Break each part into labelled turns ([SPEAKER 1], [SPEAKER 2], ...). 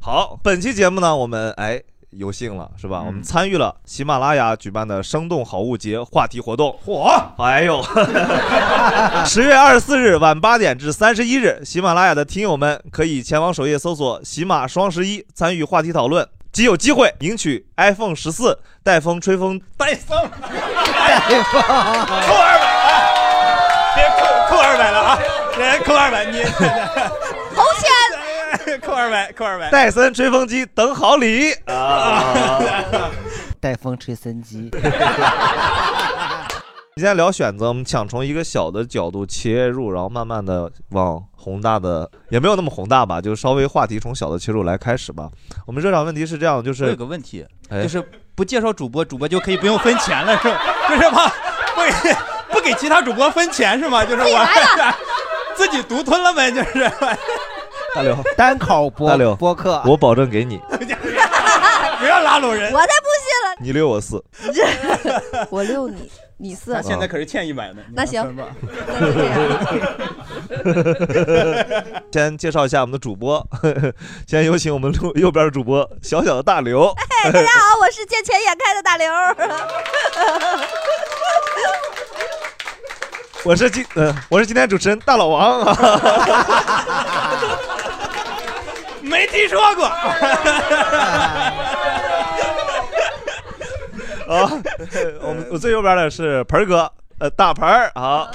[SPEAKER 1] 好，本期节目呢，我们哎有幸了是吧？我们参与了喜马拉雅举办的“生动好物节”话题活动。嚯！哎呦， 十月二十四日晚八点至三十一日，喜马拉雅的听友们可以前往首页搜索“喜马双十一”，参与话题讨论，即有机会赢取 iPhone 十四带风吹风带风
[SPEAKER 2] 大夫，
[SPEAKER 3] 扣二百，啊别扣扣二百了啊！来扣二百，你
[SPEAKER 4] 投钱。
[SPEAKER 3] 扣二百，扣二百。
[SPEAKER 1] 戴森吹风机等好礼 啊！
[SPEAKER 2] 带风吹森 机，
[SPEAKER 1] 今天聊选择，我们想从一个小的角度切入，然后慢慢的往宏大的，也没有那么宏大吧，就稍微话题从小的切入来开始吧。我们热场问题是这样，就是
[SPEAKER 3] 我有个问题，
[SPEAKER 1] 哎
[SPEAKER 3] 就是不介绍主播，主播就可以不用分钱了，是吧？就是吧？不给不给其他主播分钱是吗？就是我自己独吞了呗，就是。
[SPEAKER 1] 大刘，
[SPEAKER 2] 单口播
[SPEAKER 1] 大刘
[SPEAKER 2] 播客，
[SPEAKER 1] 我保证给你，
[SPEAKER 3] 不要拉拢人。
[SPEAKER 4] 我才不
[SPEAKER 1] 你六我四，
[SPEAKER 4] 信了， 这我溜你，你四
[SPEAKER 3] 他， 现在可是欠一百呢。
[SPEAKER 4] 那行
[SPEAKER 3] 你们分吧
[SPEAKER 4] 那就这样。
[SPEAKER 1] 先介绍一下我们的主播， 先有请我们右右边的主播小小的大刘，
[SPEAKER 4] 哎，大家好，我是见钱眼开的大刘。
[SPEAKER 1] 我是今呃我是今天主持人大老王啊，
[SPEAKER 3] 没听说过。
[SPEAKER 1] 哎啊，我们我最右边的是盆儿哥，呃大盆儿好，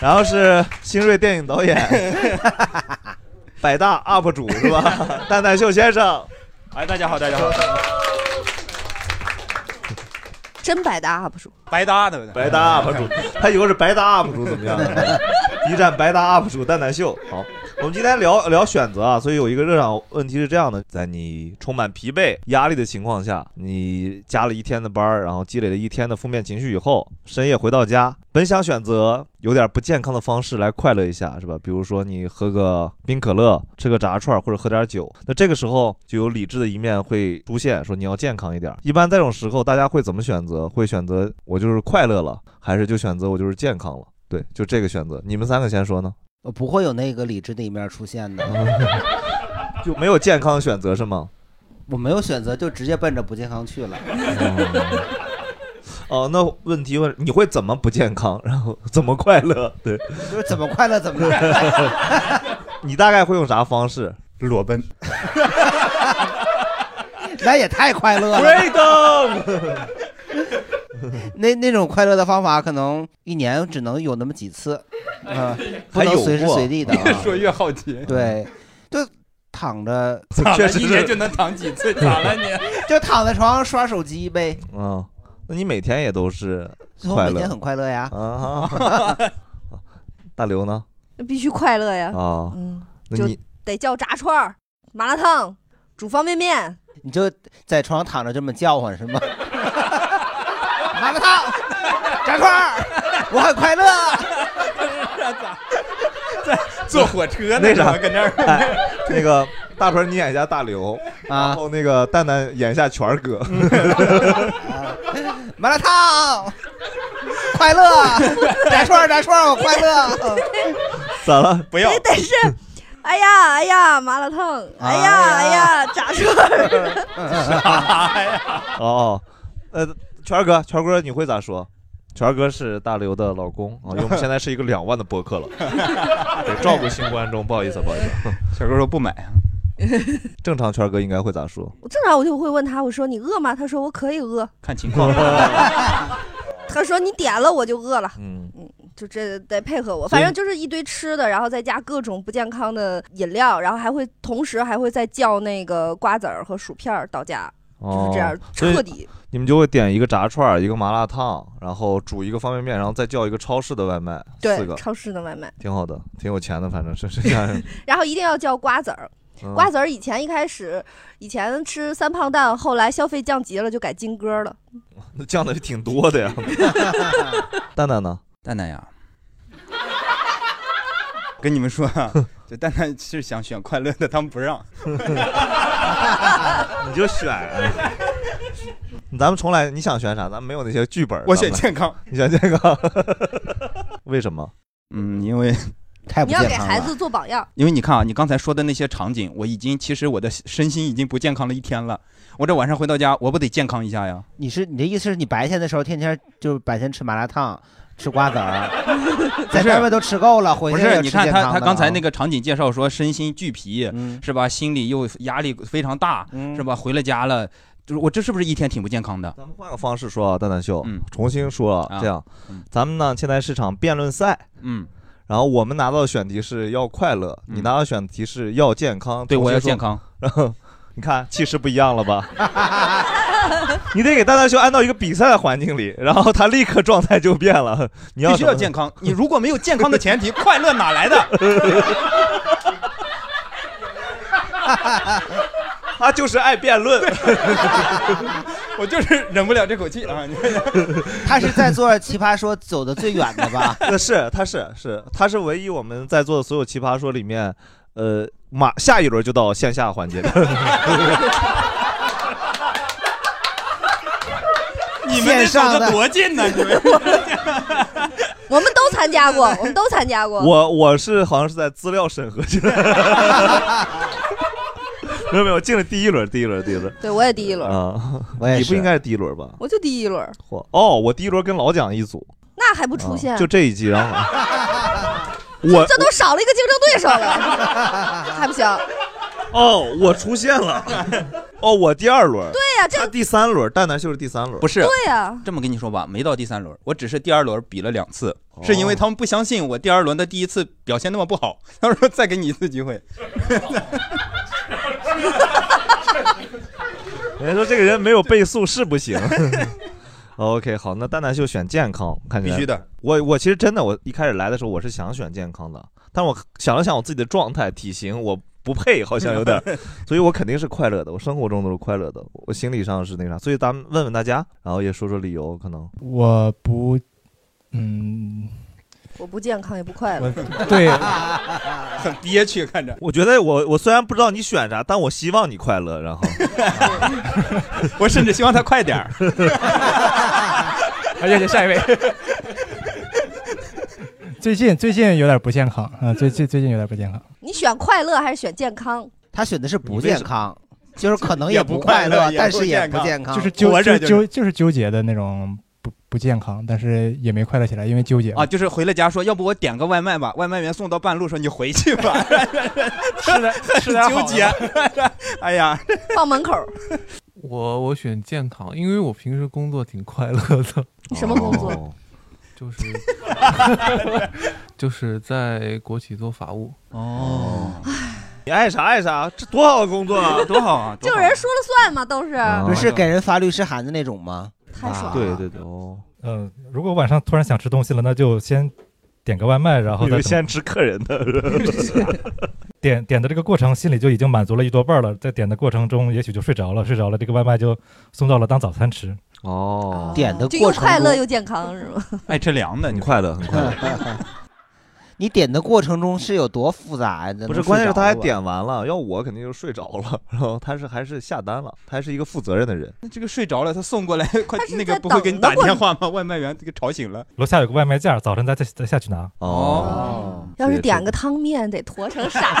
[SPEAKER 1] 然后是新锐电影导演，百大 UP 主是吧？蛋蛋秀先生，
[SPEAKER 3] 哎，大家好，大家好，
[SPEAKER 4] 真百搭啊 UP 主，
[SPEAKER 3] 白搭对不对？
[SPEAKER 1] 百搭 UP 主，他以后是百搭 UP 主怎么样？B 站百搭 UP 主蛋蛋秀。好，我们今天聊聊选择啊，所以有一个热场问题是这样的：在你充满疲惫、压力的情况下，你加了一天的班儿，然后积累了一天的负面情绪以后，深夜回到家，本想选择有点不健康的方式来快乐一下，是吧？比如说你喝个冰可乐，吃个炸串，或者喝点酒。那这个时候就有理智的一面会出现，说你要健康一点。一般在这种时候，大家会怎么选择？会选择我就是快乐了，还是就选择我就是健康了？对，就这个选择。你们三个先说呢？
[SPEAKER 2] 我不会有那个理智的一面出现的。
[SPEAKER 1] 就没有健康选择是吗？
[SPEAKER 2] 我没有选择，就直接奔着不健康去了。
[SPEAKER 1] 哦，那问题问你会怎么不健康，然后怎么快乐？对
[SPEAKER 2] 就是怎么快乐怎么来。
[SPEAKER 1] 你大概会用啥方式？
[SPEAKER 5] 裸奔，
[SPEAKER 2] 那也太快乐了。
[SPEAKER 1] Freedom！
[SPEAKER 2] 那那种快乐的方法，可能一年只能有那么几次，啊、不
[SPEAKER 1] 还有
[SPEAKER 2] 能随时
[SPEAKER 1] 过
[SPEAKER 2] 随地的、
[SPEAKER 3] 越
[SPEAKER 2] 啊。
[SPEAKER 3] 说越好奇。
[SPEAKER 2] 对，就躺着，
[SPEAKER 1] 确实
[SPEAKER 3] 一年
[SPEAKER 1] 是
[SPEAKER 3] 就能 躺几次，咋了你？
[SPEAKER 2] 就躺在床上刷手机呗。
[SPEAKER 1] 嗯，那你每天也都是
[SPEAKER 2] 最后
[SPEAKER 1] 快
[SPEAKER 2] 每
[SPEAKER 1] 乐
[SPEAKER 2] 天很快乐呀。
[SPEAKER 1] 啊？ 大刘呢？
[SPEAKER 4] 那必须快乐呀。
[SPEAKER 1] 啊，
[SPEAKER 4] 嗯，
[SPEAKER 1] 那
[SPEAKER 4] 就
[SPEAKER 1] 你
[SPEAKER 4] 得叫炸串儿、麻辣烫、煮方便面。
[SPEAKER 2] 你就在床上躺着这么叫唤是吗？ 麻辣烫，炸串儿， 我很快乐。
[SPEAKER 3] 坐火车呢？
[SPEAKER 1] 那
[SPEAKER 3] 怎
[SPEAKER 1] 啥
[SPEAKER 3] 么跟那儿？
[SPEAKER 1] 哎，那个大盆儿你演一下大刘，然
[SPEAKER 2] 啊，
[SPEAKER 1] 后那个蛋蛋演一下全儿哥。
[SPEAKER 3] 嗯
[SPEAKER 2] 麻辣烫，快乐，炸串儿，炸串儿，我快乐。
[SPEAKER 1] 咋了？
[SPEAKER 3] 不要
[SPEAKER 4] 得得是， 哎呀哎呀，麻辣烫，哎呀
[SPEAKER 2] 哎
[SPEAKER 4] 哎呀，炸串儿。
[SPEAKER 3] 啥呀？
[SPEAKER 1] 哦，呃，全儿哥，全儿哥你会咋说？全儿哥是大刘的老公啊，因为我们现在是一个两万的播客 了，得照顾新观众，不好意思，不好意思。
[SPEAKER 3] 小哥说不买，啊
[SPEAKER 1] 正常圈哥应该会咋说？
[SPEAKER 4] 我正常我就会问他，我说你饿吗？他说我可以饿。
[SPEAKER 3] 看情 况。
[SPEAKER 4] 他说你点了我就饿了，
[SPEAKER 1] 嗯，
[SPEAKER 4] 就这得配合我，
[SPEAKER 1] 所以
[SPEAKER 4] 反正就是一堆吃的，然后再加各种不健康的饮料，然后还会同时还会再叫那个瓜子儿和薯片儿到家。就是这样
[SPEAKER 1] 哦所以
[SPEAKER 4] 彻底。
[SPEAKER 1] 你们就会点一个炸串儿，一个麻辣烫，然后煮一个方便面，然后再叫一个超市的外卖，四
[SPEAKER 4] 对，
[SPEAKER 1] 个，
[SPEAKER 4] 超市的外卖，
[SPEAKER 1] 挺好的，挺有钱的，反正是这家人。
[SPEAKER 4] 然后一定要叫瓜子儿。
[SPEAKER 1] 嗯
[SPEAKER 4] 瓜子儿以前一开始，以前吃三胖蛋，后来消费降级了，就改金鸽了。
[SPEAKER 1] 那降的也挺多的呀。 蛋蛋呢？
[SPEAKER 3] 蛋蛋呀，跟你们说 啊，这蛋蛋是想选快乐的，他们不 让。
[SPEAKER 1] 你就选，
[SPEAKER 3] 啊
[SPEAKER 1] 咱们重来，你想选啥？咱们没有那些剧本。
[SPEAKER 3] 我选
[SPEAKER 1] 咱
[SPEAKER 3] 健
[SPEAKER 1] 们
[SPEAKER 3] 康，
[SPEAKER 1] 你选健康， 为什么？
[SPEAKER 3] 嗯，因为太
[SPEAKER 4] 你要给孩子做榜样，
[SPEAKER 3] 因为你看啊，你刚才说的那些场景，我已经其实我的身心已经不健康了一天了。我这晚上回到家，我不得健康一下呀？
[SPEAKER 2] 你是你的意思是你白天的时候天天就是白天吃麻辣烫，吃瓜子儿，在单位都吃够了，回
[SPEAKER 3] 不
[SPEAKER 2] 去也
[SPEAKER 3] 是，
[SPEAKER 2] 要
[SPEAKER 3] 你
[SPEAKER 2] 吃
[SPEAKER 3] 看
[SPEAKER 2] 健
[SPEAKER 3] 他
[SPEAKER 2] 康
[SPEAKER 3] 他
[SPEAKER 2] 的
[SPEAKER 3] 刚才
[SPEAKER 2] 啊嗯
[SPEAKER 3] 那个场景介绍说身心俱疲，是吧？心里又压力非常大，是吧？回了家了，就是我这是不是一天挺不健康的？
[SPEAKER 1] 咱们换个方式说啊，蛋蛋秀，
[SPEAKER 3] 嗯
[SPEAKER 1] 重新说啊，
[SPEAKER 3] 啊
[SPEAKER 1] 这样
[SPEAKER 3] 嗯，
[SPEAKER 1] 咱们呢现在是场辩论赛，
[SPEAKER 3] 嗯，
[SPEAKER 1] 然后我们拿到的选题是要快乐，你拿到的选题是要健康，
[SPEAKER 3] 对
[SPEAKER 1] 重新
[SPEAKER 3] 我要
[SPEAKER 1] 说
[SPEAKER 3] 健，康。
[SPEAKER 1] 然后 你看气势不一样了吧？ 你得给蛋蛋秀按到一个比赛的环境里，然后他立刻状态就变了。 你要
[SPEAKER 3] 必须要
[SPEAKER 1] 什么
[SPEAKER 3] 健康。你如果没有健康的前提，快乐哪来的？
[SPEAKER 1] 他就是爱辩论，
[SPEAKER 3] 我就是忍不了 这口气啊！你
[SPEAKER 2] 他是在做奇葩说走的最远的吧？
[SPEAKER 1] 那 是他是是他是唯一我们在座的所有奇葩说里面，呃，马下一轮就到线下环节 的。
[SPEAKER 3] 你们得
[SPEAKER 2] 线上
[SPEAKER 3] 走
[SPEAKER 2] 的
[SPEAKER 3] 得多近呢？你们
[SPEAKER 4] 我们都参加过，我们都参加过。
[SPEAKER 1] 我我是好像是在资料审核阶 段，没有没有，进了第一轮，第一轮，第一轮
[SPEAKER 4] 对我也第一轮，
[SPEAKER 1] 啊，
[SPEAKER 2] 我也
[SPEAKER 1] 你不
[SPEAKER 2] 是
[SPEAKER 1] 应该是第一轮吧？
[SPEAKER 4] 我就第一轮，
[SPEAKER 1] 嚯，哦，我第一轮跟老蒋一组，
[SPEAKER 4] 那还不
[SPEAKER 1] 啊
[SPEAKER 4] 出现？
[SPEAKER 1] 就这一季，然 后我
[SPEAKER 4] 这都少了一个竞争对手了， 还不行？
[SPEAKER 1] 哦，我出现 了，哦，我第二轮，
[SPEAKER 4] 对呀、啊
[SPEAKER 1] 他
[SPEAKER 4] 这
[SPEAKER 1] 第三轮，蛋蛋秀是第三轮，
[SPEAKER 3] 不是
[SPEAKER 4] 对啊呀、
[SPEAKER 3] 这么跟你说吧，没到第三轮，我只是第二轮比了两次，
[SPEAKER 2] 哦
[SPEAKER 3] 是因为他们不相信我第二轮的第一次表现那么不好，他说再给你一次机会。
[SPEAKER 1] 人家说这个人没有倍速是不行。OK，好，那蛋蛋秀选健康，看起来
[SPEAKER 3] 必须的。
[SPEAKER 1] 我我其实真的，我一开始来的时候我是想选健康的，但我想了想我自己的状态、体型，我不配，好像有点 儿，所以我肯定是快乐的，我生活中都是快乐的，我心理上是那啥，所以咱们问问大家，然后也说说理由，可能
[SPEAKER 6] 我不，嗯，
[SPEAKER 4] 我不健康也不快乐，
[SPEAKER 6] 对，
[SPEAKER 3] 很憋屈，看着
[SPEAKER 1] 我觉得我我虽然不知道你选啥，但我希望你快乐，然后
[SPEAKER 3] 我甚至希望他 快点儿。
[SPEAKER 5] 而且是下一位，
[SPEAKER 6] 最近最近有点不健康啊、最近最近有点不健康。
[SPEAKER 4] 你选快乐还是选 健康？
[SPEAKER 2] 他选的是不健康，就是可能
[SPEAKER 3] 也不
[SPEAKER 2] 不
[SPEAKER 3] 快乐
[SPEAKER 2] 快乐，
[SPEAKER 3] 也
[SPEAKER 2] 但
[SPEAKER 3] 不
[SPEAKER 2] 是也
[SPEAKER 3] 健
[SPEAKER 2] 不
[SPEAKER 3] 康
[SPEAKER 2] 健康，
[SPEAKER 6] 就是纠
[SPEAKER 3] 活着
[SPEAKER 6] 纠
[SPEAKER 3] 就是
[SPEAKER 6] 纠就是纠结的那种不不健康，但是也没快乐起来，因为纠结嘛
[SPEAKER 3] 啊，就是回了家说，要不我点个外卖吧，外卖员送到半路说你回去吧，
[SPEAKER 5] 吃 的吃的
[SPEAKER 3] 纠结。哎呀，
[SPEAKER 4] 放门口，
[SPEAKER 5] 我我选健康，因为我平时工作挺快乐的，
[SPEAKER 4] 你 什么工作？
[SPEAKER 1] 哦
[SPEAKER 5] 就是就是在国企做法务。
[SPEAKER 3] 哦，
[SPEAKER 1] 你爱啥爱啥，这多好的工作啊！
[SPEAKER 3] 多好啊！
[SPEAKER 4] 就是人说了算嘛，都是
[SPEAKER 1] 啊
[SPEAKER 2] 不是给人发律师函的那种吗？
[SPEAKER 4] 太爽了。
[SPEAKER 1] 对对对，哦，
[SPEAKER 7] 嗯，如果晚上突然想吃东西了，那就先点个外卖， 然后
[SPEAKER 1] 你
[SPEAKER 7] 再
[SPEAKER 1] 们
[SPEAKER 7] 怎么
[SPEAKER 1] 先吃客人 的，
[SPEAKER 7] 点点的这个过程，心里就已经满足了一多半了。在点的过程中，也许就睡着了，睡着了，这个外卖就送到了当早餐吃。
[SPEAKER 1] 哦
[SPEAKER 2] 点的
[SPEAKER 4] 就
[SPEAKER 2] 过
[SPEAKER 4] 又
[SPEAKER 2] 程
[SPEAKER 4] 快乐
[SPEAKER 2] 中
[SPEAKER 4] 又健康是 吗？
[SPEAKER 3] 爱吃哎凉的，
[SPEAKER 1] 很
[SPEAKER 3] 你
[SPEAKER 1] 快乐，很快乐。
[SPEAKER 2] 你点的过程中是有多复杂呀？
[SPEAKER 1] 不是，关键是
[SPEAKER 2] 啊
[SPEAKER 1] 他还，点完了，要我肯定就睡着了。然后他是还是下单了，他还是一个负责任的人。
[SPEAKER 3] 这个睡着了，他送过来，快
[SPEAKER 4] 他是
[SPEAKER 3] 那个
[SPEAKER 4] 在
[SPEAKER 3] 不会给你
[SPEAKER 4] 等的
[SPEAKER 3] 打
[SPEAKER 4] 过
[SPEAKER 3] 电话吗？外卖员给吵醒了。
[SPEAKER 7] 楼下有个外卖架，早晨再再再下去拿。
[SPEAKER 1] 哦
[SPEAKER 3] 哦
[SPEAKER 4] 要是点个汤面，得驮成啥？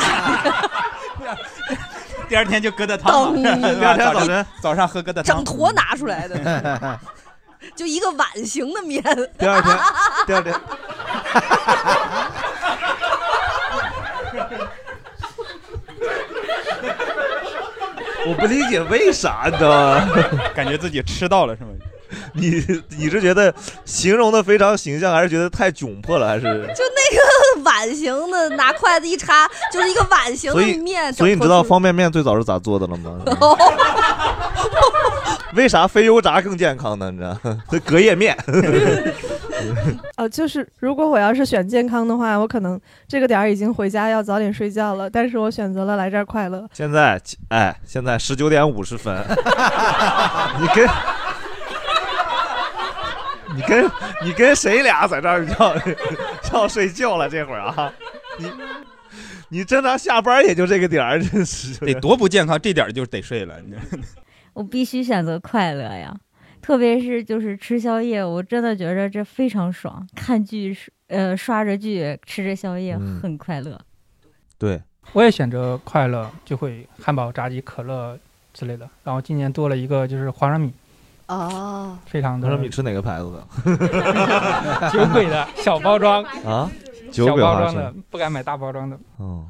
[SPEAKER 3] 第二天就疙瘩汤嘛，
[SPEAKER 4] 当
[SPEAKER 1] 第二天早
[SPEAKER 3] 早
[SPEAKER 1] 晨，
[SPEAKER 3] 早上喝疙瘩
[SPEAKER 4] 整
[SPEAKER 3] 汤，
[SPEAKER 4] 坨拿出来的，就一个碗形的面，
[SPEAKER 1] 第二天，第二天， 我不理解为啥，你知道吗？
[SPEAKER 3] 感觉自己吃到了是吗？
[SPEAKER 1] 你你是觉得形容的非常形象，还是觉得太窘迫了，还是？
[SPEAKER 4] 就那个碗形的，拿筷子一插，就是一个碗形
[SPEAKER 1] 所以
[SPEAKER 4] 的面。
[SPEAKER 1] 所以你
[SPEAKER 4] 整坨
[SPEAKER 1] 知道
[SPEAKER 4] 出来
[SPEAKER 1] 方便面最早是咋做的了吗？
[SPEAKER 4] 哦，
[SPEAKER 1] 为啥肥油炸更健康呢？你知道，隔夜面。
[SPEAKER 8] 呃，就是如果我要是选健康的话，我可能这个点儿已经回家要早点睡觉了，但是我选择了来这儿快乐。
[SPEAKER 1] 现在，哎，现在十九点五十分， 你跟，你跟，你跟谁俩在这儿要要睡觉了？这会儿啊，你你正常下班也就这个点儿，真是
[SPEAKER 3] 得多不健康，这点儿就得睡了。你这
[SPEAKER 9] 我必须选择快乐呀，特别是就是吃宵夜，我真的觉着这非常爽。看剧，呃，刷着剧，吃着宵夜，
[SPEAKER 1] 嗯
[SPEAKER 9] 很快乐。
[SPEAKER 1] 对，
[SPEAKER 10] 我也选择快乐，就会汉堡、炸鸡、可乐之类的。然后今年多了一个就是花生米，
[SPEAKER 3] 嗯
[SPEAKER 4] 哦，
[SPEAKER 10] 非常的
[SPEAKER 1] 那你吃哪个牌子的？
[SPEAKER 10] 酒鬼的小包装
[SPEAKER 1] 啊，酒
[SPEAKER 10] 小
[SPEAKER 1] 鬼
[SPEAKER 10] 包
[SPEAKER 1] 花
[SPEAKER 10] 装
[SPEAKER 1] 生
[SPEAKER 10] 的，，不敢买大包装的。
[SPEAKER 1] 嗯，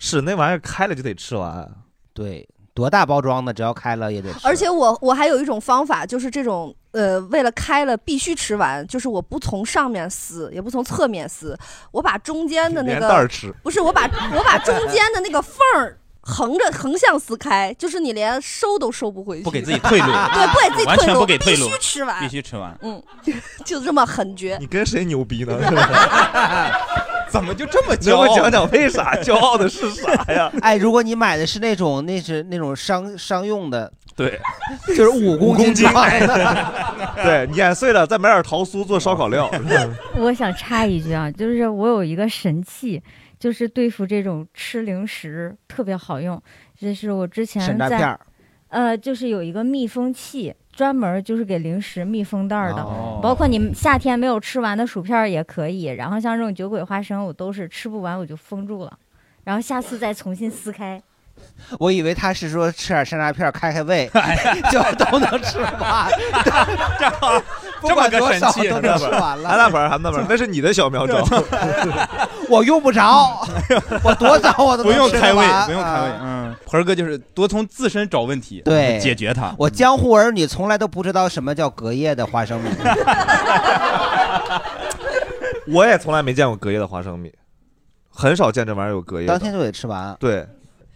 [SPEAKER 1] 是那玩意儿开了就得吃完。
[SPEAKER 2] 对，多大包装的，只要开了也得 吃。
[SPEAKER 4] 而且我我还有一种方法，就是这种呃，为了开了必须吃完，就是我不从上面撕，也不从侧面撕，我把中间的那
[SPEAKER 1] 连袋儿
[SPEAKER 4] 个
[SPEAKER 1] 吃
[SPEAKER 4] 不是我把我把中间的那个缝儿横着横向撕开，就是你连收都收不回去，
[SPEAKER 3] 不给自己退路
[SPEAKER 4] 对，不给自己退路，
[SPEAKER 3] 完全不给退路
[SPEAKER 4] 必须吃完，
[SPEAKER 3] 必须吃完。
[SPEAKER 4] 嗯， 就这么狠绝。
[SPEAKER 1] 你跟谁牛逼 呢？
[SPEAKER 3] 怎么就这么
[SPEAKER 1] 骄傲能不讲讲为啥骄傲的是 啥呀？
[SPEAKER 2] 哎，如果你买的是那种那是那种商商用的，
[SPEAKER 3] 对，
[SPEAKER 2] 就是五
[SPEAKER 1] 五公斤
[SPEAKER 2] 斤大的
[SPEAKER 1] 对，碾碎了，再买点桃酥做烧烤料。
[SPEAKER 9] 我想插一句啊，就是我有一个神器，就是对付这种吃零食特别好用，就是我之前
[SPEAKER 2] 沈大片
[SPEAKER 9] 在
[SPEAKER 2] 儿，
[SPEAKER 9] 呃，就是有一个密封器，专门就是给零食密封袋儿的，
[SPEAKER 2] 哦
[SPEAKER 9] 包括你夏天没有吃完的薯片儿也可以。然后像这种酒鬼花生，我都是吃不完我就封住了，然后下次再重新撕 开。
[SPEAKER 2] 我以为他是说吃点山楂片儿开开胃，
[SPEAKER 1] 哎
[SPEAKER 2] 就 都能吃完。不
[SPEAKER 3] 这么
[SPEAKER 2] 管
[SPEAKER 3] 个
[SPEAKER 2] 多
[SPEAKER 3] 神
[SPEAKER 2] 少
[SPEAKER 1] 啊
[SPEAKER 3] 器，
[SPEAKER 2] 都
[SPEAKER 3] 知道
[SPEAKER 2] 能
[SPEAKER 3] 吧
[SPEAKER 2] 吃完
[SPEAKER 1] 韩
[SPEAKER 2] 了，
[SPEAKER 1] 大鹏，韩大鹏，那是你的小妙招。
[SPEAKER 2] 我用 不着，我多早哦我都
[SPEAKER 3] 不
[SPEAKER 2] 能
[SPEAKER 3] 用
[SPEAKER 2] 吃得
[SPEAKER 3] 开胃
[SPEAKER 2] 完，
[SPEAKER 3] 不用开胃
[SPEAKER 2] 啊。
[SPEAKER 3] 嗯，盆儿哥就是多从自身找问题，
[SPEAKER 2] 对
[SPEAKER 3] 解决它。嗯
[SPEAKER 2] 我江湖儿女从来都不知道什么叫隔夜的花生米，
[SPEAKER 1] 我也从来没见过隔夜的花生米，很少见这玩意儿有隔夜
[SPEAKER 2] 当
[SPEAKER 1] 的。
[SPEAKER 2] 天就得吃完。
[SPEAKER 1] 对，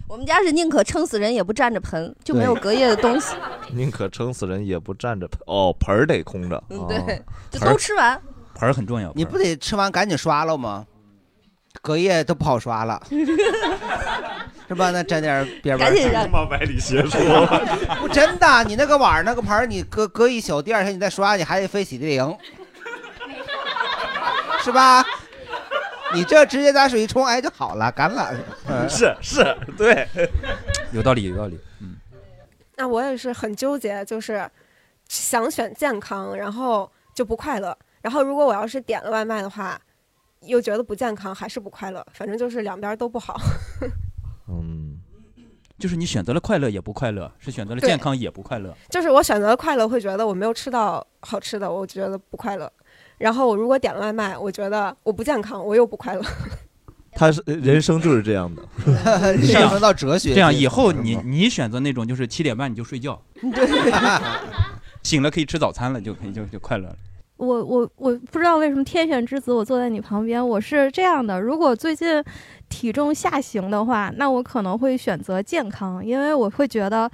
[SPEAKER 4] 我们家是宁可撑死人也不占着盆，就没有隔夜的东西。
[SPEAKER 1] 宁可撑死人也不站着盆。哦，盆儿得空着。
[SPEAKER 4] 嗯，
[SPEAKER 1] 哦
[SPEAKER 4] 对，就
[SPEAKER 3] 盆儿
[SPEAKER 4] 都吃完。
[SPEAKER 3] 盆儿很重要，
[SPEAKER 2] 你不得吃完赶紧刷了吗？隔夜都不好 刷了，是吧？那沾点儿边儿边
[SPEAKER 4] 赶紧
[SPEAKER 2] 儿
[SPEAKER 4] 让
[SPEAKER 1] 他妈歪理邪说，
[SPEAKER 2] 上。不真的，你那个碗儿那个盆儿，你隔隔一宿，第二天你再刷，你还得费洗涤灵，是吧？你这直接拿水一冲，哎就好了，干了。嗯
[SPEAKER 1] 是 是，对，
[SPEAKER 3] 有道理，有道理。嗯，
[SPEAKER 8] 那我也是很纠结，就是想选健康，然后就不快乐。然后如果我要是点了外卖的话，又觉得不健康，还是不快乐。反正就是两边儿都不好。
[SPEAKER 1] 嗯，
[SPEAKER 3] 就是你选择了快乐也不快乐，是选择了
[SPEAKER 8] 对
[SPEAKER 3] 健康也不快乐。
[SPEAKER 8] 就是我选择了快乐，会觉得我没有吃到好吃的，我觉得不快乐。然后我如果点了外卖，我觉得我不健康，我又不快乐。
[SPEAKER 1] 他是人生就是这样的。 呃
[SPEAKER 2] 上升到哲学，
[SPEAKER 3] 这样以后你你选择那种就是七点半你就睡觉， 醒了可以吃早餐了，就可以就就快乐了。
[SPEAKER 11] 我我我不知道为什么天选之子，我坐在你旁边，我是这样的。如果最近体重下行的话，那我可能会选择健康，因为我会觉得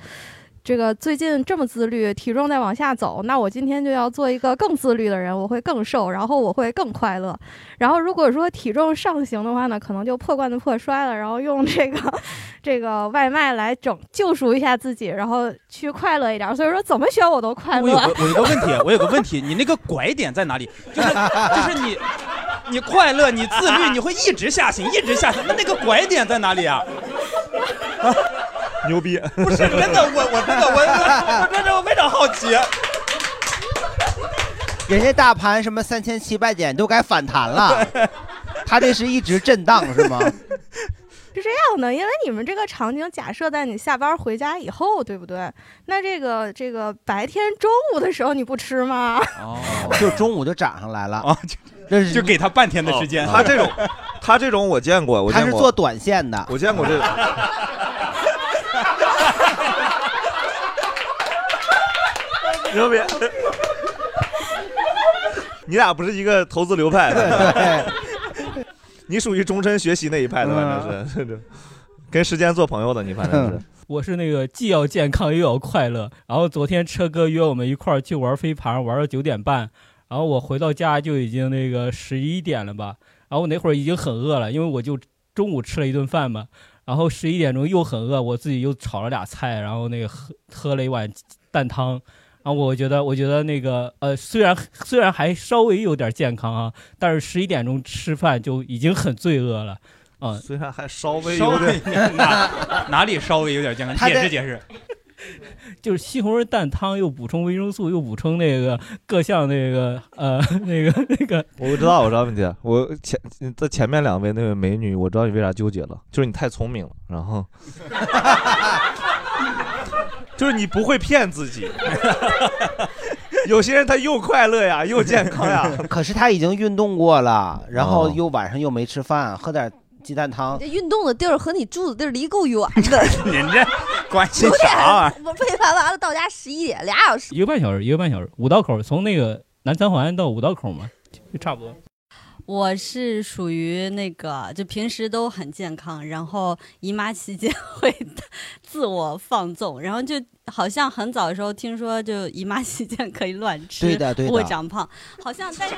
[SPEAKER 11] 这个最近这么自律，体重在往下走，那我今天就要做一个更自律的人，我会更瘦，然后我会更快乐。然后如果说体重上行的话呢，可能就破罐子破摔了，然后用这个这个外卖来整救赎一下自己，然后去快乐一点。所以说怎么选我都快
[SPEAKER 4] 哎
[SPEAKER 3] 我有
[SPEAKER 11] 乐。
[SPEAKER 3] 个我有个问题，啊我有个问题，你那个拐点在哪里？就是就是你。你快乐，你自律，你会一直下行，一直下行。那那个拐点在哪里啊？
[SPEAKER 1] 牛逼，
[SPEAKER 3] 不是真的，我我真的我我我真的我非常好奇。
[SPEAKER 2] 人家大盘什么三千七百点都该反 弹了，他这是一直震荡是吗？
[SPEAKER 11] 是这样的，因为你们这个场景假设在你下班回家以后，对不对？那这个这个白天中午的时候你不吃吗？
[SPEAKER 3] 哦
[SPEAKER 2] 就中午就涨上来了，
[SPEAKER 3] 啊，
[SPEAKER 2] 这
[SPEAKER 3] 就是就给哦他 半天的时间。
[SPEAKER 1] 哦他 这种，他这种我见过，我
[SPEAKER 2] 他
[SPEAKER 1] 见
[SPEAKER 2] 是
[SPEAKER 1] 过。
[SPEAKER 2] 做短线的，
[SPEAKER 1] 我见过这种。牛逼！你俩不是一个投资流派的， 你属于终身学习那一派的，反正是，跟时间做朋友的，你反正是。
[SPEAKER 12] 我是那个既要健康又要快乐。然后昨天车哥约我们一块儿去玩飞盘，玩到九点半，然后我回到家就已经那个十一点了吧。然后那会儿已经很饿了，因为我就中午吃了一顿饭嘛。然后十一点钟又很饿，我自己又炒了俩菜，然后那个喝喝了一碗蛋汤。然后我觉得，我觉得那个呃，虽然虽然还稍微有点健康啊，但是十一点钟吃饭就已经很罪恶了。啊、
[SPEAKER 1] 虽然还稍微
[SPEAKER 12] 稍
[SPEAKER 1] 有
[SPEAKER 12] 微
[SPEAKER 1] 点
[SPEAKER 12] 哪
[SPEAKER 3] 哪里稍微有点健康？
[SPEAKER 12] 他
[SPEAKER 3] 解
[SPEAKER 12] 在
[SPEAKER 3] 释解释。
[SPEAKER 12] 就是西红柿蛋汤，又补充维生素，又补充那个各项那个呃那个那个。
[SPEAKER 1] 我知道，我知 道问题。我前在前面两位那位美女，我知道你为啥纠结了，就是你太聪明了，然后就是你不会骗自己。 有些人他又快乐呀，又健康呀。
[SPEAKER 2] 可是他已经运动过了，然后
[SPEAKER 1] 哦
[SPEAKER 2] 又晚上又没吃饭，喝点鸡蛋汤
[SPEAKER 4] 这。运动的地儿和你住的地儿离够远 的，
[SPEAKER 3] 您这关
[SPEAKER 4] 九点我背完完了到家十一点，俩小时。
[SPEAKER 12] 一个半小时，一个半小时，五道口从那个南三环到五道口嘛，就差不多。
[SPEAKER 13] 我是属于那个，就平时都很健康，然后姨妈期间会自我放纵，然后就好像很早的时候听说，就姨妈期间可以乱吃，
[SPEAKER 2] 对的对的，
[SPEAKER 13] 不会长胖，好像但是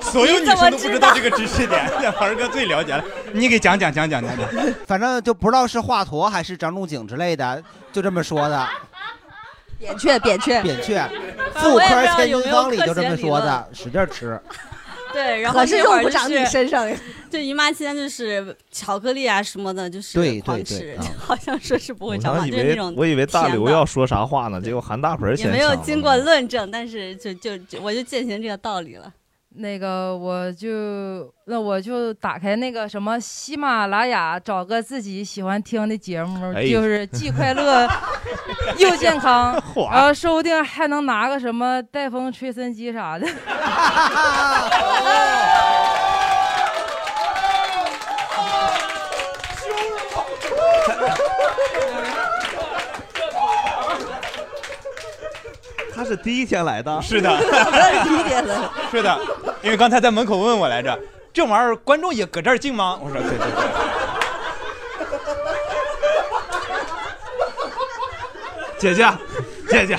[SPEAKER 3] 所有女生都不知道这个知识 点 儿哥最了解了。你给讲讲讲讲讲讲。
[SPEAKER 2] 反正就不知道是华佗还是张仲景之类的，就这么说的。
[SPEAKER 4] 扁鹊，扁鹊，
[SPEAKER 2] 扁鹊，
[SPEAKER 13] 呃我
[SPEAKER 2] 妇科
[SPEAKER 13] 也不知道
[SPEAKER 2] 千
[SPEAKER 13] 有
[SPEAKER 2] 金
[SPEAKER 13] 没有
[SPEAKER 2] 方里
[SPEAKER 13] 科
[SPEAKER 2] 就这
[SPEAKER 13] 学
[SPEAKER 2] 么
[SPEAKER 13] 理
[SPEAKER 2] 说的，
[SPEAKER 13] 论
[SPEAKER 2] 使劲 儿吃。
[SPEAKER 13] 对，然后
[SPEAKER 4] 可是
[SPEAKER 13] 那会
[SPEAKER 4] 肉
[SPEAKER 13] 儿
[SPEAKER 4] 不
[SPEAKER 13] 就
[SPEAKER 4] 长你
[SPEAKER 13] 是
[SPEAKER 4] 身上呀。
[SPEAKER 13] 对，姨妈期间就是巧克力啊什么的，就是
[SPEAKER 1] 对对
[SPEAKER 13] 狂
[SPEAKER 1] 对
[SPEAKER 13] 吃，
[SPEAKER 3] 嗯
[SPEAKER 1] 啊
[SPEAKER 13] 好像说是不
[SPEAKER 1] 我
[SPEAKER 13] 会长
[SPEAKER 1] 刚
[SPEAKER 13] 胖，
[SPEAKER 1] 以
[SPEAKER 13] 就是那
[SPEAKER 1] 为
[SPEAKER 13] 种
[SPEAKER 1] 我以为大
[SPEAKER 13] 甜
[SPEAKER 1] 刘
[SPEAKER 13] 的
[SPEAKER 1] 要说啥话呢，结果韩大盆儿
[SPEAKER 13] 也
[SPEAKER 1] 先
[SPEAKER 13] 没有
[SPEAKER 1] 抢了
[SPEAKER 13] 经过论证，但是就就就我就践行这个道理了。
[SPEAKER 14] 那个我就那我就打开那个什么喜马拉雅，找个自己喜欢听的节目，
[SPEAKER 15] 哎
[SPEAKER 14] 就是既快乐又健康
[SPEAKER 15] 嚯，
[SPEAKER 14] 然后说不定还能拿个什么带风吹风机啥的。
[SPEAKER 1] 他是第一天来的，
[SPEAKER 3] 是的是的，因为刚才在门口问我来着，这玩意儿观众也搁这儿进吗？我说对对对。
[SPEAKER 1] 姐姐，姐姐，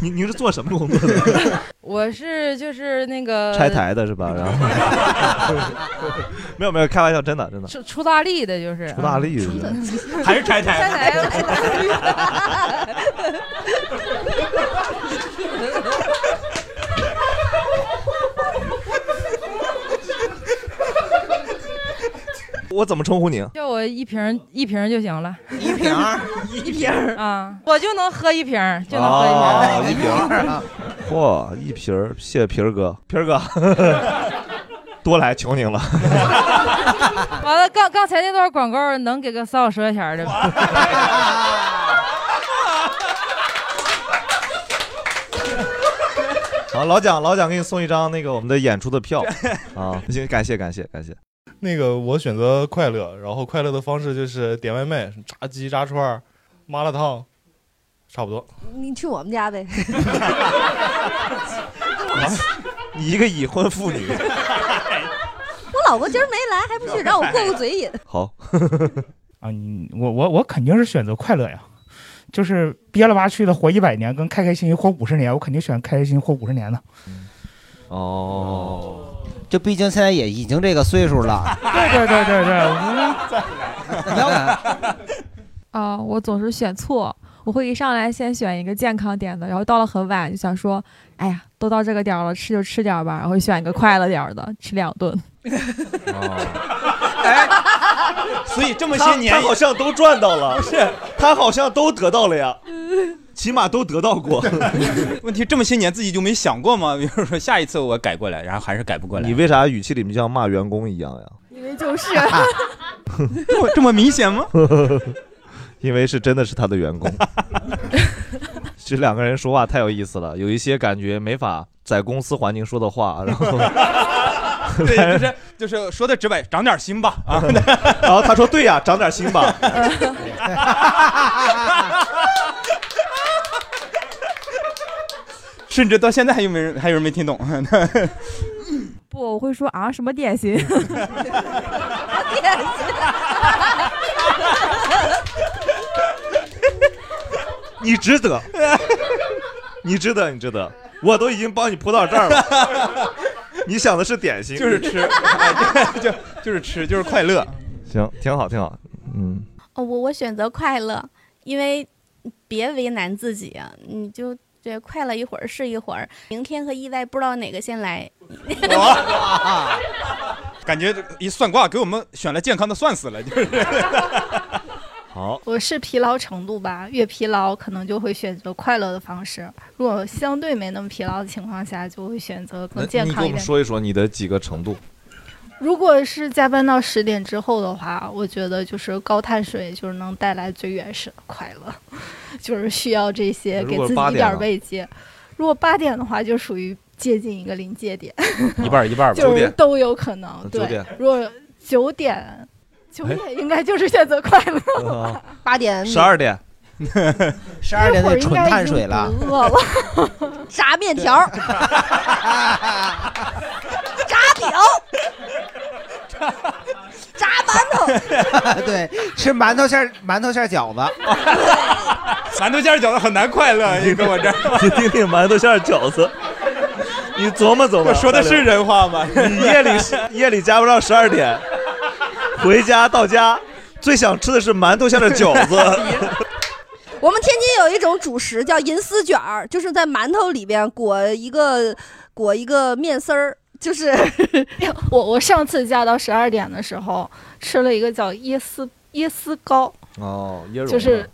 [SPEAKER 1] 您您是做什么工作的？
[SPEAKER 14] 我是就是那个
[SPEAKER 1] 拆台的是吧？然后 没有没有，开玩笑，真的真的。
[SPEAKER 14] 出出大力的，就是
[SPEAKER 1] 出大力的
[SPEAKER 14] 嗯
[SPEAKER 1] 是吧还是拆台
[SPEAKER 14] 拆 台。
[SPEAKER 1] 我怎么称呼啊 您？
[SPEAKER 14] 叫我一瓶一瓶就行了，一
[SPEAKER 2] 瓶
[SPEAKER 14] 一瓶啊，我就能喝一瓶，就能喝
[SPEAKER 1] 哦，
[SPEAKER 14] 一
[SPEAKER 1] 一
[SPEAKER 14] 瓶
[SPEAKER 1] 瓶 儿，嚯，一瓶儿，谢谢皮儿哥，皮 儿哥，多来，求您了。
[SPEAKER 14] 完了，刚刚才那段广告能给个三小说一下的吗？
[SPEAKER 1] 好，老蒋，老蒋给你送一张那个我们的演出的 票啊，行，感谢感谢感谢。
[SPEAKER 16] 那个我选择快乐，然后快乐的方式就是点外卖，炸鸡、炸串儿、麻辣烫，差不多。
[SPEAKER 4] 你去我们家呗。
[SPEAKER 1] 你一个已婚妇女，
[SPEAKER 4] 我老公今儿没来，还不去让我过过嘴瘾。
[SPEAKER 1] 好
[SPEAKER 17] 啊，你我我我肯定是选择快乐呀，就是憋了吧去的活一百年，跟开开心心活五十年，我肯定选开开心心活五十年的。
[SPEAKER 1] 哦，
[SPEAKER 2] 这毕竟现在也已经这个岁数 了，
[SPEAKER 17] 对对对对对，我觉得
[SPEAKER 15] 啊、我总是选错，我会一上来先选一个健康点的，然后到了很晚就想说，哎呀，都到这个点儿了，吃就吃点儿吧，然后选一个快乐点儿的，吃两顿。
[SPEAKER 1] 哦
[SPEAKER 3] 所以这
[SPEAKER 1] 哎这
[SPEAKER 3] 么些年
[SPEAKER 1] 他，好像都赚到了，
[SPEAKER 3] 不是
[SPEAKER 1] 他好像都得到了呀，起码都得到 过。
[SPEAKER 3] 问题这么些年自己就没想过吗？比如说下一次我改过来，然后还是改不过来。
[SPEAKER 1] 你为啥语气里面像骂员工一样呀？
[SPEAKER 15] 因为就是，
[SPEAKER 3] 这么这么明显吗？
[SPEAKER 1] 因为是真的是他的员 工。这两个人说话太有意思了，有一些感觉没法在公司环境说的话，然 后
[SPEAKER 3] 对， 就是就是说的直白，长点心吧 啊。
[SPEAKER 1] 然后他说对呀，长点心 吧。
[SPEAKER 3] 甚至到现在还有没人还有人没听懂。
[SPEAKER 15] 不，我会说啊什么点心。
[SPEAKER 4] 点心。
[SPEAKER 1] 值得，你值得，你值得，我都已经帮你铺到这儿了。你想的是点心，
[SPEAKER 3] 就是吃，哎就就就是吃，就是快乐。
[SPEAKER 1] 行，挺好，挺好。嗯，
[SPEAKER 18] 哦，我我选择快乐，因为别为难自己，啊你就对快乐一会儿是一会儿，明天和意外不知道哪个先来。
[SPEAKER 3] 感觉一算卦给我们选了健康的算死了，就是。
[SPEAKER 1] 好，
[SPEAKER 19] 我是疲劳程度吧，越疲劳可能就会选择快乐的方式。如果相对没那么疲劳的情况下，就会选择
[SPEAKER 1] 那
[SPEAKER 19] 更健
[SPEAKER 1] 你给
[SPEAKER 19] 康
[SPEAKER 1] 我
[SPEAKER 19] 一
[SPEAKER 1] 们
[SPEAKER 19] 点。
[SPEAKER 1] 说一说你的几个程度。
[SPEAKER 19] 如果是加班到十点之后的话，我觉得就是高碳水就是能带来最原始的快乐， 就是需要这些
[SPEAKER 1] 如
[SPEAKER 19] 给
[SPEAKER 1] 果
[SPEAKER 19] 自己
[SPEAKER 1] 8
[SPEAKER 19] 一
[SPEAKER 1] 点呢
[SPEAKER 19] 点慰藉。如果八点的话，就属于接近一个临界点，
[SPEAKER 1] 一半儿一半儿吧
[SPEAKER 19] 就
[SPEAKER 1] 九
[SPEAKER 19] 是
[SPEAKER 1] 点啊
[SPEAKER 19] 都有可能。
[SPEAKER 1] 九
[SPEAKER 19] 对
[SPEAKER 1] 点，哎
[SPEAKER 19] 如果九点，九点应该就是选择快乐。
[SPEAKER 4] 八点
[SPEAKER 1] 嗯十二点，
[SPEAKER 2] 十二点得纯碳水了，
[SPEAKER 4] 饿了， 炸面条儿，炸饼， 炸馒头，
[SPEAKER 2] 对，吃馒头馅儿馒头馅儿饺子，
[SPEAKER 3] 馒头馅儿饺子很难快乐，你跟我这儿。
[SPEAKER 1] 你听听馒头馅儿饺子，你琢磨琢磨。
[SPEAKER 3] 我说的是人话吗？
[SPEAKER 1] 你夜里夜里加不到十二点，回家到家最想吃的是馒头馅儿的饺 子。
[SPEAKER 4] 我们天津有一种主食叫银丝卷儿，就是在馒头里边裹一个裹一个面丝儿，就是
[SPEAKER 19] 哎我我上次加到十二点的时候，吃了一个叫椰丝椰丝糕，
[SPEAKER 1] 哦，椰蓉
[SPEAKER 19] 就是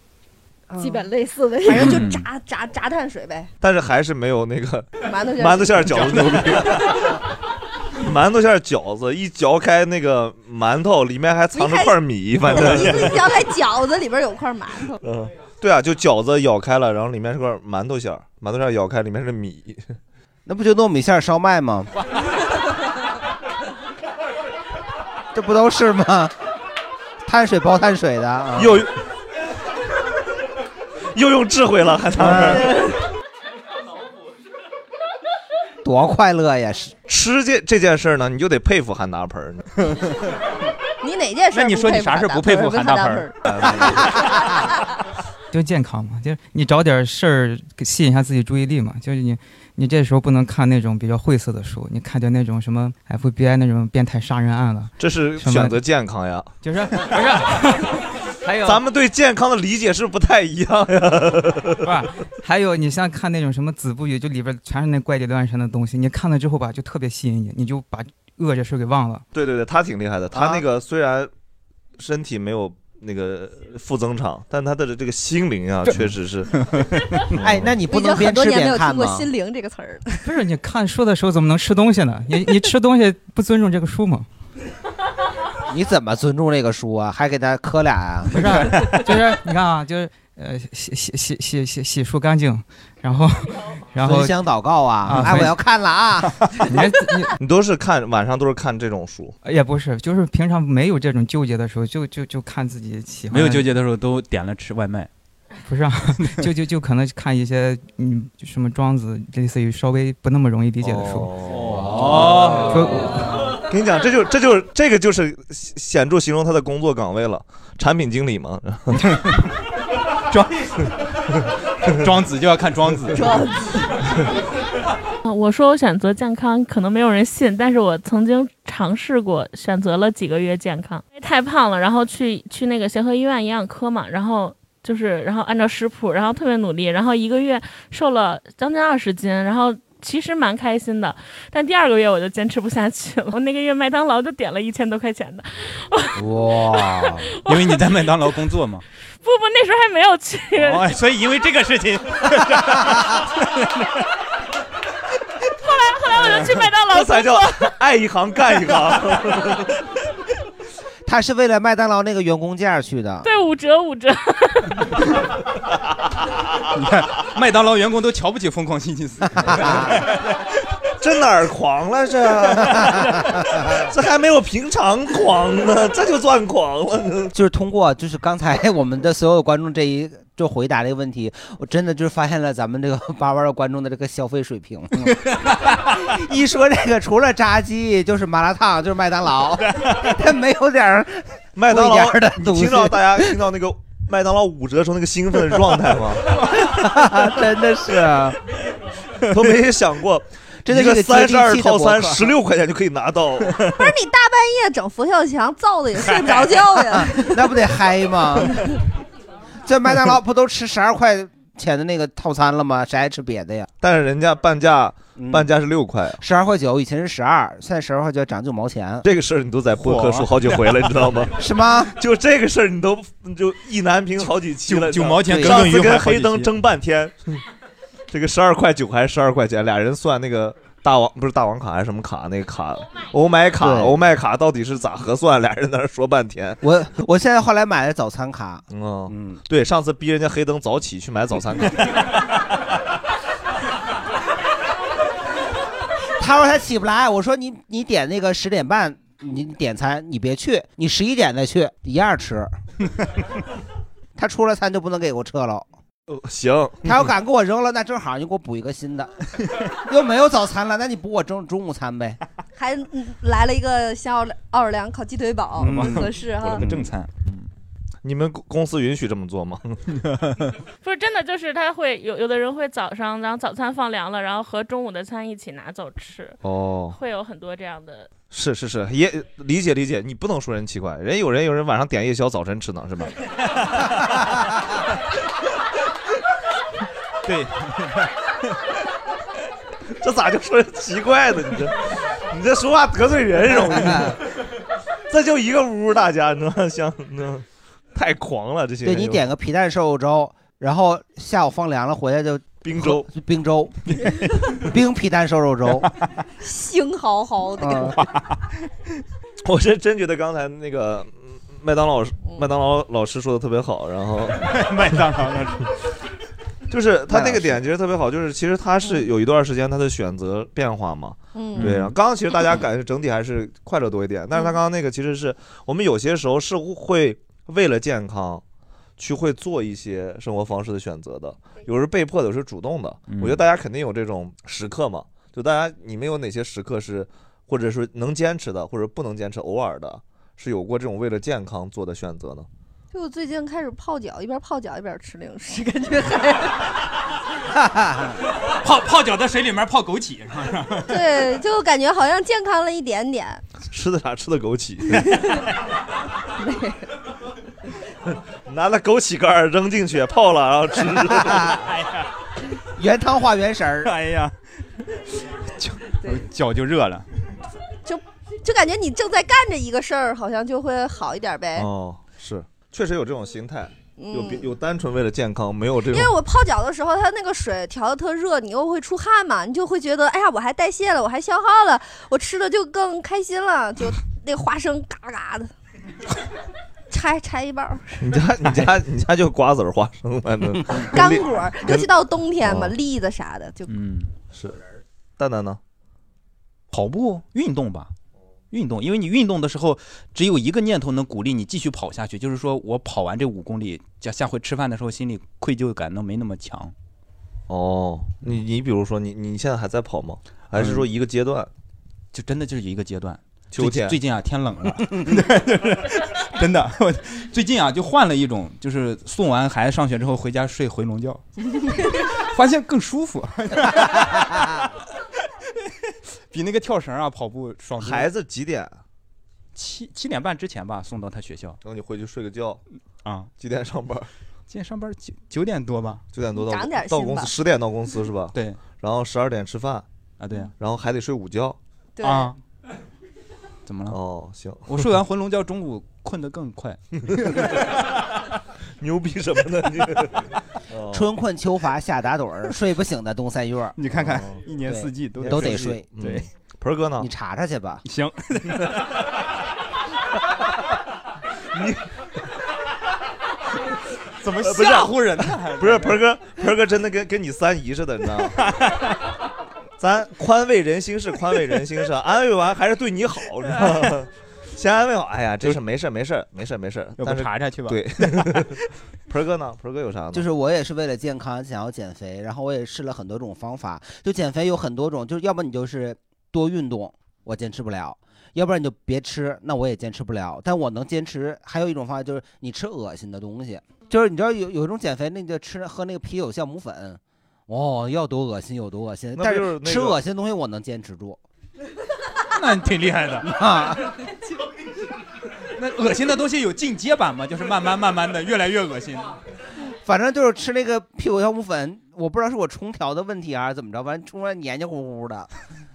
[SPEAKER 19] 基本类似的一个，
[SPEAKER 4] 嗯反正就炸炸炸碳水呗。
[SPEAKER 1] 但是还是没有那个
[SPEAKER 4] 馒头馅儿
[SPEAKER 1] 馒头馅儿饺子牛逼。 馒头馅儿饺子一嚼开那个馒头，里面还藏着块米，反正
[SPEAKER 4] 一个小开饺子里边有块馒头，
[SPEAKER 1] 嗯，对啊，就饺子咬开了，然后里面是块馒头馅儿，馒头馅儿咬开里面是米。
[SPEAKER 2] 那不就糯米馅儿烧麦吗？这不都是吗？碳水包碳水的啊，
[SPEAKER 1] 又又用智慧了，还他
[SPEAKER 2] 哎
[SPEAKER 1] 们
[SPEAKER 2] 多快乐呀！是
[SPEAKER 1] 吃这这件事儿呢，你就得佩服韩大盆儿。
[SPEAKER 4] 你哪件事儿
[SPEAKER 1] 那
[SPEAKER 4] 佩服韩大盆儿？
[SPEAKER 1] 你说你啥事儿不佩服韩大盆儿
[SPEAKER 2] 啊
[SPEAKER 20] 就健康嘛，就是你找点事儿给吸引一下自己注意力嘛。就是你，你这时候不能看那种比较晦涩的书，你看点那种什么 FBI 那种变态杀人案了。
[SPEAKER 1] 这是
[SPEAKER 20] 什么
[SPEAKER 1] 选择健康呀，
[SPEAKER 20] 就是不
[SPEAKER 1] 是？
[SPEAKER 20] 还有
[SPEAKER 1] 咱们对健康的理解是不太一 样
[SPEAKER 20] 是
[SPEAKER 1] 呀。
[SPEAKER 20] 吧？还有你像看那种什么《子不语》，就里边全是那怪力乱神的东西，你看了之后吧，就特别吸引你，你就把恶这事儿给忘了。
[SPEAKER 1] 对对对，他挺厉害
[SPEAKER 20] 啊
[SPEAKER 1] 的，他那个虽然身体没有那个负增长，但他的这个心灵啊，确实是。
[SPEAKER 2] 哎，那你
[SPEAKER 4] 我
[SPEAKER 2] 不
[SPEAKER 4] 已经
[SPEAKER 2] 能
[SPEAKER 4] 很
[SPEAKER 2] 边
[SPEAKER 4] 多
[SPEAKER 2] 吃
[SPEAKER 4] 年没有
[SPEAKER 2] 边
[SPEAKER 4] 听
[SPEAKER 2] 看
[SPEAKER 4] 过
[SPEAKER 2] 吗
[SPEAKER 4] “？心灵”这个词儿了。
[SPEAKER 20] 不是，你看书的时候怎么能吃东西呢？你你吃东西不尊重这个书吗？
[SPEAKER 2] 你怎么尊重这个书啊？还给他磕俩啊？
[SPEAKER 20] 不是， 就是你看啊，就是呃洗洗洗洗洗洗漱干净，然 后 然后
[SPEAKER 2] 焚香祷告啊！哎，
[SPEAKER 20] 焚
[SPEAKER 2] 我要看了啊！
[SPEAKER 20] 你还你
[SPEAKER 1] 你都是看晚上都是看这种书，
[SPEAKER 20] 也不是，就是平常没有这种纠结的时候，就就就看自己喜欢。
[SPEAKER 3] 没有纠结的时候都点了吃外卖。
[SPEAKER 20] 不是啊，就就就可能看一些嗯就什么庄子，类似于稍微不那么容易理解的书。
[SPEAKER 1] 哦跟你讲，这就这就这个就是显著形容他的工作岗位了，产品经理 嘛。
[SPEAKER 3] 庄 庄子就要看庄子，
[SPEAKER 1] 庄子
[SPEAKER 21] 啊 我说我选择健康，可能没有人信，但是我曾经尝试过，选择了几个月健康，因为太胖了，然后去去那个协和医院营养科嘛，然后就是然后按照食谱，然后特别努力，然后一个月瘦了将近二十斤，然后。其实蛮开心的，但第二个月我就坚持不下去了。我 那个月麦当劳就点了一千多块钱的，
[SPEAKER 3] 哇！ 因为你在麦当劳工作 嘛，
[SPEAKER 21] 不不，那时候还没有去。
[SPEAKER 3] 哦，
[SPEAKER 1] 哎
[SPEAKER 3] 所以因为这个事情，
[SPEAKER 21] 后来 后来我就去麦当劳
[SPEAKER 1] 这才叫 爱一行干一行。
[SPEAKER 2] 他是为了麦当劳那个员工价去的。
[SPEAKER 21] 对，五折五折。
[SPEAKER 3] 你看麦当劳员工都瞧不起疯狂星期 四，
[SPEAKER 1] 这哪儿狂了 这？这还没有平常狂 呢，这就算狂了。
[SPEAKER 2] 就是通过就是刚才 我们的所有观众这一就回答这个问题，我真的就是发现了咱们这个八万的观众的这个消费 水平。一说这个，除了炸鸡就是麻辣 烫就是麦当劳，他没有点儿
[SPEAKER 1] 麦当
[SPEAKER 2] 贵点
[SPEAKER 1] 劳
[SPEAKER 2] 儿的，
[SPEAKER 1] 你
[SPEAKER 2] 东西
[SPEAKER 1] 听到大家听到那个麦当劳五折时候那个兴奋的状态吗？
[SPEAKER 2] 真的是，啊
[SPEAKER 1] 都没想过，
[SPEAKER 2] 真的
[SPEAKER 1] 一
[SPEAKER 2] 是
[SPEAKER 1] 个
[SPEAKER 2] 个接
[SPEAKER 1] 三
[SPEAKER 2] 地气
[SPEAKER 1] 十
[SPEAKER 2] 的
[SPEAKER 1] 二套
[SPEAKER 2] 博客
[SPEAKER 1] 餐十六块钱就可以拿到，
[SPEAKER 4] 不是你大半夜整佛跳墙，造的也睡不着觉 呀。
[SPEAKER 2] 那不得嗨吗？这麦当劳不都吃十二块钱的那个套餐了吗？谁还吃别的呀？
[SPEAKER 1] 但是人家半价，半价是六块，
[SPEAKER 2] 嗯
[SPEAKER 1] 啊
[SPEAKER 2] 十二块九，以前是十二，现在十二块九涨九毛钱。
[SPEAKER 1] 这个事儿你都在播客说好几回了，你知道 吗？
[SPEAKER 2] 是吗？
[SPEAKER 1] 就这个事儿，你都你就意难平好几期了。
[SPEAKER 3] 九
[SPEAKER 1] 你知道吗
[SPEAKER 3] 九毛钱耿
[SPEAKER 1] 上
[SPEAKER 3] 耿于
[SPEAKER 1] 次
[SPEAKER 3] 怀
[SPEAKER 1] 跟
[SPEAKER 3] 好几
[SPEAKER 1] 黑灯
[SPEAKER 3] 期
[SPEAKER 1] 争半天，这个十二块九还是十二块钱，俩人算那个大王不是大王卡还是什么卡那个卡，欧麦卡
[SPEAKER 2] 对
[SPEAKER 1] 欧麦卡到底是咋核算？俩人在那儿说半天。
[SPEAKER 2] 我我现在后来买了早餐卡，
[SPEAKER 1] 嗯对，上次逼人家黑灯早起去买早餐卡，
[SPEAKER 2] 他说他起不来，我说你你点那个十点半，你点餐你别去，你十一点再去一样吃。他出了餐就不能给我撤了，
[SPEAKER 1] 哦行，
[SPEAKER 2] 他要敢给我扔了，那正好你给我补一个 新的，又没有早餐了，那你补我中中午餐呗。
[SPEAKER 4] 还嗯来了一个像奥尔奥尔良烤鸡腿堡，
[SPEAKER 1] 嗯
[SPEAKER 4] 很哦合适哈
[SPEAKER 1] 我。正餐。嗯你们公公司允许这么 做吗？
[SPEAKER 21] 不是真的，就是他会有有的人会早上，然后早餐放凉了，然后和中午的餐一起拿走吃，
[SPEAKER 1] 哦，
[SPEAKER 21] 会有很多这样的。
[SPEAKER 1] 是是是，也理解理解，你不能说人奇怪，人有人有人晚上点夜宵，早晨吃呢，是吧？对， 这咋就说人奇怪呢？你这你这说话得罪人容易，啊 这就一个屋，大家你知道吗像那太狂了，这些
[SPEAKER 2] 对
[SPEAKER 1] 人
[SPEAKER 2] 你点个皮蛋瘦肉粥，然后下午放凉了回来就
[SPEAKER 1] 冰粥，
[SPEAKER 2] 冰粥，冰皮蛋瘦肉 粥。
[SPEAKER 4] 腥嚎嚎的感
[SPEAKER 1] 啊
[SPEAKER 4] 觉，
[SPEAKER 1] 我是真觉得刚才那个嗯麦当劳麦当劳老师说的特别好，然后 麦当劳老师。 就是他那个点其实特别好，就是其实他
[SPEAKER 4] 嗯
[SPEAKER 1] 是有一段时间他的选择变化嘛，
[SPEAKER 6] 嗯
[SPEAKER 1] 对。然后刚刚其实大 家感觉整体还是快乐多一点，
[SPEAKER 4] 嗯
[SPEAKER 1] 但是他刚刚那个其实是我们有些时候是会为了健康去会做一些生活方式的选择的，有时候被迫的，有时候主动的。我觉得大家肯定有这种时刻嘛，就大家你们有哪些时刻是或者说能坚持的，或者不能坚持偶尔的，是有过这种为了健康做的选择呢？
[SPEAKER 4] 就我最近开始泡脚，一边泡脚一边吃零食，感 觉还
[SPEAKER 3] 泡泡脚在水里面泡枸杞是吧？
[SPEAKER 4] 对，就感觉好像健康了一点点。
[SPEAKER 1] 吃的啥？吃的枸 杞。拿了枸杞干儿扔进去泡了，然后 吃。哎
[SPEAKER 2] 原汤化原食儿。
[SPEAKER 3] 哎呀，脚就热了。
[SPEAKER 4] 就就感觉你正在干着一个事儿，好像就会好一点呗。
[SPEAKER 1] 哦，是，确实有这种心态，有别
[SPEAKER 4] 哎嗯
[SPEAKER 1] 有单纯为了健康，没有这
[SPEAKER 4] 因
[SPEAKER 1] 种。
[SPEAKER 4] 为我泡脚的时候，它那个水调的特热，你又会出汗嘛，你就会觉得，哎呀，我还代谢了，我还消耗了，我吃的就更开心了， 就那花生嘎嘎的，拆拆一半儿，
[SPEAKER 1] 你家你家你家就瓜子儿花生， 反 正
[SPEAKER 4] 干果儿，尤其到冬天嘛，
[SPEAKER 1] 哦
[SPEAKER 4] 栗子啥的，就
[SPEAKER 3] 嗯，
[SPEAKER 1] 是。 蛋蛋呢？
[SPEAKER 3] 跑步运动吧，运动，因为你运动的时候只有一个念头能鼓励你继续跑下去，就是说我跑完这五公里，下下回吃饭的时候心里愧疚感能没那么强。
[SPEAKER 1] 哦，你你比如说你你现在还在跑吗？还是说一个阶段？
[SPEAKER 3] 就真的就是一个阶段。
[SPEAKER 1] 秋
[SPEAKER 3] 最
[SPEAKER 1] 天
[SPEAKER 3] 近最近啊，天冷 了， 真的， 我最近啊就换了一种，就是送完孩子上学之后回家睡回笼觉，发现更舒 服，比那个跳绳啊跑步爽。
[SPEAKER 1] 孩子几点？
[SPEAKER 3] 七七点半之前吧，送到他学校。
[SPEAKER 1] 然后你回去睡个觉。
[SPEAKER 3] 啊，
[SPEAKER 1] 几点上班？
[SPEAKER 3] 今天上班九九点多吧，
[SPEAKER 1] 九点多到
[SPEAKER 3] 长点
[SPEAKER 1] 到
[SPEAKER 3] 心
[SPEAKER 1] 公
[SPEAKER 3] 吧
[SPEAKER 1] 司，十点到公司是吧？
[SPEAKER 3] 对。
[SPEAKER 1] 然后十二点吃饭
[SPEAKER 3] 啊，对啊，
[SPEAKER 1] 然后还得睡午觉。
[SPEAKER 4] 对啊，
[SPEAKER 3] 怎么了？
[SPEAKER 1] 哦，行，
[SPEAKER 3] 我睡完回笼觉，中午困得更快。
[SPEAKER 1] 牛逼什么呢？你哦
[SPEAKER 2] 春困秋乏夏打盹儿，睡不醒的冬三月。哦
[SPEAKER 3] 你看看一年四季都
[SPEAKER 2] 都
[SPEAKER 3] 得
[SPEAKER 2] 得
[SPEAKER 3] 睡
[SPEAKER 2] 睡。
[SPEAKER 3] 对
[SPEAKER 2] 嗯，
[SPEAKER 1] 盆儿哥呢？
[SPEAKER 2] 你查查去吧。
[SPEAKER 3] 行，
[SPEAKER 1] 你
[SPEAKER 3] 怎么
[SPEAKER 1] 呃不是
[SPEAKER 3] 吓唬人呢还
[SPEAKER 1] 不是盆儿哥，盆儿哥真的跟跟你三姨似的，你知道吗？咱宽慰人心是宽慰人心 是，安慰完还是对你好，你知道吗？先安慰好，哎呀，真是没事儿没事儿没事儿没事儿，
[SPEAKER 3] 要不
[SPEAKER 1] 但是
[SPEAKER 3] 查查去吧
[SPEAKER 1] 对， 盆儿哥呢？盆儿哥有啥呢？
[SPEAKER 2] 就是我也是为了健康想要减肥，然后我也试了很多种方法。就减肥有很多种，就是要么你就是多运动，我坚持不了；要不然你就别吃，那我也坚持不了。但我能坚持。还有一种方法就是你吃恶心的东西，就是你知道有有一种减肥，那就吃喝那个啤酒酵母粉，哦，要多恶心有多恶心。
[SPEAKER 1] 那不
[SPEAKER 2] 但
[SPEAKER 1] 就是那个
[SPEAKER 2] 吃恶心的东西我能坚持住。
[SPEAKER 3] 那你挺厉害的
[SPEAKER 2] 啊！
[SPEAKER 3] 那恶心的东西有进阶版吗？就是慢慢慢慢的，越来越恶心。
[SPEAKER 2] 反正就是吃那个屁股酵母粉，我不知道是我冲调的问题还是怎么着，反正冲出来黏黏糊糊 的，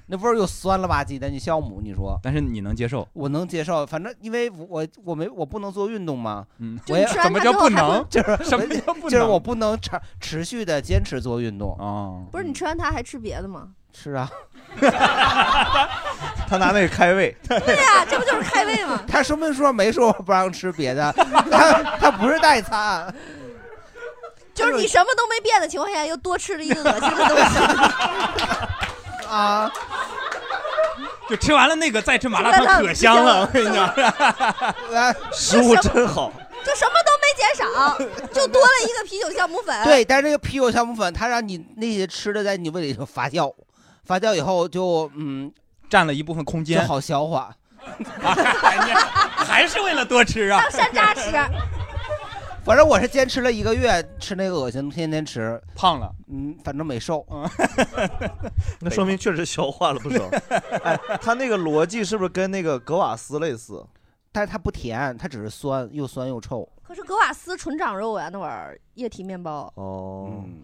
[SPEAKER 2] 那味儿又酸了吧唧的。你酵母，你说？
[SPEAKER 3] 但是你能接受？
[SPEAKER 2] 我能接受，反正因为我我没我不能做运动嘛，
[SPEAKER 3] 嗯
[SPEAKER 2] 我也
[SPEAKER 3] 就你吃完它之后还会怎么叫不能
[SPEAKER 2] 就是
[SPEAKER 3] 什么叫不能
[SPEAKER 2] 就是我不能持持续的坚持做运动
[SPEAKER 3] 啊，
[SPEAKER 4] 不是你吃完它还吃别的吗？
[SPEAKER 2] 是啊，
[SPEAKER 1] 他拿那个开胃，
[SPEAKER 4] 对呀、这不就是 开胃吗？
[SPEAKER 2] 他说明说没说我不让吃别的， 他他不是代餐，
[SPEAKER 4] 就是你什么都没变的情况下，又多吃了一个恶心的 东
[SPEAKER 2] 西啊！
[SPEAKER 3] 就吃完了那个再吃麻辣烫可香了，我跟你讲，
[SPEAKER 1] 食物真好。
[SPEAKER 4] 就什么都没减少，就多了一个啤酒酵母 粉。
[SPEAKER 2] 对，但是这个啤酒酵母粉，它让你那些吃的在你胃里头发酵，发酵以后就嗯，
[SPEAKER 3] 占了一部分空间
[SPEAKER 2] 就好消化。
[SPEAKER 3] 还是为了多吃啊。
[SPEAKER 4] 当山 楂吃，
[SPEAKER 2] 反正我是坚持了一个月，吃那个恶心，天天吃，
[SPEAKER 3] 胖了，
[SPEAKER 2] 嗯，反正没瘦。
[SPEAKER 1] 那说明确实消化了不少。 哎，他那个逻辑是不是跟那个格瓦斯类似？
[SPEAKER 2] 但是它不甜，它只是酸，又酸又臭。
[SPEAKER 4] 可是格瓦斯纯长肉呀，那玩意儿液体面包，
[SPEAKER 1] 哦，
[SPEAKER 2] 嗯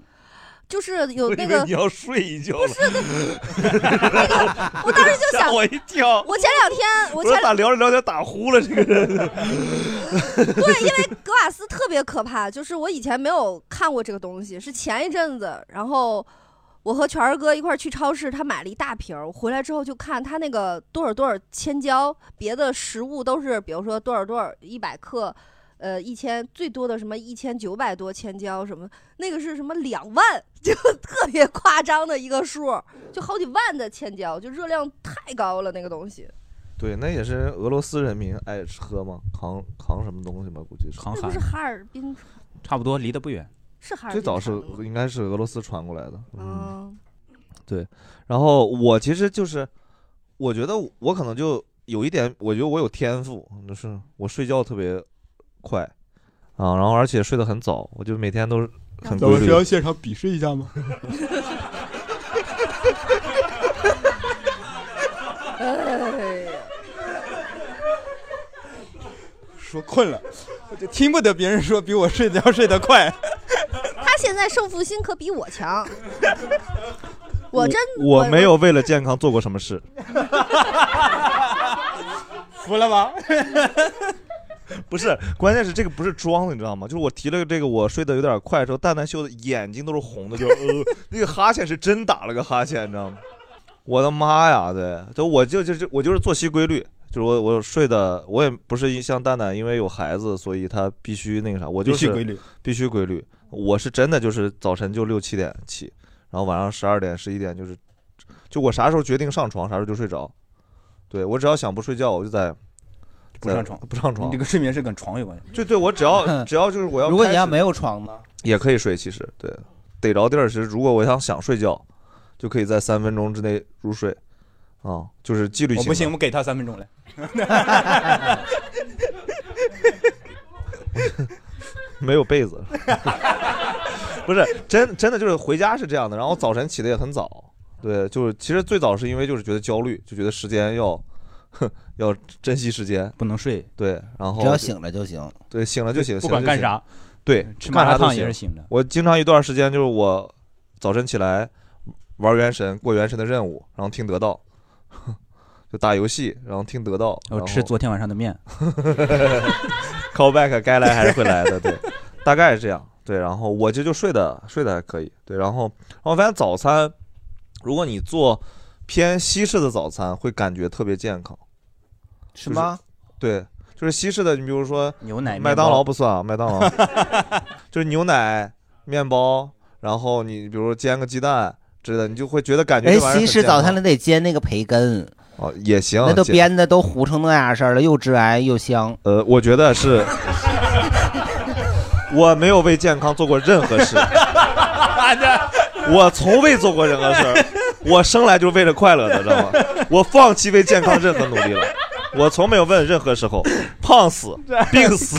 [SPEAKER 4] 就是有
[SPEAKER 1] 我
[SPEAKER 4] 那
[SPEAKER 1] 以
[SPEAKER 4] 个
[SPEAKER 1] 为你要睡一觉了。不是，
[SPEAKER 4] 我当时就
[SPEAKER 1] 吓
[SPEAKER 4] 想
[SPEAKER 1] 我一跳。
[SPEAKER 4] 我前两天我前
[SPEAKER 1] 是咋聊着聊着打呼了？这个人，
[SPEAKER 4] 对，因为格瓦斯特别可怕，就是我以前没有看过这个东西，是前一阵子，然后我和全儿哥一块儿去超市，他买了一大瓶儿，我回来之后就看他那个多少多少千焦，别的食物都是比如说多少多少一百克，呃一千最多的什么一千九百多千焦什么，那个是什么两万，就 特别夸张的一个数，就好几万的千焦，就热量太高了那个东西。
[SPEAKER 1] 对，那也是俄罗斯人民爱吃喝吗？扛扛什么东西吗？估计是
[SPEAKER 3] 扛
[SPEAKER 4] 那不是哈尔滨，
[SPEAKER 3] 差不多离得不远。
[SPEAKER 4] 是哈尔
[SPEAKER 1] 最
[SPEAKER 4] 滨
[SPEAKER 1] 早
[SPEAKER 4] 产
[SPEAKER 1] 是
[SPEAKER 4] 的吗
[SPEAKER 1] 应该是俄罗斯传过来的。
[SPEAKER 4] 嗯，
[SPEAKER 1] 对，然后我其实就是，我觉得我可能就有一点，我觉得我有天赋，就是我睡觉特别快啊，然后而且睡得很早，我就每天都是很
[SPEAKER 6] 咱
[SPEAKER 1] 规
[SPEAKER 6] 们是
[SPEAKER 1] 律。
[SPEAKER 6] 要现场比试一下 吗？
[SPEAKER 4] 哎呀
[SPEAKER 6] 说困了，就听不得别人说比我睡得要睡得快。
[SPEAKER 4] 他现在胜负心可比 我强，我真
[SPEAKER 1] 我没有为了健康做过什么事，
[SPEAKER 6] 服了吧？
[SPEAKER 1] 不是，关键是这个不是装的，你知道吗？就是我提了个这个，我睡得有点快的时候，蛋蛋秀的眼睛都是红的，就是呃，那个哈欠是真打了个哈欠，你知道吗？我的妈呀，对，就我就就是我就是作息规律，就是我我睡的，我也不是像蛋蛋，因为有孩子，所以他必须那个啥，我就是
[SPEAKER 6] 必须规律，
[SPEAKER 1] 必须规律。我是真的就是早晨就六七点起，然后晚上十二点十一点就是，就我啥时候决定上床，啥时候就睡着。对我只要想不睡觉，我就在
[SPEAKER 3] 不上床，
[SPEAKER 1] 不上床。
[SPEAKER 3] 你这个睡眠是跟床有关系。
[SPEAKER 1] 就对我只 要只要就是我要，
[SPEAKER 2] 如果你要没有床呢？
[SPEAKER 1] 也可以睡，其实对，逮着地儿，其实如果我想想睡觉，就可以在三分钟之内入睡，啊、就是纪律性
[SPEAKER 3] 我
[SPEAKER 1] 的。
[SPEAKER 3] 不行，我们给他三分钟来。
[SPEAKER 4] 哎
[SPEAKER 1] 没有被子，不是真真的就是回家是这样的，然后早晨起的也很早，对，就是其实最早是因为就是觉得焦虑，就觉得时间要要珍惜时间，
[SPEAKER 3] 不能睡，
[SPEAKER 1] 对，然后
[SPEAKER 2] 只要醒了就行
[SPEAKER 1] 对，醒了就行，
[SPEAKER 3] 不管
[SPEAKER 1] 醒了就
[SPEAKER 3] 干
[SPEAKER 1] 行
[SPEAKER 3] 啥嗯
[SPEAKER 1] 对，
[SPEAKER 3] 吃麻
[SPEAKER 1] 干
[SPEAKER 3] 辣
[SPEAKER 1] 啥都
[SPEAKER 3] 烫也是醒的
[SPEAKER 1] 我经常一段时间就是我早晨起来玩原神，过原神的任务，然后听得到。 就打游戏，然后听得到，
[SPEAKER 2] 哦
[SPEAKER 3] 我
[SPEAKER 1] 然
[SPEAKER 3] 吃
[SPEAKER 1] 后
[SPEAKER 3] 昨天晚上的面，
[SPEAKER 1] callback 该来还是会来的，对，大概是这样。对，然后我这就睡的睡的还可以，对，然后然后我发现早餐，如果你做偏西式的早餐，会感觉特别健康，
[SPEAKER 2] 是吗？
[SPEAKER 1] 对，就是西式的，你比如说
[SPEAKER 3] 牛奶
[SPEAKER 1] 麦
[SPEAKER 3] 面包
[SPEAKER 1] 当劳不算啊，麦当 劳 就是牛奶、面包，然后你比如说煎个鸡蛋之类的，你就会觉得感觉
[SPEAKER 2] 哎，
[SPEAKER 1] 这玩意儿
[SPEAKER 2] 西
[SPEAKER 1] 很
[SPEAKER 2] 式
[SPEAKER 1] 健康
[SPEAKER 2] 早餐里得煎那个培根，
[SPEAKER 1] 哦，也行，
[SPEAKER 2] 那都
[SPEAKER 1] 姐
[SPEAKER 2] 煸的都糊成那样式儿了，又致癌又香。
[SPEAKER 1] 呃，我觉得是， 我没有为健康做过任何事。 我从 未做过任何事儿，我生来就是为了快乐的，知道吗？我放弃为健康任何努力了。我从没有问任何时候胖死、 病死、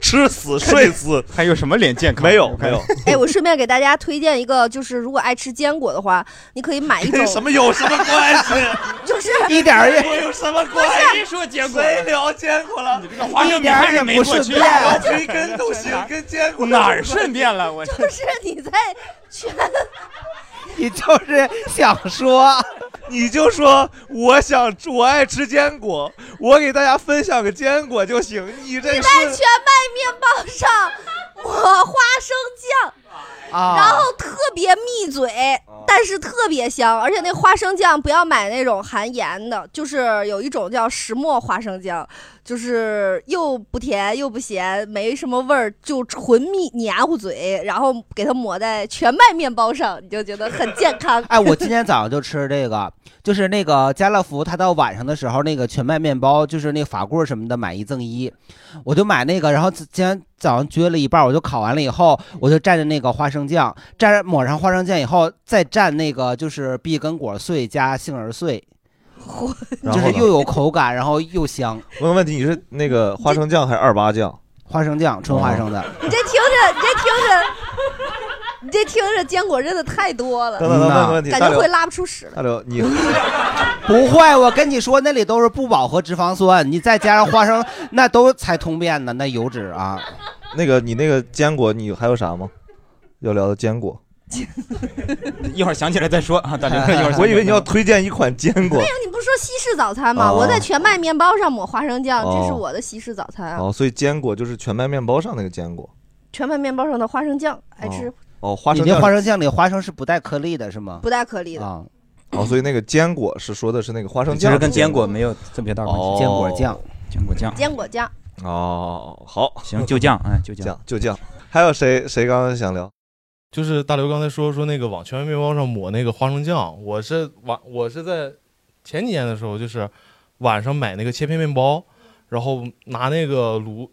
[SPEAKER 1] 吃死、睡死，
[SPEAKER 6] 还有什么脸健康？
[SPEAKER 1] 没有，没有。
[SPEAKER 4] 哎，我顺便给大家推荐一个，就是如果爱吃坚果的话，哎你可以买一 种。
[SPEAKER 1] 哎什么有什么关 系？
[SPEAKER 4] 就是
[SPEAKER 2] 一点 儿也
[SPEAKER 1] 我有什么
[SPEAKER 4] 不
[SPEAKER 1] 关
[SPEAKER 4] 是
[SPEAKER 1] 系？说坚果？谁聊坚果了？你这个
[SPEAKER 4] 花生米还是没过去一点儿
[SPEAKER 1] 聊
[SPEAKER 4] 也不顺
[SPEAKER 1] 培
[SPEAKER 4] 便
[SPEAKER 1] 根都行，跟坚果
[SPEAKER 6] 哪儿顺便了？ 我
[SPEAKER 4] 就是你在全
[SPEAKER 2] 你就是想说，
[SPEAKER 1] 你就说我想我爱吃坚果，我给大家分享个坚果就行。你这
[SPEAKER 4] 你
[SPEAKER 1] 是
[SPEAKER 4] 在全麦面包上抹花生酱，
[SPEAKER 1] 啊
[SPEAKER 4] 然后特别密嘴，
[SPEAKER 1] 哦
[SPEAKER 4] 但是特别香，而且那花生酱不要买那种含盐的，就是有一种叫石磨花生酱，就是又不甜又不咸，没什么味儿，就纯蜜黏糊嘴，然后给它抹在全麦面包上，你就觉得很健康。
[SPEAKER 2] 哎，我今天早上就吃这个，就是那个家乐福，它到晚上的时候那个全麦面包，就是那法棍儿什么的买一赠一，我就买那个，然后今天早上撅了一半儿，我就烤完了以后，我就蘸着那个花生酱，蘸着抹上花生酱以后，再蘸那个就是碧根果碎加杏仁碎，
[SPEAKER 1] 然
[SPEAKER 2] 就
[SPEAKER 1] 后
[SPEAKER 2] 是
[SPEAKER 1] 呢
[SPEAKER 2] 又有口感，然后又香。
[SPEAKER 1] 问个问题，啊你是那个花生酱还是二八酱？
[SPEAKER 2] 花生酱，纯花
[SPEAKER 1] 哦
[SPEAKER 2] 生的。
[SPEAKER 4] 你这听着，你这听着，你这听着，坚果真的太多了，
[SPEAKER 1] 等等等问个问题
[SPEAKER 4] 感
[SPEAKER 1] 大
[SPEAKER 4] 觉
[SPEAKER 1] 刘
[SPEAKER 4] 会拉不出屎来。
[SPEAKER 1] 大刘，你
[SPEAKER 2] 不会，我跟你说，那里都是不饱和脂肪酸，你再加上花生，那都才通便呢，那油脂啊。
[SPEAKER 1] 那个你那个坚果，你还有啥吗？要聊的坚 果，
[SPEAKER 3] 一会儿想起来再说啊，大刘，一会儿想起来再说。
[SPEAKER 1] 我以为你要推荐一款坚果
[SPEAKER 4] 没有，你不是说西式早餐吗？
[SPEAKER 1] 哦
[SPEAKER 4] 我在全麦面包上抹花生酱，
[SPEAKER 1] 哦
[SPEAKER 4] 这是我的西式早餐啊。
[SPEAKER 1] 哦，所以坚果就是全麦面包上那个坚果
[SPEAKER 4] 全麦面包上的花生酱，爱吃
[SPEAKER 1] 哦，花生
[SPEAKER 2] 你那
[SPEAKER 1] 酱
[SPEAKER 2] 花生酱里花生是不带颗粒的，是吗？
[SPEAKER 4] 不带 颗粒的。
[SPEAKER 2] 啊，
[SPEAKER 1] 哦，所以那个坚果是说的是那个花生
[SPEAKER 3] 其
[SPEAKER 1] 酱，哦
[SPEAKER 3] 实跟坚果没有特别大关系。
[SPEAKER 1] 坚果酱，
[SPEAKER 3] 坚果酱，
[SPEAKER 4] 坚果酱，
[SPEAKER 1] 哦，好，
[SPEAKER 3] 行就酱哎就酱
[SPEAKER 1] 酱就酱。还有谁谁刚刚想聊？
[SPEAKER 16] 就是大刘刚才说说那个往全麦面包上抹那个花生酱，我是晚我是在前几年的时候，就是晚上买那个切片面包，然后拿那个炉，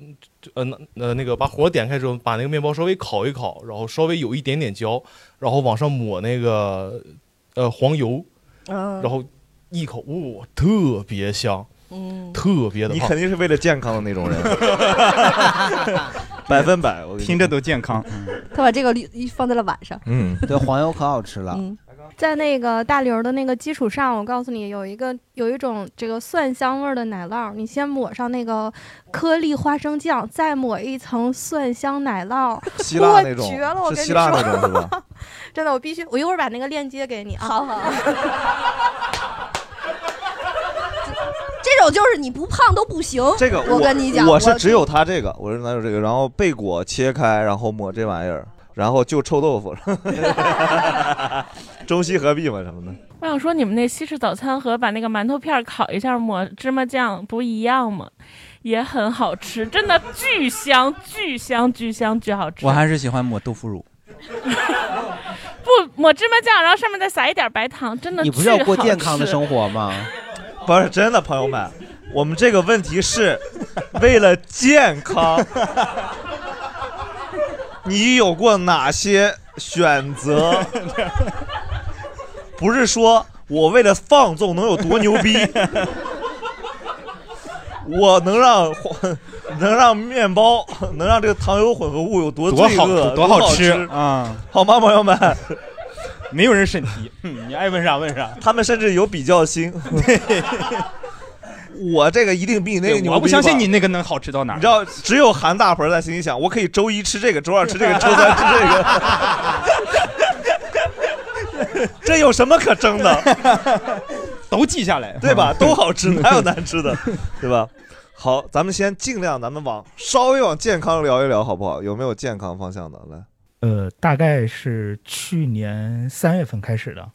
[SPEAKER 16] 呃那呃那个把火点开之后，把那个面包稍微烤一烤，然后稍微有一点点焦，然后往上抹那个呃黄油，
[SPEAKER 4] 嗯
[SPEAKER 16] 然后一口，哇、特别香，
[SPEAKER 4] 嗯，
[SPEAKER 16] 特别的
[SPEAKER 1] 你
[SPEAKER 16] 胖
[SPEAKER 1] 肯定是为了健康的那 种人，百分百，我
[SPEAKER 3] 听着都健康。
[SPEAKER 4] 他把这个绿放在了晚上。
[SPEAKER 1] 嗯，
[SPEAKER 2] 嗯对，黄油可好吃了。
[SPEAKER 11] 嗯在那个大刘的那个基础上，我告诉你，有一个有一种这个蒜香味儿的奶酪，你先抹上那个颗粒花生酱，再抹一层蒜香奶酪，
[SPEAKER 1] 希
[SPEAKER 11] 哇
[SPEAKER 1] 腊那种
[SPEAKER 11] 绝了！我
[SPEAKER 1] 是
[SPEAKER 11] 跟你
[SPEAKER 1] 希腊那种是
[SPEAKER 11] 说，
[SPEAKER 1] 吧？
[SPEAKER 11] 真的，我必须，我一会儿把那个链接给你啊。好
[SPEAKER 4] 好，这种就是你不胖都不行。
[SPEAKER 1] 这个
[SPEAKER 4] 哦我跟你讲，
[SPEAKER 1] 我是只有它这个，我是哪有这个，然后贝果切开，然后抹这玩意儿，然后就臭豆腐， 中西合璧嘛什么的。
[SPEAKER 21] 我想说，你们那西式早餐和把那个馒头片儿烤一下，抹芝麻酱不一样吗？也很好吃，真的巨香，巨香，巨香，巨好吃。
[SPEAKER 3] 我还是喜欢抹豆腐乳。
[SPEAKER 21] 不抹芝麻酱，然后上面再撒一点白糖，真的
[SPEAKER 2] 你不是要
[SPEAKER 21] 巨
[SPEAKER 2] 过
[SPEAKER 21] 好
[SPEAKER 2] 健康的
[SPEAKER 21] 吃
[SPEAKER 2] 生活吗？
[SPEAKER 1] 不是真的，朋友们，我们这个问题是为了健康。你有过哪些选择？不是说我为了放纵能有多牛 逼，我能让能让面包能让这个糖油混合物有多
[SPEAKER 3] 多
[SPEAKER 1] 罪
[SPEAKER 3] 好
[SPEAKER 1] 恶，
[SPEAKER 3] 多
[SPEAKER 1] 多
[SPEAKER 3] 好吃
[SPEAKER 1] 吃
[SPEAKER 6] 嗯
[SPEAKER 3] 啊！
[SPEAKER 1] 好吗，朋友们？
[SPEAKER 3] 没有人审题，哼你爱问啥问啥。
[SPEAKER 1] 他们甚至有比较心。 我这个一定比你那个
[SPEAKER 3] 对
[SPEAKER 1] 牛逼吧
[SPEAKER 3] 我不相信你那个能好吃到哪
[SPEAKER 1] 你
[SPEAKER 3] 儿
[SPEAKER 1] 知。道，只有韩大盆在心里想，我可以周一吃这个，周二吃这个，周三吃这个， 这有什么可争的？
[SPEAKER 3] 都记下来，嗯
[SPEAKER 1] 对吧？都 好吃，哪有难吃的，对吧？好，咱们先尽量，咱们往稍微往健康聊一聊，好不好？有没有健康方向的？来，
[SPEAKER 17] 呃，大概是去年三月份开始的，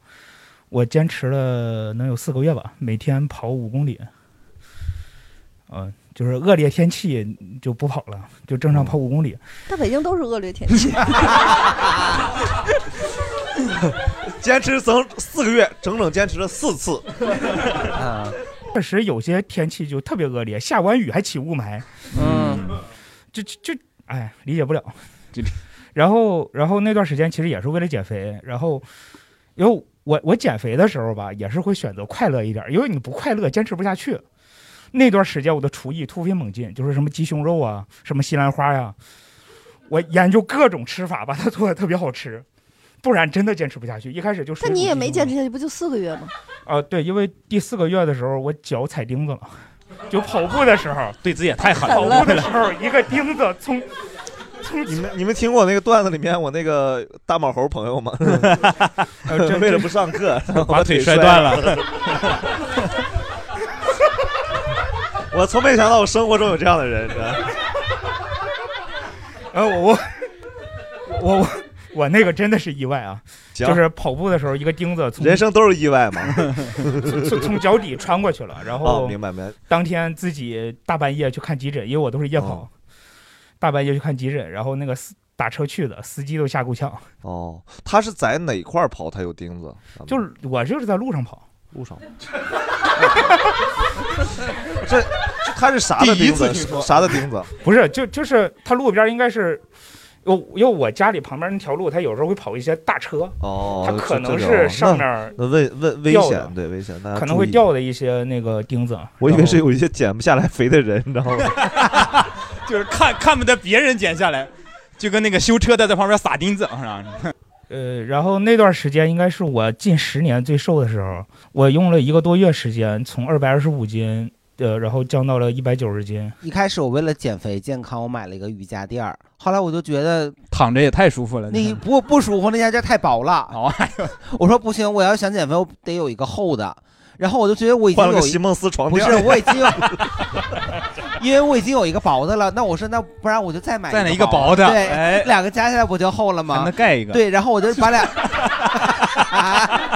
[SPEAKER 17] 我坚持了能有四个月吧，每天跑五公里。呃，就是恶劣天气就不跑了，就正
[SPEAKER 1] 嗯
[SPEAKER 17] 常跑五 公里。
[SPEAKER 4] 在北京都是恶劣天气。
[SPEAKER 1] 坚持整四个月，整整坚持了四次。
[SPEAKER 17] 啊， 确实有些天气就特别恶劣，下完雨还起雾霾，嗯，就就就哎，理解不了。 然后然后那段时间其实也是为了减肥，然后因为我我减肥的时候吧，也是会选择快乐一点，因为你不快乐坚持不下去。那段时间我的厨艺突飞猛进，就是什么鸡胸肉啊，什么西兰花呀、我研究各种吃法，把它做的特别好吃，不然真的坚持不下去。一开始就水
[SPEAKER 4] 但
[SPEAKER 17] 煮
[SPEAKER 4] 你也
[SPEAKER 17] 鸡
[SPEAKER 4] 没
[SPEAKER 17] 胸
[SPEAKER 4] 坚持下去，不就四个月 吗？
[SPEAKER 17] 啊、对，因为第四个月的时候我脚踩钉子了，就跑步的时候，
[SPEAKER 1] 对自己也太狠
[SPEAKER 17] 跑
[SPEAKER 1] 了。
[SPEAKER 17] 步的时候一个钉子 从从
[SPEAKER 1] 你们你们听过那个段子里面我那个大毛猴朋 友吗？
[SPEAKER 17] 呃这
[SPEAKER 1] 为了不 上课，
[SPEAKER 3] 把腿
[SPEAKER 1] 摔
[SPEAKER 3] 摔断了。
[SPEAKER 1] 我从没想到我生活中有这样的人，你知道 吗
[SPEAKER 17] 呃，我我我我我那个真的是意外啊，
[SPEAKER 1] 行
[SPEAKER 17] 就是跑步的时候一个钉子从
[SPEAKER 1] 人生都是意外嘛
[SPEAKER 17] 从从从脚底穿过去了，然后、
[SPEAKER 1] 哦明白明白。
[SPEAKER 17] 当天自己大半夜去看急诊，因为我都是夜跑，
[SPEAKER 1] 哦
[SPEAKER 17] 大半夜去看急诊，然后那个司打车去的，司机都吓够呛。
[SPEAKER 1] 哦，他是在哪块儿跑？他有钉子？
[SPEAKER 17] 就是我就是在路上跑，
[SPEAKER 1] 路上。这这他是啥的钉子？啥的钉子？
[SPEAKER 17] 不是，就就是他路边应该是，我因为我家里旁边那条路，他有时候会跑一些大车，
[SPEAKER 1] 哦，
[SPEAKER 17] 它可能
[SPEAKER 1] 这这
[SPEAKER 17] 是
[SPEAKER 1] 种
[SPEAKER 17] 上
[SPEAKER 1] 那
[SPEAKER 17] 面
[SPEAKER 1] 那危危危
[SPEAKER 17] 掉
[SPEAKER 1] 险，
[SPEAKER 17] 的
[SPEAKER 1] 对危险，大家
[SPEAKER 17] 可能会
[SPEAKER 1] 注意。
[SPEAKER 17] 掉的一些那个钉子。
[SPEAKER 1] 我以为
[SPEAKER 17] 然后
[SPEAKER 1] 是有一些减不下来肥的人，你知道吗？
[SPEAKER 3] 就是看看不得别人剪下来，就跟那个修车的在旁边撒钉子，是吧？
[SPEAKER 17] 呃，然后那段时间应该是我近十年最瘦的时候，我用了一个多月时间，从二百二十五斤，呃，然后降到了一百九十
[SPEAKER 3] 嗯
[SPEAKER 17] 斤。
[SPEAKER 2] 一开始我为了减肥健康，我买了一个瑜伽垫儿，后来我就觉得
[SPEAKER 3] 躺着也太舒服了。哦
[SPEAKER 2] 那不不舒服，那家店太薄了。 我说不行，我要想减肥，我得有一个厚的。然后我就觉得我已经
[SPEAKER 1] 换了
[SPEAKER 2] 有
[SPEAKER 1] 个
[SPEAKER 2] 一
[SPEAKER 1] 席梦思床
[SPEAKER 2] 不
[SPEAKER 1] 垫
[SPEAKER 2] 是
[SPEAKER 1] 儿，
[SPEAKER 2] 我已经有， 因为我已经有一个薄的了。那我说那不然我就再买
[SPEAKER 3] 再买一
[SPEAKER 2] 个
[SPEAKER 3] 个薄的
[SPEAKER 2] 对，
[SPEAKER 3] 哎
[SPEAKER 2] 两个加起来不就厚了吗？
[SPEAKER 3] 还能盖一个
[SPEAKER 2] 对，然后我 就把俩。 啊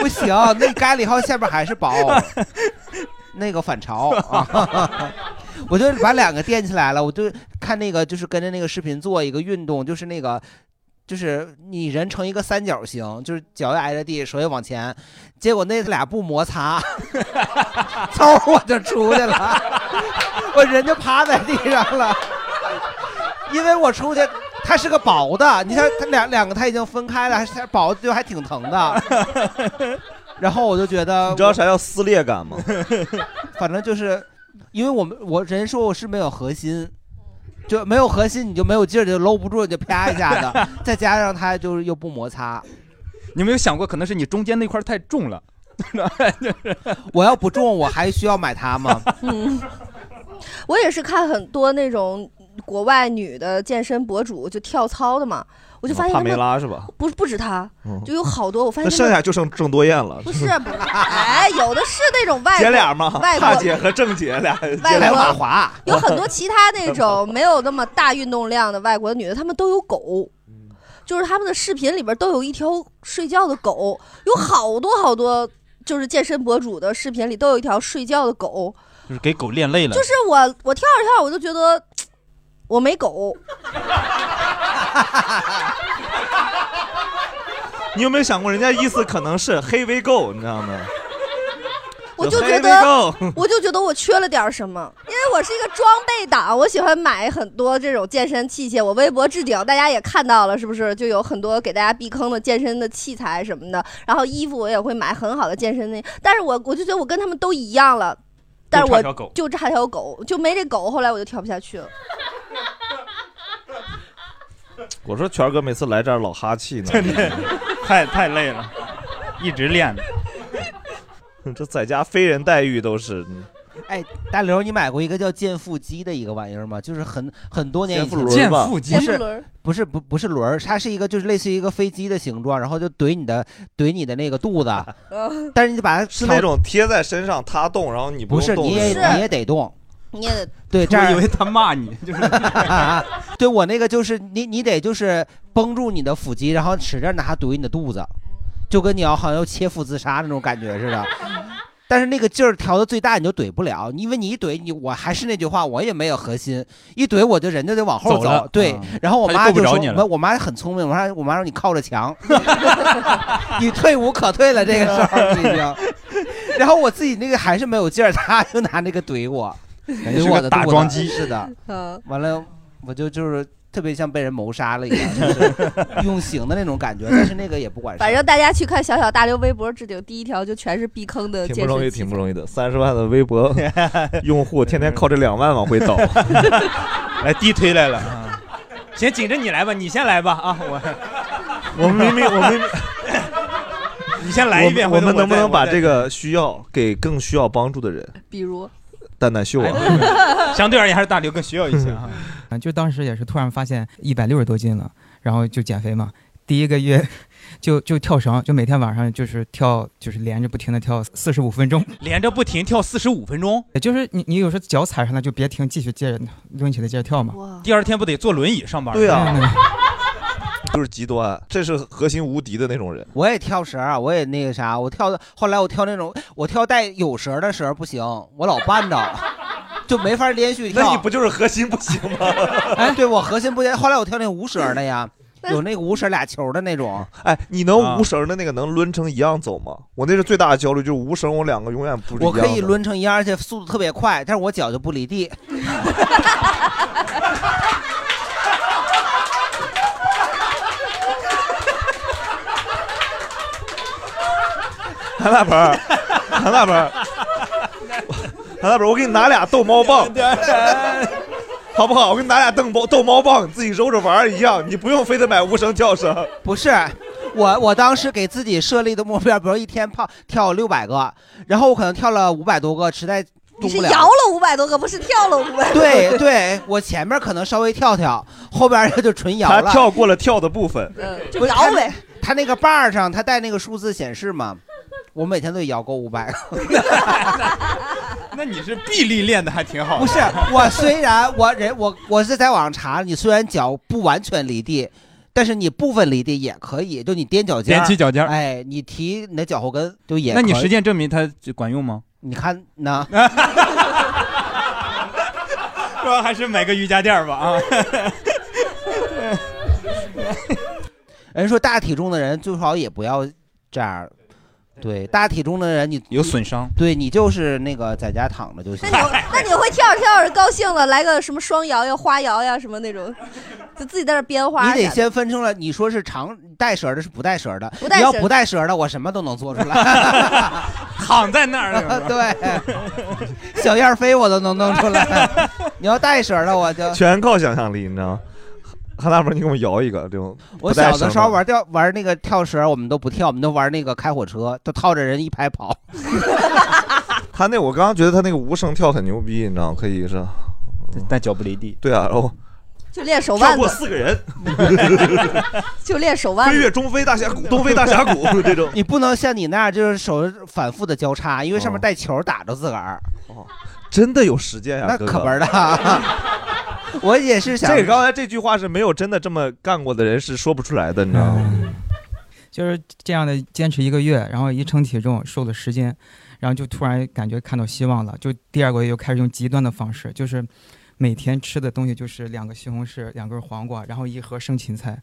[SPEAKER 2] 不行，那盖了以后下边还是薄，那个反潮 啊！我就把两个垫起来了，我就看那个就是跟着那个视频做一个运动，就是那个。就是你人成一个三角形，就是脚也挨着地，手也往前，结果那俩不摩擦， 嗖我就出去了， 我人就趴在地上了，因为我出去它是个薄的，你像它两两个它已经分开了，还是它薄就还挺疼的，然后我就觉得
[SPEAKER 1] 你知道啥叫撕裂感吗？
[SPEAKER 2] 反正就是，因为我们我人说我是没有核心，就没有核心你就没有劲儿，就搂不住，就啪一下子， 再加上它就是又不摩擦。
[SPEAKER 3] 你有没有想过，可能是你中间那块太重了？
[SPEAKER 2] 我要不重，我还需要买它吗？
[SPEAKER 4] 嗯，我也是看很多那种国外女的健身博主，就跳操的嘛，我就发现
[SPEAKER 1] 帕
[SPEAKER 4] 他
[SPEAKER 1] 梅
[SPEAKER 4] 们
[SPEAKER 1] 拉是吧？
[SPEAKER 4] 不是不止她，
[SPEAKER 1] 嗯
[SPEAKER 4] 就有好多，我发
[SPEAKER 1] 那
[SPEAKER 4] 现他
[SPEAKER 1] 剩
[SPEAKER 4] 们
[SPEAKER 1] 下就剩郑多燕了，
[SPEAKER 4] 不是，啊哎，有的是那种外
[SPEAKER 1] 姐
[SPEAKER 4] 国
[SPEAKER 1] 俩嘛，
[SPEAKER 4] 外
[SPEAKER 1] 大
[SPEAKER 4] 国
[SPEAKER 1] 姐和郑姐俩，姐
[SPEAKER 4] 外
[SPEAKER 1] 俩
[SPEAKER 4] 国
[SPEAKER 1] 马
[SPEAKER 2] 华
[SPEAKER 4] 有很多其他那种没有那么大运动量的外国女的，她们都有狗，
[SPEAKER 3] 嗯
[SPEAKER 4] 就是她们的视频里边都有一条睡觉的狗，有好多好多，就是健身博主的视频里都有一条睡觉的狗，
[SPEAKER 3] 就是给狗练累了，
[SPEAKER 4] 就是我我跳着跳着我就觉得我没狗，
[SPEAKER 1] 你有没有想过，人家意思可能是黑 V Go，你知道吗？
[SPEAKER 4] 我就
[SPEAKER 1] 有
[SPEAKER 4] 觉
[SPEAKER 1] Heavy
[SPEAKER 4] 得
[SPEAKER 1] Go
[SPEAKER 4] 我就觉得我缺了点什么，因为我是一个装备党，我喜欢买很多这种健身器械。我微博置顶，大家也看到了，是不是？就有很多给大家避坑的健身的器材什么的，然后衣服我也会买很好的健身的，但是我我就觉得我跟他们都一样了，但是
[SPEAKER 1] 就差
[SPEAKER 4] 我
[SPEAKER 1] 条狗
[SPEAKER 4] 就差条狗，就没这狗，后来我就跳不下去了。
[SPEAKER 1] 我说权哥每次来这儿老哈气呢，
[SPEAKER 3] 真的太太累了，一直练的。
[SPEAKER 1] 这在家非人待遇都是。
[SPEAKER 2] 哎，大刘，你买过一个叫健腹肌的一个玩意儿吗？就是很很多年以前
[SPEAKER 1] 健腹轮吧健腹肌
[SPEAKER 2] 不
[SPEAKER 1] 健
[SPEAKER 2] 是
[SPEAKER 1] 腹轮
[SPEAKER 2] 不是不不是轮儿，它是一个就是类似于一个飞机的形状，然后就怼你的怼你的那个肚子，但是你就把它
[SPEAKER 1] 是
[SPEAKER 2] 调
[SPEAKER 1] 那种贴在身上，它动，然后你
[SPEAKER 2] 不
[SPEAKER 1] 用
[SPEAKER 2] 是
[SPEAKER 1] 动
[SPEAKER 2] 你也
[SPEAKER 1] 的
[SPEAKER 2] 你也得动，
[SPEAKER 4] 你也得
[SPEAKER 2] 对这样
[SPEAKER 3] 我以为他骂你，就是
[SPEAKER 2] 对我那个就是你你得就是绷住你的腹肌，然后使劲拿它怼你的肚子，就跟你要好像要切腹自杀那种感觉似的。但是那个劲儿调到最大，你就怼不了，因为你一怼你，我还是那句话，我也没有核心，一怼我就人就得往后
[SPEAKER 3] 走了
[SPEAKER 2] 对，
[SPEAKER 3] 嗯
[SPEAKER 2] 然后我
[SPEAKER 3] 他就
[SPEAKER 2] 妈
[SPEAKER 3] 够不
[SPEAKER 2] 就
[SPEAKER 3] 着
[SPEAKER 2] 说
[SPEAKER 3] 你，了
[SPEAKER 2] 我我妈很聪明，我妈我妈说你靠 着墙，你退无可退了，这个时候你已经。 然后我自己那个还是没有劲儿，她就拿那个怼我，
[SPEAKER 3] 感觉是
[SPEAKER 2] 怼
[SPEAKER 3] 个
[SPEAKER 2] 我的
[SPEAKER 3] 打
[SPEAKER 2] 肚子
[SPEAKER 3] 桩机
[SPEAKER 2] 是的。
[SPEAKER 4] 嗯，
[SPEAKER 2] 完了，我就就是特别像被人谋杀了一样，就是用刑的那种感觉。但是那个也不管事儿，
[SPEAKER 4] 反正大家去看小小大刘微博置顶，第一条就全是避坑
[SPEAKER 2] 呃
[SPEAKER 4] 的
[SPEAKER 1] 挺不
[SPEAKER 4] 健
[SPEAKER 1] 容易，
[SPEAKER 4] 身器
[SPEAKER 1] 挺不容易的。三十万的微 博用户，天天靠这两万往回倒， 来地推来了。
[SPEAKER 3] 行，紧着你来吧，你先来吧啊！我
[SPEAKER 1] 我明明我明明，
[SPEAKER 3] 你先来一遍，
[SPEAKER 1] 我们
[SPEAKER 3] 回
[SPEAKER 1] 我
[SPEAKER 3] 头
[SPEAKER 1] 们能不
[SPEAKER 3] 再
[SPEAKER 1] 能把这？
[SPEAKER 3] 我
[SPEAKER 1] 个需要给更需要帮助的人？
[SPEAKER 4] 比如，
[SPEAKER 1] 蛋蛋秀啊，
[SPEAKER 3] 再哎相对啊而言还是大刘更需要一些啊。
[SPEAKER 20] 嗯，就当时也是突然发现一百六十多斤了，然后就减肥嘛。第一个月 就就跳绳，就每天晚上就是跳，就是连着不停的跳四十五分钟。
[SPEAKER 3] 连着不停跳四十五分钟，
[SPEAKER 20] 也就是你你有时候脚踩上了就别停，继续接着抡起来接着跳嘛。
[SPEAKER 3] 第二天不得坐轮椅上班？
[SPEAKER 20] 对啊嗯
[SPEAKER 1] 就是极端，这是核心无敌的那种人。
[SPEAKER 2] 我也跳绳儿，啊我也那个啥，我跳的。后来我跳那种，我跳带有绳儿的绳儿不行，我老绊着， 就没法连续跳。那你
[SPEAKER 1] 不就是核心不行吗？
[SPEAKER 2] 哎，对我核心不行。后来我跳那无绳儿的 呀，有那个无绳儿俩球的那种。
[SPEAKER 1] 哎，你
[SPEAKER 3] 啊
[SPEAKER 1] 能无绳的那个能抡成一样走吗？我那是最大的焦虑，就是无绳我两个永远不是一
[SPEAKER 2] 我
[SPEAKER 1] 样的。
[SPEAKER 2] 可以抡成一样，而且速度特别快，但是我脚就不离地。
[SPEAKER 1] 韩大鹏儿，韩大鹏儿，韩大鹏儿，我给你拿俩逗猫棒，
[SPEAKER 3] 啊
[SPEAKER 1] 好不好？我给你拿俩逗猫逗猫棒，你自己揉着玩儿一样，你不用非得买无绳跳绳。
[SPEAKER 2] 不是，我我当时给自己设立的目标，比如一天跑跳六百个，然后我可能跳了五百多个，实在动
[SPEAKER 4] 你是
[SPEAKER 2] 不了。
[SPEAKER 4] 摇了五百多个，不是跳了五百。
[SPEAKER 2] 对，对，我前面可能稍微跳跳，后边儿就纯摇
[SPEAKER 1] 他
[SPEAKER 2] 了。
[SPEAKER 1] 跳过了跳的部分，
[SPEAKER 4] 嗯就摇呗。
[SPEAKER 2] 他他那个 bar 上，他带那个数字显示嘛。我每天都得摇够五百个。
[SPEAKER 3] 那你是臂力练的还挺好的。
[SPEAKER 2] 不是我，虽然我人我我是在网上查，你虽然脚不完全离地，但是你部分离地也可以，就你踮脚尖儿，
[SPEAKER 3] 踮起脚尖儿
[SPEAKER 2] 哎，你提你的脚后跟就也可
[SPEAKER 3] 那
[SPEAKER 2] 以。
[SPEAKER 3] 你实践证明它就管用吗？
[SPEAKER 2] 你看呢？
[SPEAKER 3] 说还是买个瑜伽垫儿吧啊。
[SPEAKER 2] 人说大体重的人最好也不要这样。对，大体重的人你
[SPEAKER 3] 有损伤，
[SPEAKER 2] 对你就是那个在家躺着就行。
[SPEAKER 4] 那你会跳着跳着高兴了，来个什么双摇呀、花摇呀什么那种， 就自己在那编花
[SPEAKER 2] 你
[SPEAKER 4] 啥的。
[SPEAKER 2] 得先分清了，你说是长带绳儿的，是不带绳儿的。
[SPEAKER 4] 不带
[SPEAKER 2] 你要
[SPEAKER 4] 绳儿
[SPEAKER 2] 不带绳儿的，我什么都能做 出来。
[SPEAKER 3] 躺在那儿了
[SPEAKER 2] 对，小燕飞我都能弄出 来。你要带绳儿的，我就
[SPEAKER 1] 全靠想象力，你知道吗？韩大鹏，你给我摇一个这种。
[SPEAKER 2] 我
[SPEAKER 1] 不带
[SPEAKER 2] 小的
[SPEAKER 1] 绳
[SPEAKER 2] 时候
[SPEAKER 1] 的
[SPEAKER 2] 玩吊玩那个跳绳儿，我们都不跳，我们都玩那个开火车，都套着人一排跑。
[SPEAKER 1] 他那我刚刚觉得他那个无绳跳很牛逼，你知道吗？可以是，
[SPEAKER 3] 但脚不离地。
[SPEAKER 1] 对啊，然后
[SPEAKER 4] 就练手腕
[SPEAKER 1] 跳过
[SPEAKER 4] 子，
[SPEAKER 1] 四个人，
[SPEAKER 4] 就练手腕子。
[SPEAKER 1] 飞跃中非大峡谷 东非大峡谷这种。
[SPEAKER 2] 你不能像你那样，就是手反复的交叉，因为上
[SPEAKER 1] 哦
[SPEAKER 2] 面带球打着自个儿。
[SPEAKER 1] 真的有实践呀、
[SPEAKER 2] 那
[SPEAKER 1] 哥
[SPEAKER 2] 可
[SPEAKER 1] 哥
[SPEAKER 2] 门儿的。 我也是想
[SPEAKER 1] 这个刚才这句话是没有真的这么干过的人是说不出来的，你知道吗？
[SPEAKER 20] 就是这样的坚持一个月，然后一称体重瘦了十斤，然后就突然感觉看到希望了，就第二个月又开始用极端的方式，就是每天吃的东西就是两个西红柿、两根黄瓜，然后一盒生芹菜，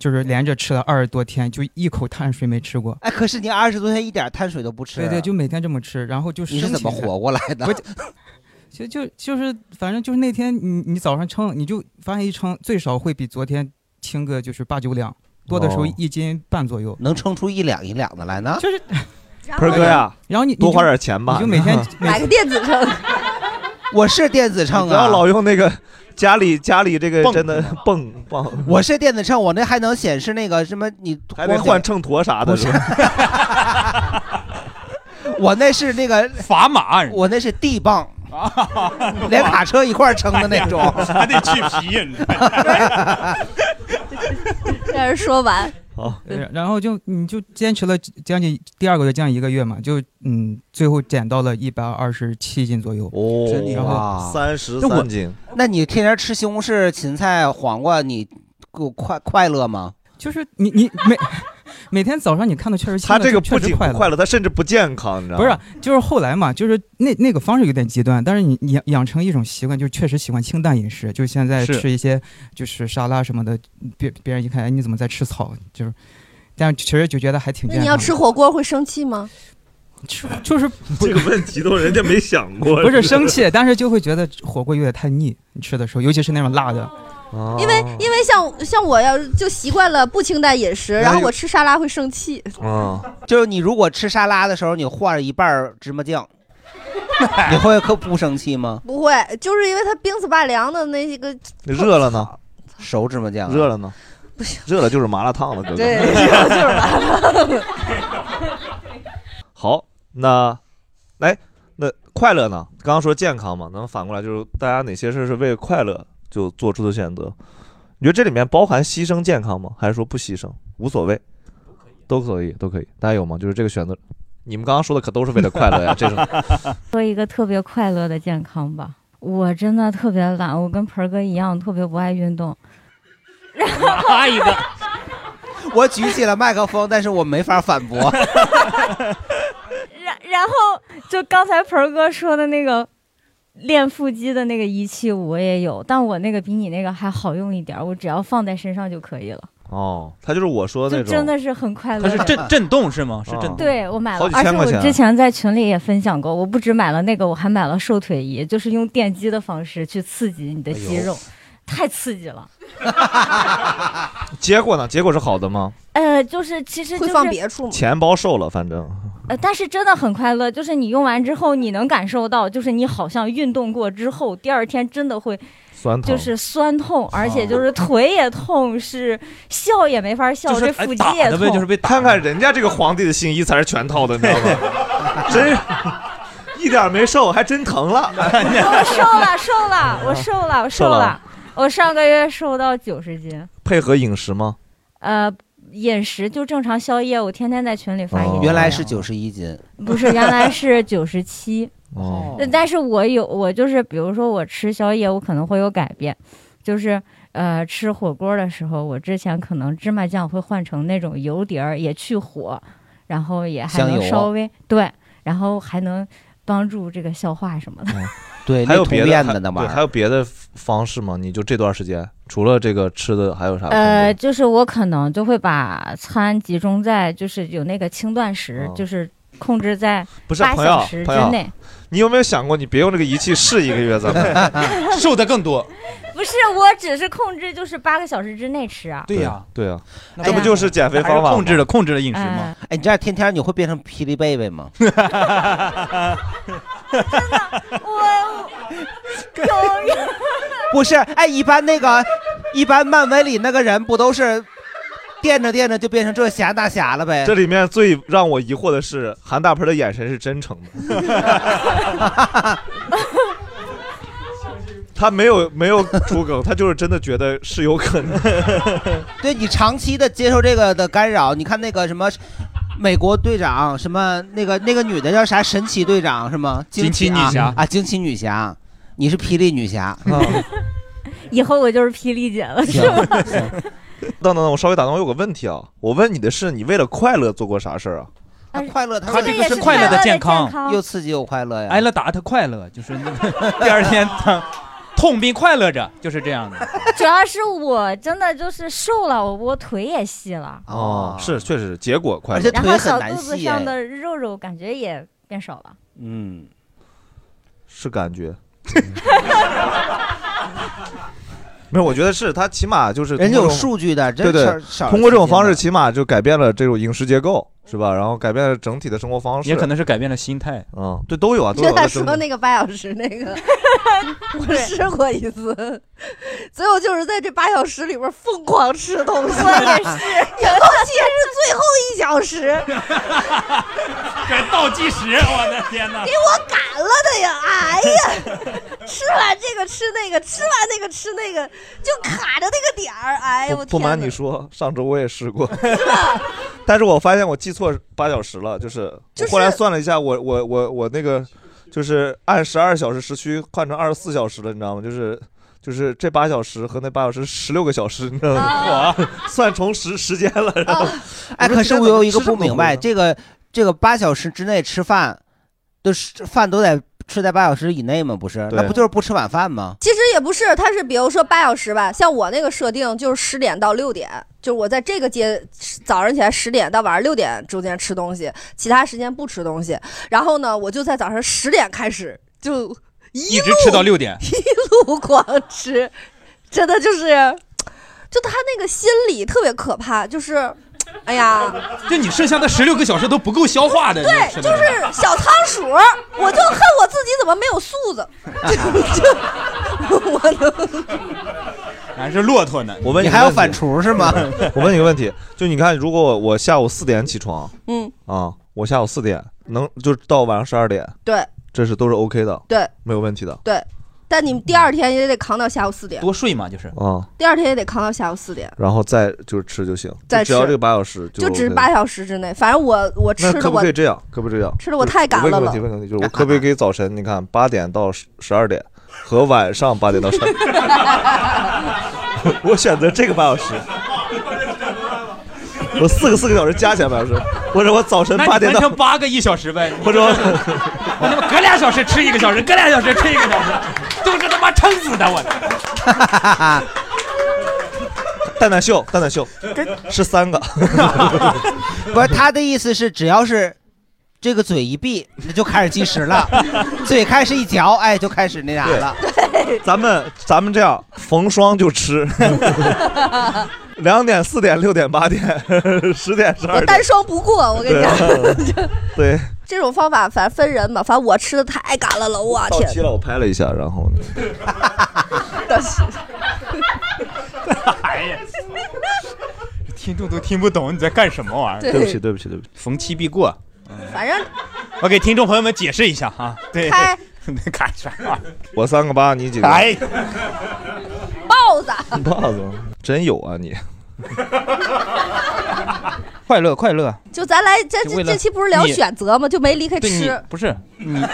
[SPEAKER 20] 就是连着吃了二十多天，就一口碳水没吃过。
[SPEAKER 2] 哎，可是你二十多天一点碳水都不吃，啊
[SPEAKER 20] 对对，就每天这么吃，然后就
[SPEAKER 2] 你是
[SPEAKER 20] 生
[SPEAKER 2] 怎么
[SPEAKER 20] 芹菜
[SPEAKER 2] 活过来的
[SPEAKER 20] 我就就就就是，反正就是那天你你早上称，你就发现一称最少会比昨天轻个就是八九两，多的时候
[SPEAKER 2] 哦
[SPEAKER 20] 一斤半左右，
[SPEAKER 2] 能称出一两一两的来呢？
[SPEAKER 20] 就是
[SPEAKER 1] 鹏哥呀，
[SPEAKER 20] 然后你
[SPEAKER 1] 多
[SPEAKER 20] 你就
[SPEAKER 1] 花点钱吧，
[SPEAKER 20] 你就每 天
[SPEAKER 4] 买个电子秤，
[SPEAKER 2] 我是电子秤啊，
[SPEAKER 1] 不要老用那个家里家里这个
[SPEAKER 2] 泵
[SPEAKER 1] 真的蹦蹦，
[SPEAKER 2] 我是电子秤，我那还能显示那个什么你
[SPEAKER 1] 还得换秤砣啥的，是吧？
[SPEAKER 2] 我那是那个
[SPEAKER 3] 砝码，
[SPEAKER 2] 我那是 D 磅，连卡车一块儿称的那种，
[SPEAKER 3] 还得去
[SPEAKER 20] 啊
[SPEAKER 3] 皮 你知道
[SPEAKER 4] 让人说完。
[SPEAKER 1] 好
[SPEAKER 20] 对，然后就你就坚持了将近第二个月，将近一个月嘛，就嗯，最后减到了一百二十七斤左右。
[SPEAKER 1] 哦
[SPEAKER 20] 真的
[SPEAKER 1] 哇33斤。
[SPEAKER 2] 那你天天吃西红柿、芹菜、黄瓜，你够快快乐吗？
[SPEAKER 20] 就是你你每每天早上你看到确实
[SPEAKER 1] 他这个
[SPEAKER 20] 确
[SPEAKER 1] 不
[SPEAKER 20] 实
[SPEAKER 1] 仅
[SPEAKER 20] 快
[SPEAKER 1] 不快乐，他啊甚至不健康，你知道吗？
[SPEAKER 20] 不是，就是后来嘛，就是那那个方式有点极端，但是你你养养成一种习惯，就确实喜欢清淡饮食，就现在
[SPEAKER 1] 是
[SPEAKER 20] 吃一些就是沙拉什么的，别别人一看，哎，你怎么在吃草？就是，但其实就觉得还挺
[SPEAKER 4] 那
[SPEAKER 20] 健康。
[SPEAKER 4] 你要吃火锅会生气吗？
[SPEAKER 20] 就是
[SPEAKER 1] 这个问题都人家没想过
[SPEAKER 20] 不是生气，但是就会觉得火锅有点太腻，你吃的时候，尤其是那种辣的，
[SPEAKER 1] 哦
[SPEAKER 4] 因 为因为像像我要就习惯了不清淡饮
[SPEAKER 1] 哎
[SPEAKER 4] 食，然后我吃沙拉会生气。
[SPEAKER 1] 嗯，
[SPEAKER 2] 就是你如果吃沙拉的时候，你换了一半儿芝 麻酱，你会可不生气吗？
[SPEAKER 4] 不会，就是因为它冰死拔凉的那个，
[SPEAKER 1] 热了呢？
[SPEAKER 2] 熟芝麻酱啊
[SPEAKER 1] 热 了呢？
[SPEAKER 4] 不行，
[SPEAKER 1] 热了就是麻辣烫了，哥哥。
[SPEAKER 4] 对，热就是麻辣。
[SPEAKER 1] 好，那来，那快乐呢？刚刚说健康嘛，那么反过来就是大家哪些事是为了快乐就做出的选择？你觉得这里面包含牺牲健康吗？还是说不牺牲，无所谓？都可以，都可以。大家有吗？就是这个选择， 你们刚刚说的可都是为了快乐 呀，这种。
[SPEAKER 9] 说一个特别快乐的健康吧。我真的特别懒，我跟盆儿哥一样，特别不爱运动。
[SPEAKER 2] 妈一个！我举起了麦克风，但是我没法反 驳。
[SPEAKER 9] 然然后就刚才盆儿哥说的那个练腹肌的那个仪器我也有，但我那个比你那个还好用一点儿，我只要放在身上就可以了，
[SPEAKER 1] 哦，他就是我说的
[SPEAKER 9] 就
[SPEAKER 1] 那种，
[SPEAKER 9] 真的是很快乐
[SPEAKER 3] 它
[SPEAKER 9] 的。
[SPEAKER 3] 是 震震动是吗？是震动。
[SPEAKER 9] 对，我买了
[SPEAKER 1] 好，几
[SPEAKER 9] 而且
[SPEAKER 1] 千块
[SPEAKER 9] 我
[SPEAKER 1] 钱啊
[SPEAKER 9] 之前在群里也分享过，我不止买了那个，我还买了瘦腿仪，就是用电击的方式去刺激你的肌
[SPEAKER 1] 哎呦
[SPEAKER 9] 肉，太刺激了。
[SPEAKER 1] 结果呢？结果是好的吗？
[SPEAKER 9] 呃，就是其实、就
[SPEAKER 4] 会
[SPEAKER 9] 是、
[SPEAKER 4] 放别处
[SPEAKER 1] 钱包瘦了，反正
[SPEAKER 9] 呃，但是真的很快乐，就是你用完之后，你能感受到，就是你好像运动过之后，第二天真的会
[SPEAKER 1] 酸疼。
[SPEAKER 9] 就是酸痛，而且就是腿也痛，是笑也没法笑，
[SPEAKER 1] 哎
[SPEAKER 9] 这腹肌也痛。
[SPEAKER 1] 被看看人家这个皇帝的新衣才是全套的，你知道吗？ 真是一点没瘦，还真疼了。
[SPEAKER 9] 我瘦了，瘦了，我瘦了，我
[SPEAKER 1] 瘦
[SPEAKER 9] 瘦
[SPEAKER 1] 了
[SPEAKER 9] 了，我上个月瘦到九十斤。
[SPEAKER 1] 配合饮食吗？
[SPEAKER 9] 呃，饮食就正常宵夜，我天天在群里发
[SPEAKER 1] 哦
[SPEAKER 9] 饮食。
[SPEAKER 2] 原来是九十一斤，
[SPEAKER 9] 不是，原来是九十七。
[SPEAKER 1] 哦
[SPEAKER 9] 呃但是我有，我就是比如说我吃宵夜，我可能会有改变，就是呃吃火锅的时候，我之前可能芝麻酱会换成那种油碟儿，也去火，然后也还
[SPEAKER 2] 香
[SPEAKER 9] 能
[SPEAKER 2] 油
[SPEAKER 9] 稍微对，然后还能帮助这个消化什么
[SPEAKER 1] 嗯
[SPEAKER 9] 的。
[SPEAKER 2] 对，
[SPEAKER 1] 还有
[SPEAKER 2] 那
[SPEAKER 1] 别
[SPEAKER 2] 通便
[SPEAKER 1] 的
[SPEAKER 2] 的
[SPEAKER 1] 还
[SPEAKER 2] 那玩
[SPEAKER 1] 对
[SPEAKER 2] 意儿
[SPEAKER 1] 还有别的方式吗？你就这段时间除了这个吃的，还有啥？
[SPEAKER 9] 呃，就是我可能就会把餐集中在，就是有那个轻断食，
[SPEAKER 1] 哦
[SPEAKER 9] 就是控制在
[SPEAKER 1] 不是
[SPEAKER 9] 八
[SPEAKER 1] 朋友
[SPEAKER 9] 小时之
[SPEAKER 1] 朋友
[SPEAKER 9] 内。
[SPEAKER 1] 你有没有想过，你别用这个仪器试一个月，咱 们 瘦的更多。
[SPEAKER 9] 不是，我只是控制就是八个小时之内吃啊。
[SPEAKER 1] 对
[SPEAKER 3] 呀，
[SPEAKER 1] 对呀，
[SPEAKER 9] 那
[SPEAKER 1] 这不
[SPEAKER 9] 不
[SPEAKER 1] 就是减肥方法吗？
[SPEAKER 3] 控制了控制了饮
[SPEAKER 9] 食吗
[SPEAKER 2] 哎，你这样天天你会变成霹雳贝 贝吗？不是，哎，一般那个，一般漫威里那个人不都是垫着垫着就变成这侠那侠了呗？
[SPEAKER 1] 这里面最让我疑惑的是，韩大盆的眼神是真诚的，他没有没有出梗，他就是真的觉得是有可能。
[SPEAKER 2] 对你长期的接受这个的干扰，你看那个什么。美国队长什么那个那个女的叫啥？神奇队长是吗？惊奇,、啊、
[SPEAKER 3] 惊奇女侠
[SPEAKER 2] 啊，惊奇女侠，你是霹雳女侠。
[SPEAKER 9] 以后我就是霹雳姐了，是
[SPEAKER 1] 行
[SPEAKER 9] 吗？
[SPEAKER 1] 等等等，我稍微打断，我有个问题啊，我问你的是，你为了快乐做过啥事儿啊？
[SPEAKER 2] 他快乐，
[SPEAKER 3] 他这个是快乐的健康
[SPEAKER 2] 又刺激又快乐呀。
[SPEAKER 3] 挨了打他快乐，就是那个 第二天他痛并快乐着，就是这样的。
[SPEAKER 9] 主要是我真的就是瘦了，我我腿也细
[SPEAKER 2] 啊
[SPEAKER 9] 了，
[SPEAKER 1] 哦，是，确实是结果快乐，
[SPEAKER 9] 然后小肚子
[SPEAKER 2] 哎
[SPEAKER 9] 上的肉肉感觉也变少了。
[SPEAKER 2] 嗯，
[SPEAKER 1] 是感 觉。没有，我觉得是他起码就是
[SPEAKER 2] 人家
[SPEAKER 1] 通
[SPEAKER 2] 有
[SPEAKER 1] 过这种
[SPEAKER 2] 数据的这
[SPEAKER 1] 对对
[SPEAKER 2] 事儿少，
[SPEAKER 1] 通过这种方
[SPEAKER 2] 时
[SPEAKER 1] 式
[SPEAKER 2] 间
[SPEAKER 1] 起码就改变了这种饮食结构，是吧？然后改变了整体的生活方式，
[SPEAKER 3] 也可能是改变了心态。
[SPEAKER 1] 嗯，对，都有啊，都
[SPEAKER 4] 就
[SPEAKER 1] 有
[SPEAKER 4] 他
[SPEAKER 1] 啊。
[SPEAKER 4] 说
[SPEAKER 1] 都有
[SPEAKER 4] 那个八小时 那个，我试过一次，所以我就是在这八小时里边疯狂吃东西，
[SPEAKER 9] 我也是
[SPEAKER 4] 尤其是最后一小时，
[SPEAKER 5] 改倒计时，
[SPEAKER 3] 啊
[SPEAKER 5] 我的天哪
[SPEAKER 4] 给！我赶了的呀！哎呀，吃完这个吃那个，吃完那个吃那个，就卡着那个点儿。哎呀，
[SPEAKER 1] 不
[SPEAKER 4] 我
[SPEAKER 1] 不
[SPEAKER 4] 天哪
[SPEAKER 1] 瞒！你说，上周我也试过， 但是我发现我记错八小时了，就是我后来算了一下，我我我我那个就是按十二小时时区换成二十四小时了，你知道吗？就是。就是这八小时和那八小时十六个小时，你知道吗？算重时时间了。然后
[SPEAKER 2] 哎，可是我有一个不明白，
[SPEAKER 1] 这
[SPEAKER 2] 这个这个八小时之内吃饭，都是饭都得吃在八小时以内吗？不是，那
[SPEAKER 1] 对
[SPEAKER 2] 不就是不吃晚饭吗？
[SPEAKER 4] 其实也不是，它是比如说八小时吧，像我那个设定就是十点到六点，就是我在这个阶早上起来十点到晚上六点中间吃东西，其他时间不吃东西。然后呢，我就在早上十点开始就一
[SPEAKER 3] 一
[SPEAKER 4] 路
[SPEAKER 3] 直吃到六点
[SPEAKER 4] 一路狂吃。真的就是，就他那个心理特别可怕，就是，哎呀，
[SPEAKER 3] 就你剩下的十六个小时都不够消化的，
[SPEAKER 4] 对，
[SPEAKER 3] 你
[SPEAKER 4] 就是小仓鼠，我就恨我自己怎么没有素质，
[SPEAKER 1] 哎
[SPEAKER 17] 还是骆驼呢？
[SPEAKER 1] 我问
[SPEAKER 2] 你还要反刍 是吗？
[SPEAKER 1] 我问你个问题，就你看，如果我下午四点起床，
[SPEAKER 4] 嗯，
[SPEAKER 1] 啊，我下午四点能就是到晚上十二点，
[SPEAKER 4] 对
[SPEAKER 1] 这是都是 OK 的，
[SPEAKER 4] 对
[SPEAKER 1] 没有问题的。
[SPEAKER 4] 对，但你们第二天也得扛到下午四
[SPEAKER 1] 嗯
[SPEAKER 4] 点，
[SPEAKER 1] 多睡嘛，就是啊，
[SPEAKER 4] 第二天也得扛到下午四点，
[SPEAKER 1] 然后再就是吃就行，
[SPEAKER 4] 再
[SPEAKER 1] 就只要
[SPEAKER 4] 吃
[SPEAKER 1] 这个八小时
[SPEAKER 4] 就只
[SPEAKER 1] OK
[SPEAKER 4] 八小时之内，反正我我吃
[SPEAKER 1] 那
[SPEAKER 4] 的
[SPEAKER 1] 可不
[SPEAKER 4] 我
[SPEAKER 1] 可以这样？可不可以这样？
[SPEAKER 4] 吃得我
[SPEAKER 1] 就是
[SPEAKER 4] 太赶
[SPEAKER 1] 问
[SPEAKER 4] 了
[SPEAKER 1] 个问
[SPEAKER 4] 吧
[SPEAKER 1] 题，问个问题，就是我可不可以早晨？你看八点到十十二点和晚上八点到十 二点，我选择这个半小时。我四个四个小时加起来半小时，或者我早晨
[SPEAKER 3] 那
[SPEAKER 1] 八
[SPEAKER 3] 你
[SPEAKER 1] 点
[SPEAKER 3] 分
[SPEAKER 1] 到
[SPEAKER 3] 成八个一小时呗，
[SPEAKER 1] 或者我
[SPEAKER 3] 他妈隔俩小时吃一个小时，隔俩小时吃一个小时，都是他妈撑死的我。
[SPEAKER 1] 蛋蛋秀，蛋蛋 秀是三个，
[SPEAKER 2] 不是他的意思是，只要是这个嘴一闭，那就开始计时 了，嘴开始一嚼，哎，就开始那啥了。
[SPEAKER 1] 咱们咱们这样逢双就 吃，两点、四点、六点、八点、十点、十
[SPEAKER 4] 我
[SPEAKER 1] 二点
[SPEAKER 4] 单，双不过，我跟你讲，
[SPEAKER 1] 对啊对，
[SPEAKER 4] 这种方法反正分人吧，反正我吃的太赶了了，我
[SPEAKER 1] 到
[SPEAKER 4] 天
[SPEAKER 1] 期，了我拍了一下，然后
[SPEAKER 4] 但是
[SPEAKER 3] 哎呀，听众都听不懂你在干什么玩意儿。
[SPEAKER 4] 对对不起
[SPEAKER 1] 对不起，对不起，
[SPEAKER 3] 逢期必过。
[SPEAKER 4] 反正
[SPEAKER 3] 我给听众朋友们解释一下啊，对，
[SPEAKER 4] 开
[SPEAKER 3] 开啥玩意儿？
[SPEAKER 1] 我三个八，你几个？
[SPEAKER 3] 哎，
[SPEAKER 4] 豹子，
[SPEAKER 1] 豹子真有啊 你！
[SPEAKER 22] 快乐快乐，
[SPEAKER 4] 就咱来这
[SPEAKER 3] 就
[SPEAKER 4] 这
[SPEAKER 3] 为了
[SPEAKER 4] 这期不是聊
[SPEAKER 3] 你
[SPEAKER 4] 选择吗？就没离开
[SPEAKER 3] 对你
[SPEAKER 4] 吃，
[SPEAKER 3] 不是你，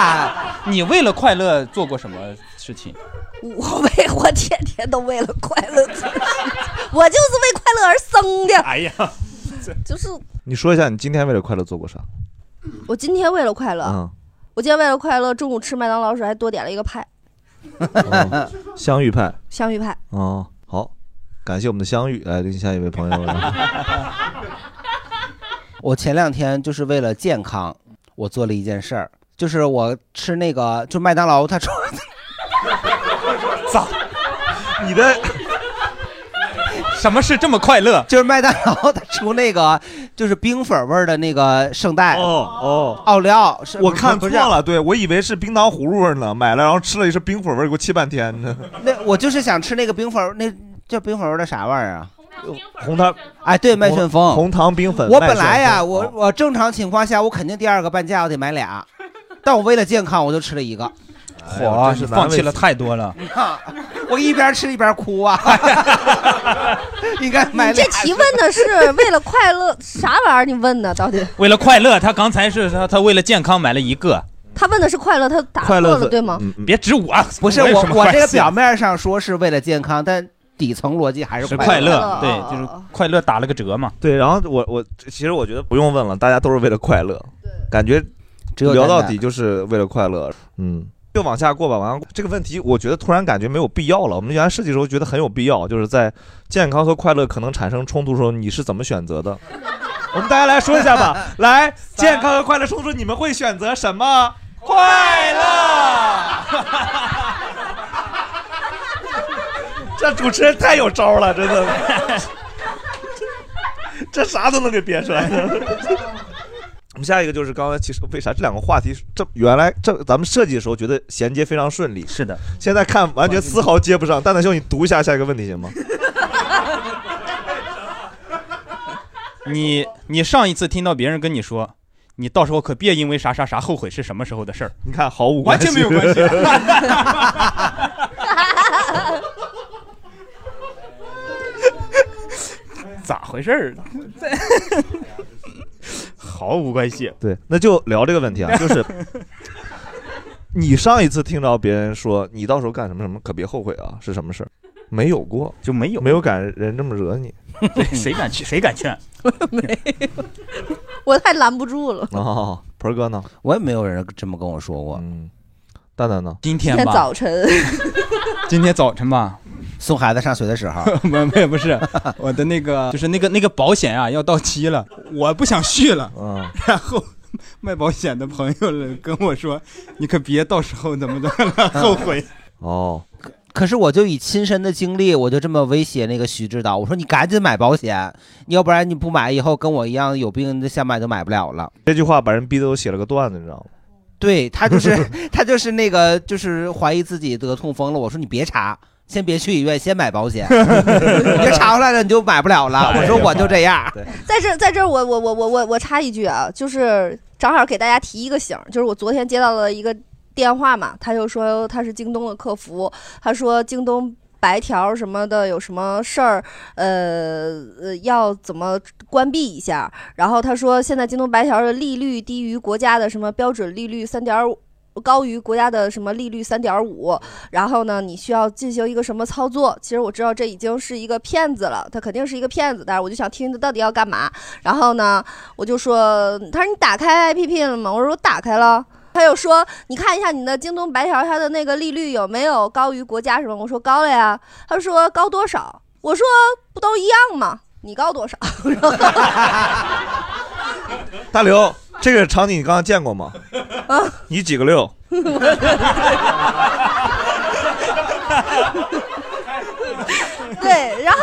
[SPEAKER 3] 你为了快乐做过什么事情？
[SPEAKER 4] 我为我天天都为了快乐，我就是为快乐而生的。
[SPEAKER 3] 哎呀，
[SPEAKER 4] 就是
[SPEAKER 1] 你说一下你今天为了快乐做 过啥？
[SPEAKER 4] 我今天为了快乐，
[SPEAKER 1] 嗯，
[SPEAKER 4] 我今天为了快乐，中午吃麦当劳时还多点了一个派，
[SPEAKER 1] 哦相遇派
[SPEAKER 4] 香芋派。
[SPEAKER 1] 哦，好，感谢我们的相遇，来跟下一位朋友。
[SPEAKER 2] 我前两天就是为了健康，我做了一件事儿，就是我吃那个就麦当劳，它出
[SPEAKER 3] 咋？
[SPEAKER 1] 你的
[SPEAKER 3] 什么是这么快乐？
[SPEAKER 2] 就是麦当劳它出那个就是冰粉味儿的那个圣代
[SPEAKER 1] 哦哦
[SPEAKER 2] 奥利奥，是
[SPEAKER 1] 我看
[SPEAKER 2] 不
[SPEAKER 1] 错
[SPEAKER 2] 是不是
[SPEAKER 1] 了，对我以为是冰糖葫芦味儿呢，买了然后吃了一是冰粉味儿，给我气半天呢。
[SPEAKER 2] 那我就是想吃那个冰粉儿，那叫冰粉味儿的啥味儿啊？
[SPEAKER 1] 红糖
[SPEAKER 2] 哎，对，麦旋风，
[SPEAKER 1] 红糖冰粉。
[SPEAKER 2] 我本来
[SPEAKER 1] 麦旋
[SPEAKER 2] 呀，
[SPEAKER 1] 风哦
[SPEAKER 2] 我我正常情况下，我肯定第二个半价，我得买俩，但我为了健康，我就吃了一个。
[SPEAKER 1] 哎呦真是
[SPEAKER 3] 你
[SPEAKER 1] 难为
[SPEAKER 3] 放弃了
[SPEAKER 1] 死
[SPEAKER 3] 太多 了。
[SPEAKER 2] 我一边吃一边哭啊！应该买
[SPEAKER 4] 你这
[SPEAKER 2] 俩。
[SPEAKER 4] 题问的是为了快乐，啥玩意儿？你问的到底？
[SPEAKER 3] 为了快乐，他刚才是他他为了健康买了一个，
[SPEAKER 4] 他问的是快乐，他打错了，对
[SPEAKER 1] 嗯
[SPEAKER 4] 吗？
[SPEAKER 3] 别指我，
[SPEAKER 2] 不是
[SPEAKER 3] 有
[SPEAKER 2] 我
[SPEAKER 3] 什，么
[SPEAKER 2] 我
[SPEAKER 3] 关
[SPEAKER 2] 这个
[SPEAKER 3] 系
[SPEAKER 2] 表面上说是为了健康，但底层逻辑还是
[SPEAKER 3] 是
[SPEAKER 2] 快
[SPEAKER 3] 快乐，对，
[SPEAKER 4] 哦
[SPEAKER 3] 就是快乐打了个折嘛。
[SPEAKER 1] 对，然后我我其实我觉得不用问了，大家都是为了快乐，感觉
[SPEAKER 2] 有
[SPEAKER 1] 聊到
[SPEAKER 2] 蛋
[SPEAKER 1] 底就是为了快乐，嗯。就往下过吧，往下过这个问题，我觉得突然感觉没有必要了。我们原来设计的时候觉得很有必要，就是在健康和快乐可能产生冲突的时候，你是怎么选择的？我们大家来说一下吧， 来， 健康和快乐冲突，你们会选择什么？快 乐。这主持人太有招了，真的， 这啥都能给憋出来。我们下一个就是刚才其实为啥这两个话题这原来这咱们设计的时候觉得衔接非常顺利，
[SPEAKER 3] 是的，
[SPEAKER 1] 现在看完全丝毫接不上。蛋蛋兄，你读一下下一个问题行吗？
[SPEAKER 3] 你你上一次听到别人跟你说，你到时候可别因为啥啥啥后悔是什么时候的事儿。
[SPEAKER 1] 你看毫无
[SPEAKER 3] 完全没有关 系。啊 咋回事 儿？毫无关系。
[SPEAKER 1] 对，那就聊这个问题 啊，就是你上一次听到别人说你到时候干什么什么可别后悔啊，是什么事儿？没有过，
[SPEAKER 3] 就没有，
[SPEAKER 1] 没有敢人这么惹 你。
[SPEAKER 3] 谁敢去？谁敢劝？
[SPEAKER 4] 我太拦不住了。
[SPEAKER 1] 哦，盆儿哥呢？
[SPEAKER 2] 我也没有人这么跟我说过。
[SPEAKER 1] 嗯，蛋蛋呢？
[SPEAKER 3] 今
[SPEAKER 4] 今
[SPEAKER 3] 天
[SPEAKER 4] 天
[SPEAKER 3] 吧，
[SPEAKER 4] 早晨，
[SPEAKER 3] 今天早晨吧，
[SPEAKER 2] 送孩子上学的时候，
[SPEAKER 3] 没 没不是我的那个，就是那个那个保险啊要到期了，我不想续了，
[SPEAKER 1] 嗯，
[SPEAKER 3] 然后。卖保险的朋友了跟我说：“你可别到时候怎么怎么了后悔。
[SPEAKER 1] 哦，
[SPEAKER 2] 可是我就以亲身的经历，我就这么威胁那个徐指导，我说你赶紧买保险，你要不然你不买，以后跟我一样有病，你想买都买不了了。
[SPEAKER 1] 这句话把人逼得我写了个段子，你知道吗？
[SPEAKER 2] 对他就是他就是那个就是怀疑自己得痛风了，我说你别查。先别去医院，先买保险。你这查出来了，你就买不了了。我说我就这样。
[SPEAKER 4] 在这，在这儿我我我我我我插一句啊，就是正好给大家提一个醒儿，就是我昨天接到了一个电话嘛，他就说他是京东的客服，他说京东。白条什么的有什么事儿，呃呃，要怎么关闭一下？然后他说，现在京东白条的利率低于国家的什么标准利率三点高于国家的什么利率三点五，然后呢，你需要进行一个什么操作？其实我知道这已经是一个骗子了，他肯定是一个骗子，但是我就想听他到底要干嘛。然后呢，我就说，他说你打开 APP 了吗？我说我打开了。他又说，你看一下你的京东白条，它的那个利率有没有高于国家什么？我说高了呀。他说高多少？我说不都一样吗？你高多少？
[SPEAKER 1] 大刘，这个场景你刚刚见过吗？
[SPEAKER 4] 啊
[SPEAKER 1] 你几个六？
[SPEAKER 4] 对，然后，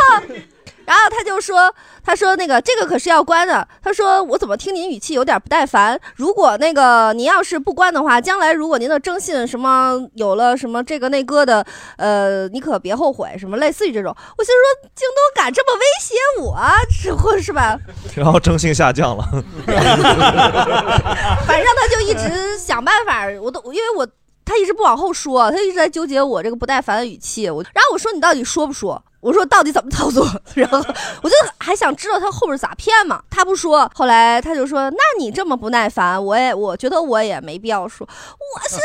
[SPEAKER 4] 然后他就说，他说那个这个可是要关的。他说我怎么听您语气有点不耐烦？如果那个您要是不关的话，将来如果您的征信什么有了什么这个那个的，呃，你可别后悔。什么类似于这种，我心说京东敢这么威胁我， 这或是吧？
[SPEAKER 1] 然后征信下降 了，
[SPEAKER 4] 反正他就一直想办法，我都因为我他一直不往后说，他一直在纠结我这个不耐烦的语气。我然后我说你到底说不说？我说到底怎么操作？ 然后我就还想知道他后边咋骗嘛。他不说，后来他就说：“那你这么不耐烦，我也我觉得我也没必要说。”我寻思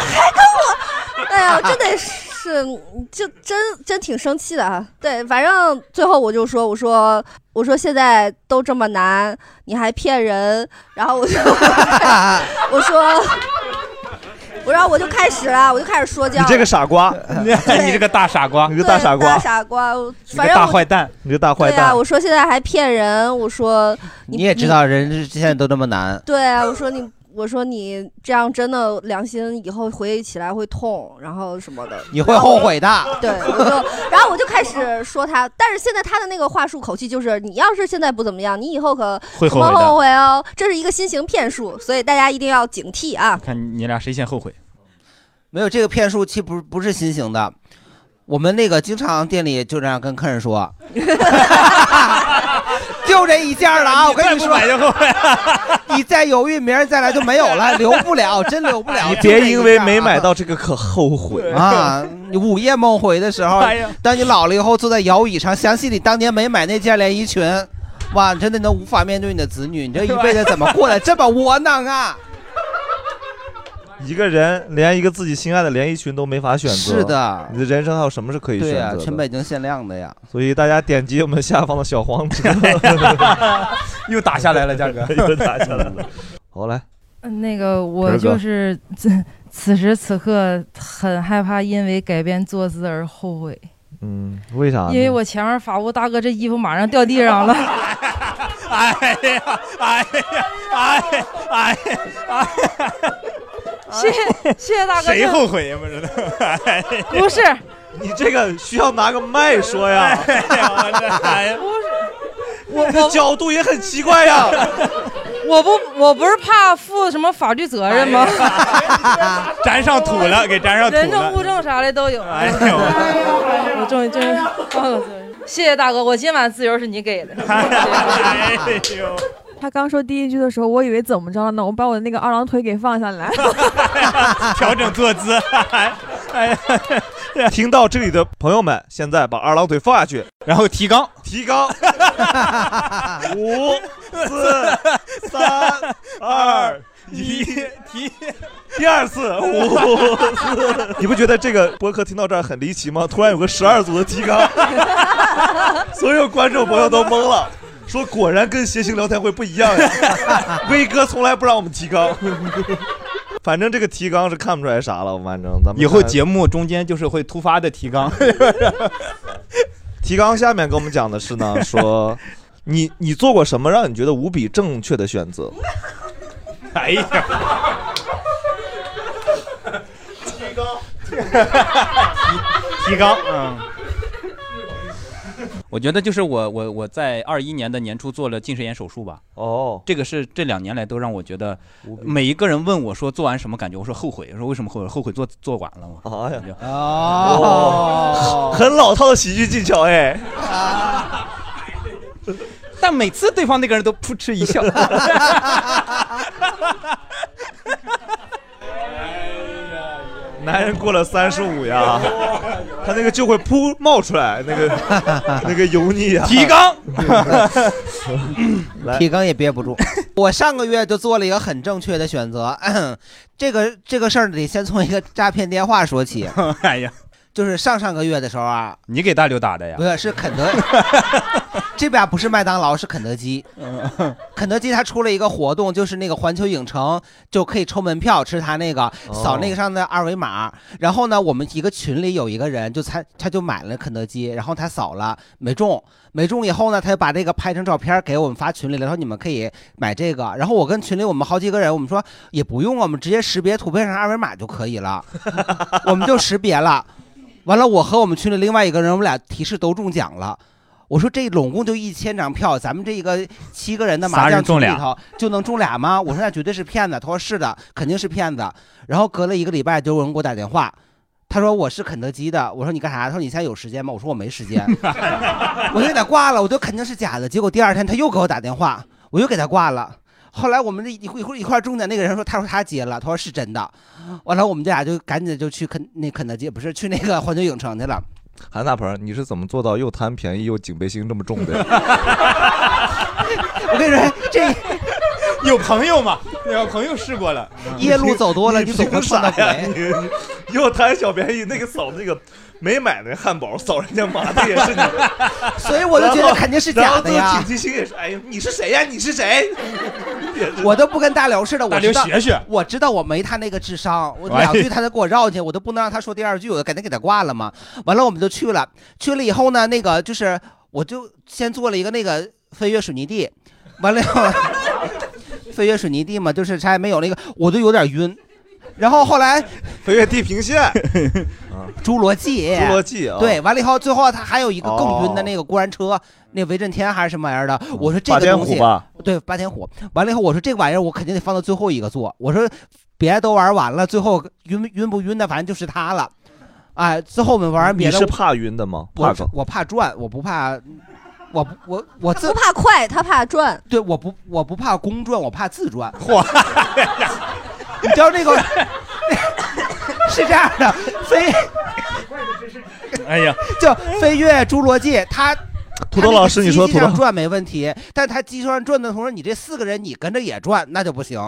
[SPEAKER 4] 我还跟我， 哎呀，真得是就真真挺生气的啊。对，反正最后我就说，我说我说现在都这么难，你还骗人，然后我就 我说。我然后我就开始了，我就开始说教
[SPEAKER 1] 你
[SPEAKER 4] 了。
[SPEAKER 1] 这个傻瓜，
[SPEAKER 5] 你这个大傻瓜，
[SPEAKER 1] 你这个大傻
[SPEAKER 4] 大
[SPEAKER 1] 瓜，
[SPEAKER 4] 傻瓜，
[SPEAKER 1] 你
[SPEAKER 4] 反
[SPEAKER 1] 个
[SPEAKER 4] 正
[SPEAKER 1] 大
[SPEAKER 4] 我
[SPEAKER 1] 坏蛋，你个大坏
[SPEAKER 4] 对
[SPEAKER 1] 蛋
[SPEAKER 4] 啊，。我说现在还骗人，我说
[SPEAKER 2] 你也知道，人是现在都这么难。
[SPEAKER 4] 对啊，我说你，我说你这样真的良心以后回忆起来会痛，然后什么的，
[SPEAKER 2] 你会后悔的
[SPEAKER 4] 对，我就，然后我就开始说他，但是现在他的那个话术口气就是，你要是现在不怎么样，你以后可
[SPEAKER 5] 会
[SPEAKER 4] 可
[SPEAKER 5] 后悔的
[SPEAKER 4] 后悔哦，这是一个新型骗术，所以大家一定要警惕啊。
[SPEAKER 5] 看你俩谁先后悔？
[SPEAKER 2] 没有这个骗术其实不不是新型的，我们那个经常店里就这样跟客 人说，就这一件儿了啊！我跟你说， 你再犹豫，明儿再来就没 有了，留不了，真留不了。
[SPEAKER 1] 你
[SPEAKER 2] 就这
[SPEAKER 1] 别
[SPEAKER 2] 一
[SPEAKER 1] 因为
[SPEAKER 2] 件儿
[SPEAKER 1] 没
[SPEAKER 2] 啊
[SPEAKER 1] 买到这个可后悔
[SPEAKER 2] 啊！你午夜梦回的时候
[SPEAKER 1] 哎呀，
[SPEAKER 2] 当你老了以后，坐在摇椅上，想起你当年没买那件连衣裙，哇，真的你都无法面对你的子女，你这一辈子怎么过得这么窝囊啊？
[SPEAKER 1] 一个人连一个自己心爱的连衣裙都没法选择，
[SPEAKER 2] 是的，
[SPEAKER 1] 你的人生还有什么是 可以选
[SPEAKER 2] 对
[SPEAKER 5] 啊
[SPEAKER 2] 呀、
[SPEAKER 1] 择的？
[SPEAKER 2] 全北京限量的呀。
[SPEAKER 1] 所以大家点击我们下方的小黄车，
[SPEAKER 5] 又打下来了，价格
[SPEAKER 1] 又打下来了。好，来，
[SPEAKER 14] 嗯，那个
[SPEAKER 1] 皮
[SPEAKER 14] 我
[SPEAKER 1] 儿哥
[SPEAKER 14] 就是此此时此刻很害怕，因为改变坐姿而后悔，
[SPEAKER 1] 嗯，为啥呢？
[SPEAKER 14] 因为我前面法务大哥这衣服马上掉地上了。
[SPEAKER 5] 哎呀，哎呀，哎呀，哎呀，哎呀！
[SPEAKER 14] 谢谢谢谢大哥。
[SPEAKER 5] 谁
[SPEAKER 14] 这
[SPEAKER 5] 后悔呀？不是，哎呀
[SPEAKER 14] 不是，
[SPEAKER 1] 你这个需要拿个麦说呀，
[SPEAKER 5] 哎
[SPEAKER 14] 我我
[SPEAKER 1] 角度也很奇怪 呀。
[SPEAKER 14] 我不我不是怕负什么法律责任吗？
[SPEAKER 5] 粘上土了，给粘上土
[SPEAKER 14] 人证
[SPEAKER 5] 了。
[SPEAKER 14] 物证啥的都有。哎呦， 我终于终于忘了责任，谢谢大哥，我今晚自由是你给的。
[SPEAKER 5] 哎呦，
[SPEAKER 15] 他刚说第一句的时候，我以为怎么着了呢？我把我的那个二郎腿给放下来。
[SPEAKER 5] 调整坐姿。
[SPEAKER 1] 听到这里的朋友们，现在把二郎腿放下去，
[SPEAKER 5] 然后提纲，
[SPEAKER 1] 提 纲，五四三二一，
[SPEAKER 5] 提
[SPEAKER 1] 第二次，五四。你不觉得这个播客听到这儿很离奇吗？突然有个十二组的提纲， 所有观众朋友都懵了，说果然跟谐星聊天会不一样呀。威哥从来不让我们提纲，反正这个提纲是看不出来啥了。反正咱们
[SPEAKER 5] 以后
[SPEAKER 1] 看
[SPEAKER 5] 节目中间就是会突发的提纲。
[SPEAKER 1] 提纲下面跟我们讲的是呢， 说你你做过什么让你觉得无比正确的选择？
[SPEAKER 5] 哎呀，
[SPEAKER 1] 提纲，提纲。
[SPEAKER 3] 嗯。我觉得就是我我我在二一年的年初做了近视眼手术吧。
[SPEAKER 1] 哦，
[SPEAKER 3] 这个是这两年来都让我觉得
[SPEAKER 1] 比，
[SPEAKER 3] 每一个人问我说做完什么感觉，我说后悔，我说为什么后悔？后悔做做晚了嘛。
[SPEAKER 1] 哎呀，
[SPEAKER 16] 아,
[SPEAKER 3] 哦，
[SPEAKER 1] 很老套的喜剧技巧哎。
[SPEAKER 3] 但每次对方那个人都噗嗤一笑。
[SPEAKER 1] 男人过了三十五呀，他那个就会噗冒出来，那个 那个油腻呀。
[SPEAKER 2] 提纲
[SPEAKER 1] 来
[SPEAKER 2] 提纲也憋不住。我上个月就做了一个很正确的选择， 这个这个事儿得先从一个诈骗电话说起。
[SPEAKER 3] 哎呀，
[SPEAKER 2] 就是上上个月的时候啊，
[SPEAKER 3] 你给大刘打的呀
[SPEAKER 2] 不？是是肯德， 这边不是麦当劳，是肯德基。
[SPEAKER 3] 嗯
[SPEAKER 2] 肯德基它出了一个活动，就是那个环球影城就可以抽门票吃它那个，
[SPEAKER 7] 哦
[SPEAKER 2] 扫那个上的二维码。然后呢，我们一个群里有一个人就他他就买了肯德基，然后他扫了没中，没中以后呢，他就把这个拍成照片给我们发群里了，说你们可以买这个。然后我跟群里我们好几个人，我们说也不用，我们直接识别图片上二维码就可以了，我们就识别了。完了，我和我们群里另外一个人，我们俩提示都中奖了。我说这拢共就一千张票，咱们这一个七个人的
[SPEAKER 3] 仨
[SPEAKER 2] 麻将
[SPEAKER 3] 人中
[SPEAKER 2] 群里
[SPEAKER 3] 俩
[SPEAKER 2] 头就能中俩吗？我说那绝对是骗子。他说是的，肯定是骗子。然后隔了一个礼拜，就有人给我打电话，他说我是肯德基的。我说你干啥？他说你现在有时间吗？我说我没时间。 我就给他挂了，我就肯定是假的。结果第二天他又给我打电话，我又给他挂了。后来我们那一会一会儿一块儿中奖那个人说，他说他接了，他说是真的。完了，我们这俩就赶紧就去肯那肯德基，不是去那个环球影城去了。
[SPEAKER 1] 韩大鹏，你是怎么做到又贪便宜又警备心这么重的呀？
[SPEAKER 2] 我跟你说，这
[SPEAKER 5] 有朋友嘛，有朋友试过了，
[SPEAKER 2] 夜路走多了，你总
[SPEAKER 1] 凭
[SPEAKER 2] 会碰
[SPEAKER 1] 啥
[SPEAKER 2] 到鬼。
[SPEAKER 1] 呀？你又贪小便宜，那个扫那个没买的汉堡扫人家麻的也是你，
[SPEAKER 2] 所以我就觉得肯定是假的
[SPEAKER 1] 然后然后
[SPEAKER 2] 呀
[SPEAKER 1] 最后警惕心也是，哎呀，你是谁呀？你是谁？
[SPEAKER 2] 我都不跟大刘似的，
[SPEAKER 1] 大
[SPEAKER 2] 我
[SPEAKER 1] 刘
[SPEAKER 2] 知道
[SPEAKER 1] 学哎学
[SPEAKER 2] 我知道我没他那个智商，我两句他就给我绕进去，我都不能让他说第二句，我就赶紧给他挂了嘛。完了我们就去了，去了以后呢，那个就是我就先做了一个那个飞跃水泥地，完了以后飞跃水泥地嘛，就是他也没有那个，我都有点晕。然后后来
[SPEAKER 1] 飞跃地平线，
[SPEAKER 2] 侏罗纪，
[SPEAKER 1] 侏罗纪啊哦
[SPEAKER 2] 对，完了以后，最后他还有一个更晕的那个过山车，那威震天还是什么玩意儿的，我说这
[SPEAKER 1] 霸
[SPEAKER 2] 个
[SPEAKER 1] 天
[SPEAKER 2] 东西
[SPEAKER 1] 虎吧，
[SPEAKER 2] 对，霸天虎。完了以后，我说这个玩意儿我肯定得放到最后一个做，我说别的都玩完了，最后晕晕不晕的，反正就是它了。哎，最后我们玩完别
[SPEAKER 1] 你
[SPEAKER 2] 的，
[SPEAKER 1] 是怕晕的吗？怕
[SPEAKER 2] 我
[SPEAKER 1] 高？
[SPEAKER 2] 我怕转，我不怕，我不我我自
[SPEAKER 4] 不怕快，他怕转。
[SPEAKER 2] 对，我不我不怕公转，我怕自转。 嚯！你知道那个 是这样的，飞
[SPEAKER 1] 哎呀，
[SPEAKER 2] 就飞跃侏罗纪，他。
[SPEAKER 1] 土豆老师你说
[SPEAKER 2] 他那个机器
[SPEAKER 1] 土
[SPEAKER 2] 上
[SPEAKER 1] 豆
[SPEAKER 2] 转没问题，但他机器上转的同时，你这四个人你跟着也转，那就不行。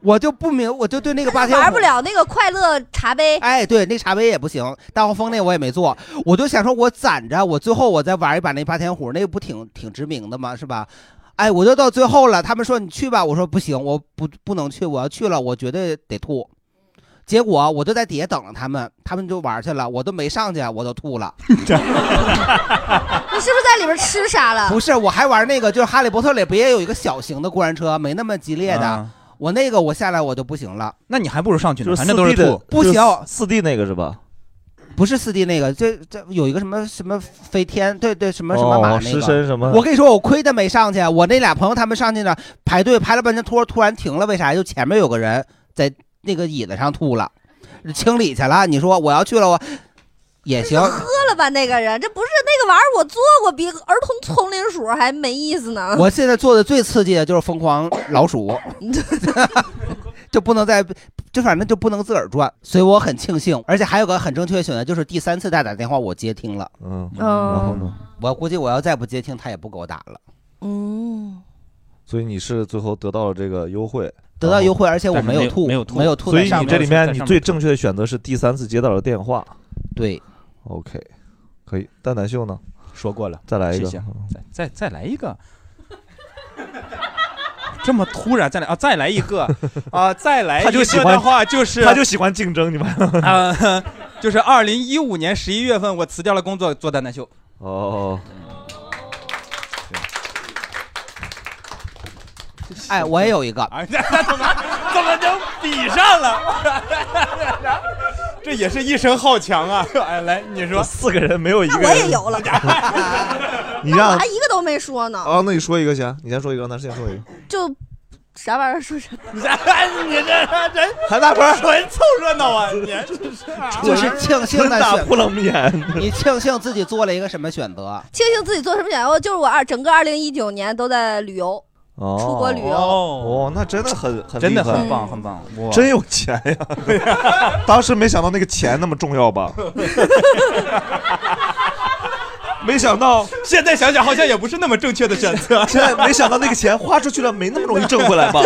[SPEAKER 2] 我就不明，我就对那个八天
[SPEAKER 4] 玩不了
[SPEAKER 2] 那个快乐茶杯。哎，对，那茶杯也不行，大黄蜂那我也没做，我就想说，我攒着，我最后我再玩一把那八天虎，那个不挺挺知名的吗？是吧？哎，我就到最后了，他们说你去吧，我说不行，我不不能去，我要去了，我绝对得吐。结果我就在底下等着他们，他们就玩去了，我都没上去，我都吐了。
[SPEAKER 4] 你是不是在里边吃啥
[SPEAKER 1] 啊
[SPEAKER 4] 了？
[SPEAKER 2] 不是，我还玩那个，就是《哈利波特》里不也有一个小型的过山车，没那么激烈的。
[SPEAKER 3] 啊
[SPEAKER 2] 我那个我下来我就不行了，
[SPEAKER 3] 那你还不如上去
[SPEAKER 1] 就
[SPEAKER 3] 呢，
[SPEAKER 1] 是
[SPEAKER 3] 反
[SPEAKER 1] 四
[SPEAKER 3] 正都
[SPEAKER 1] D
[SPEAKER 3] 是
[SPEAKER 1] 的
[SPEAKER 3] 吐，，
[SPEAKER 2] 不行
[SPEAKER 1] 四 D 那个是吧？
[SPEAKER 2] 不是四 D 那个，这这有一个什么什么飞天，对对，什么什么
[SPEAKER 1] 哦
[SPEAKER 2] 马那个。
[SPEAKER 1] 狮身什么
[SPEAKER 2] 我跟你说，我亏的没上去，我那俩朋友他们上去呢，排队排了半天，突突然停了，为啥？就前面有个人在那个椅子上吐了，清理去了。你说我要去了，我也行。
[SPEAKER 4] 喝了吧那个人，这不是那个玩意儿，我做过，比儿童丛林鼠还没意思呢。
[SPEAKER 2] 我现在做的最刺激的就是疯狂老 鼠，就不能再就反正就不能自个儿转，所以我很庆幸。而且还有个很正确的选择，就是第三次他打电话我接听了，
[SPEAKER 1] 嗯，
[SPEAKER 2] 嗯
[SPEAKER 1] 然后呢？
[SPEAKER 2] 我估计我要再不接听他也不给我打了，
[SPEAKER 4] 嗯，
[SPEAKER 1] 所以你是最后得到了这个优惠，
[SPEAKER 2] 得到优惠，而且我
[SPEAKER 1] 但是
[SPEAKER 2] 没有吐，没没有吐
[SPEAKER 1] 所
[SPEAKER 2] 在
[SPEAKER 1] 以
[SPEAKER 2] 上
[SPEAKER 1] 你
[SPEAKER 2] 面，
[SPEAKER 1] 这里面你最正确的选择是第三次接到了电话。
[SPEAKER 2] 对
[SPEAKER 1] ，OK，可以。蛋蛋秀呢？
[SPEAKER 3] 说过了，
[SPEAKER 1] 再来一
[SPEAKER 3] 谢
[SPEAKER 1] 个。
[SPEAKER 3] 谢再再来一个。这么突然，再来啊！再来一个啊！再来
[SPEAKER 1] 嗯他
[SPEAKER 3] 一
[SPEAKER 1] 就
[SPEAKER 3] 个
[SPEAKER 1] 喜欢
[SPEAKER 3] 的话，就是
[SPEAKER 1] 他就喜欢竞争，你们
[SPEAKER 3] 啊、就是二零一五年十一月份，我辞掉了工作，做蛋蛋秀。
[SPEAKER 1] 哦，
[SPEAKER 2] 哎，我也有一个，
[SPEAKER 3] 怎么怎么能比上了？
[SPEAKER 6] 这也是一身好强啊！哎，来你说，
[SPEAKER 1] 四个人没有一个
[SPEAKER 4] 那我也
[SPEAKER 1] 人
[SPEAKER 4] 有了，
[SPEAKER 1] 你
[SPEAKER 4] 那我
[SPEAKER 1] 让
[SPEAKER 4] 还一个都没说呢，
[SPEAKER 1] 啊，那你说一个行，你先说一个，让他先说一个。
[SPEAKER 4] 就啥玩意儿说 啥？你
[SPEAKER 6] 哎这人
[SPEAKER 1] 韩大鹏
[SPEAKER 6] 纯凑热闹啊！你这是啊
[SPEAKER 2] 我是庆幸的
[SPEAKER 1] 纯打
[SPEAKER 2] 选
[SPEAKER 1] 扑棱眼，
[SPEAKER 2] 你庆幸自己做了一个什么选择？
[SPEAKER 4] 庆幸自己做什么选择，就是我二整个二零一九年都在旅游，
[SPEAKER 1] 哦，
[SPEAKER 4] 出国旅游
[SPEAKER 1] 哦，那真的很很
[SPEAKER 3] 真的
[SPEAKER 1] 厉害
[SPEAKER 3] 很棒很棒哇
[SPEAKER 1] 真有钱 呀！当时没想到那个钱那么重要吧？没想到，
[SPEAKER 6] 现在想想好像也不是那么正确的选择。
[SPEAKER 1] 现在没想到那个钱花出去了，没那么容易挣回来 吧？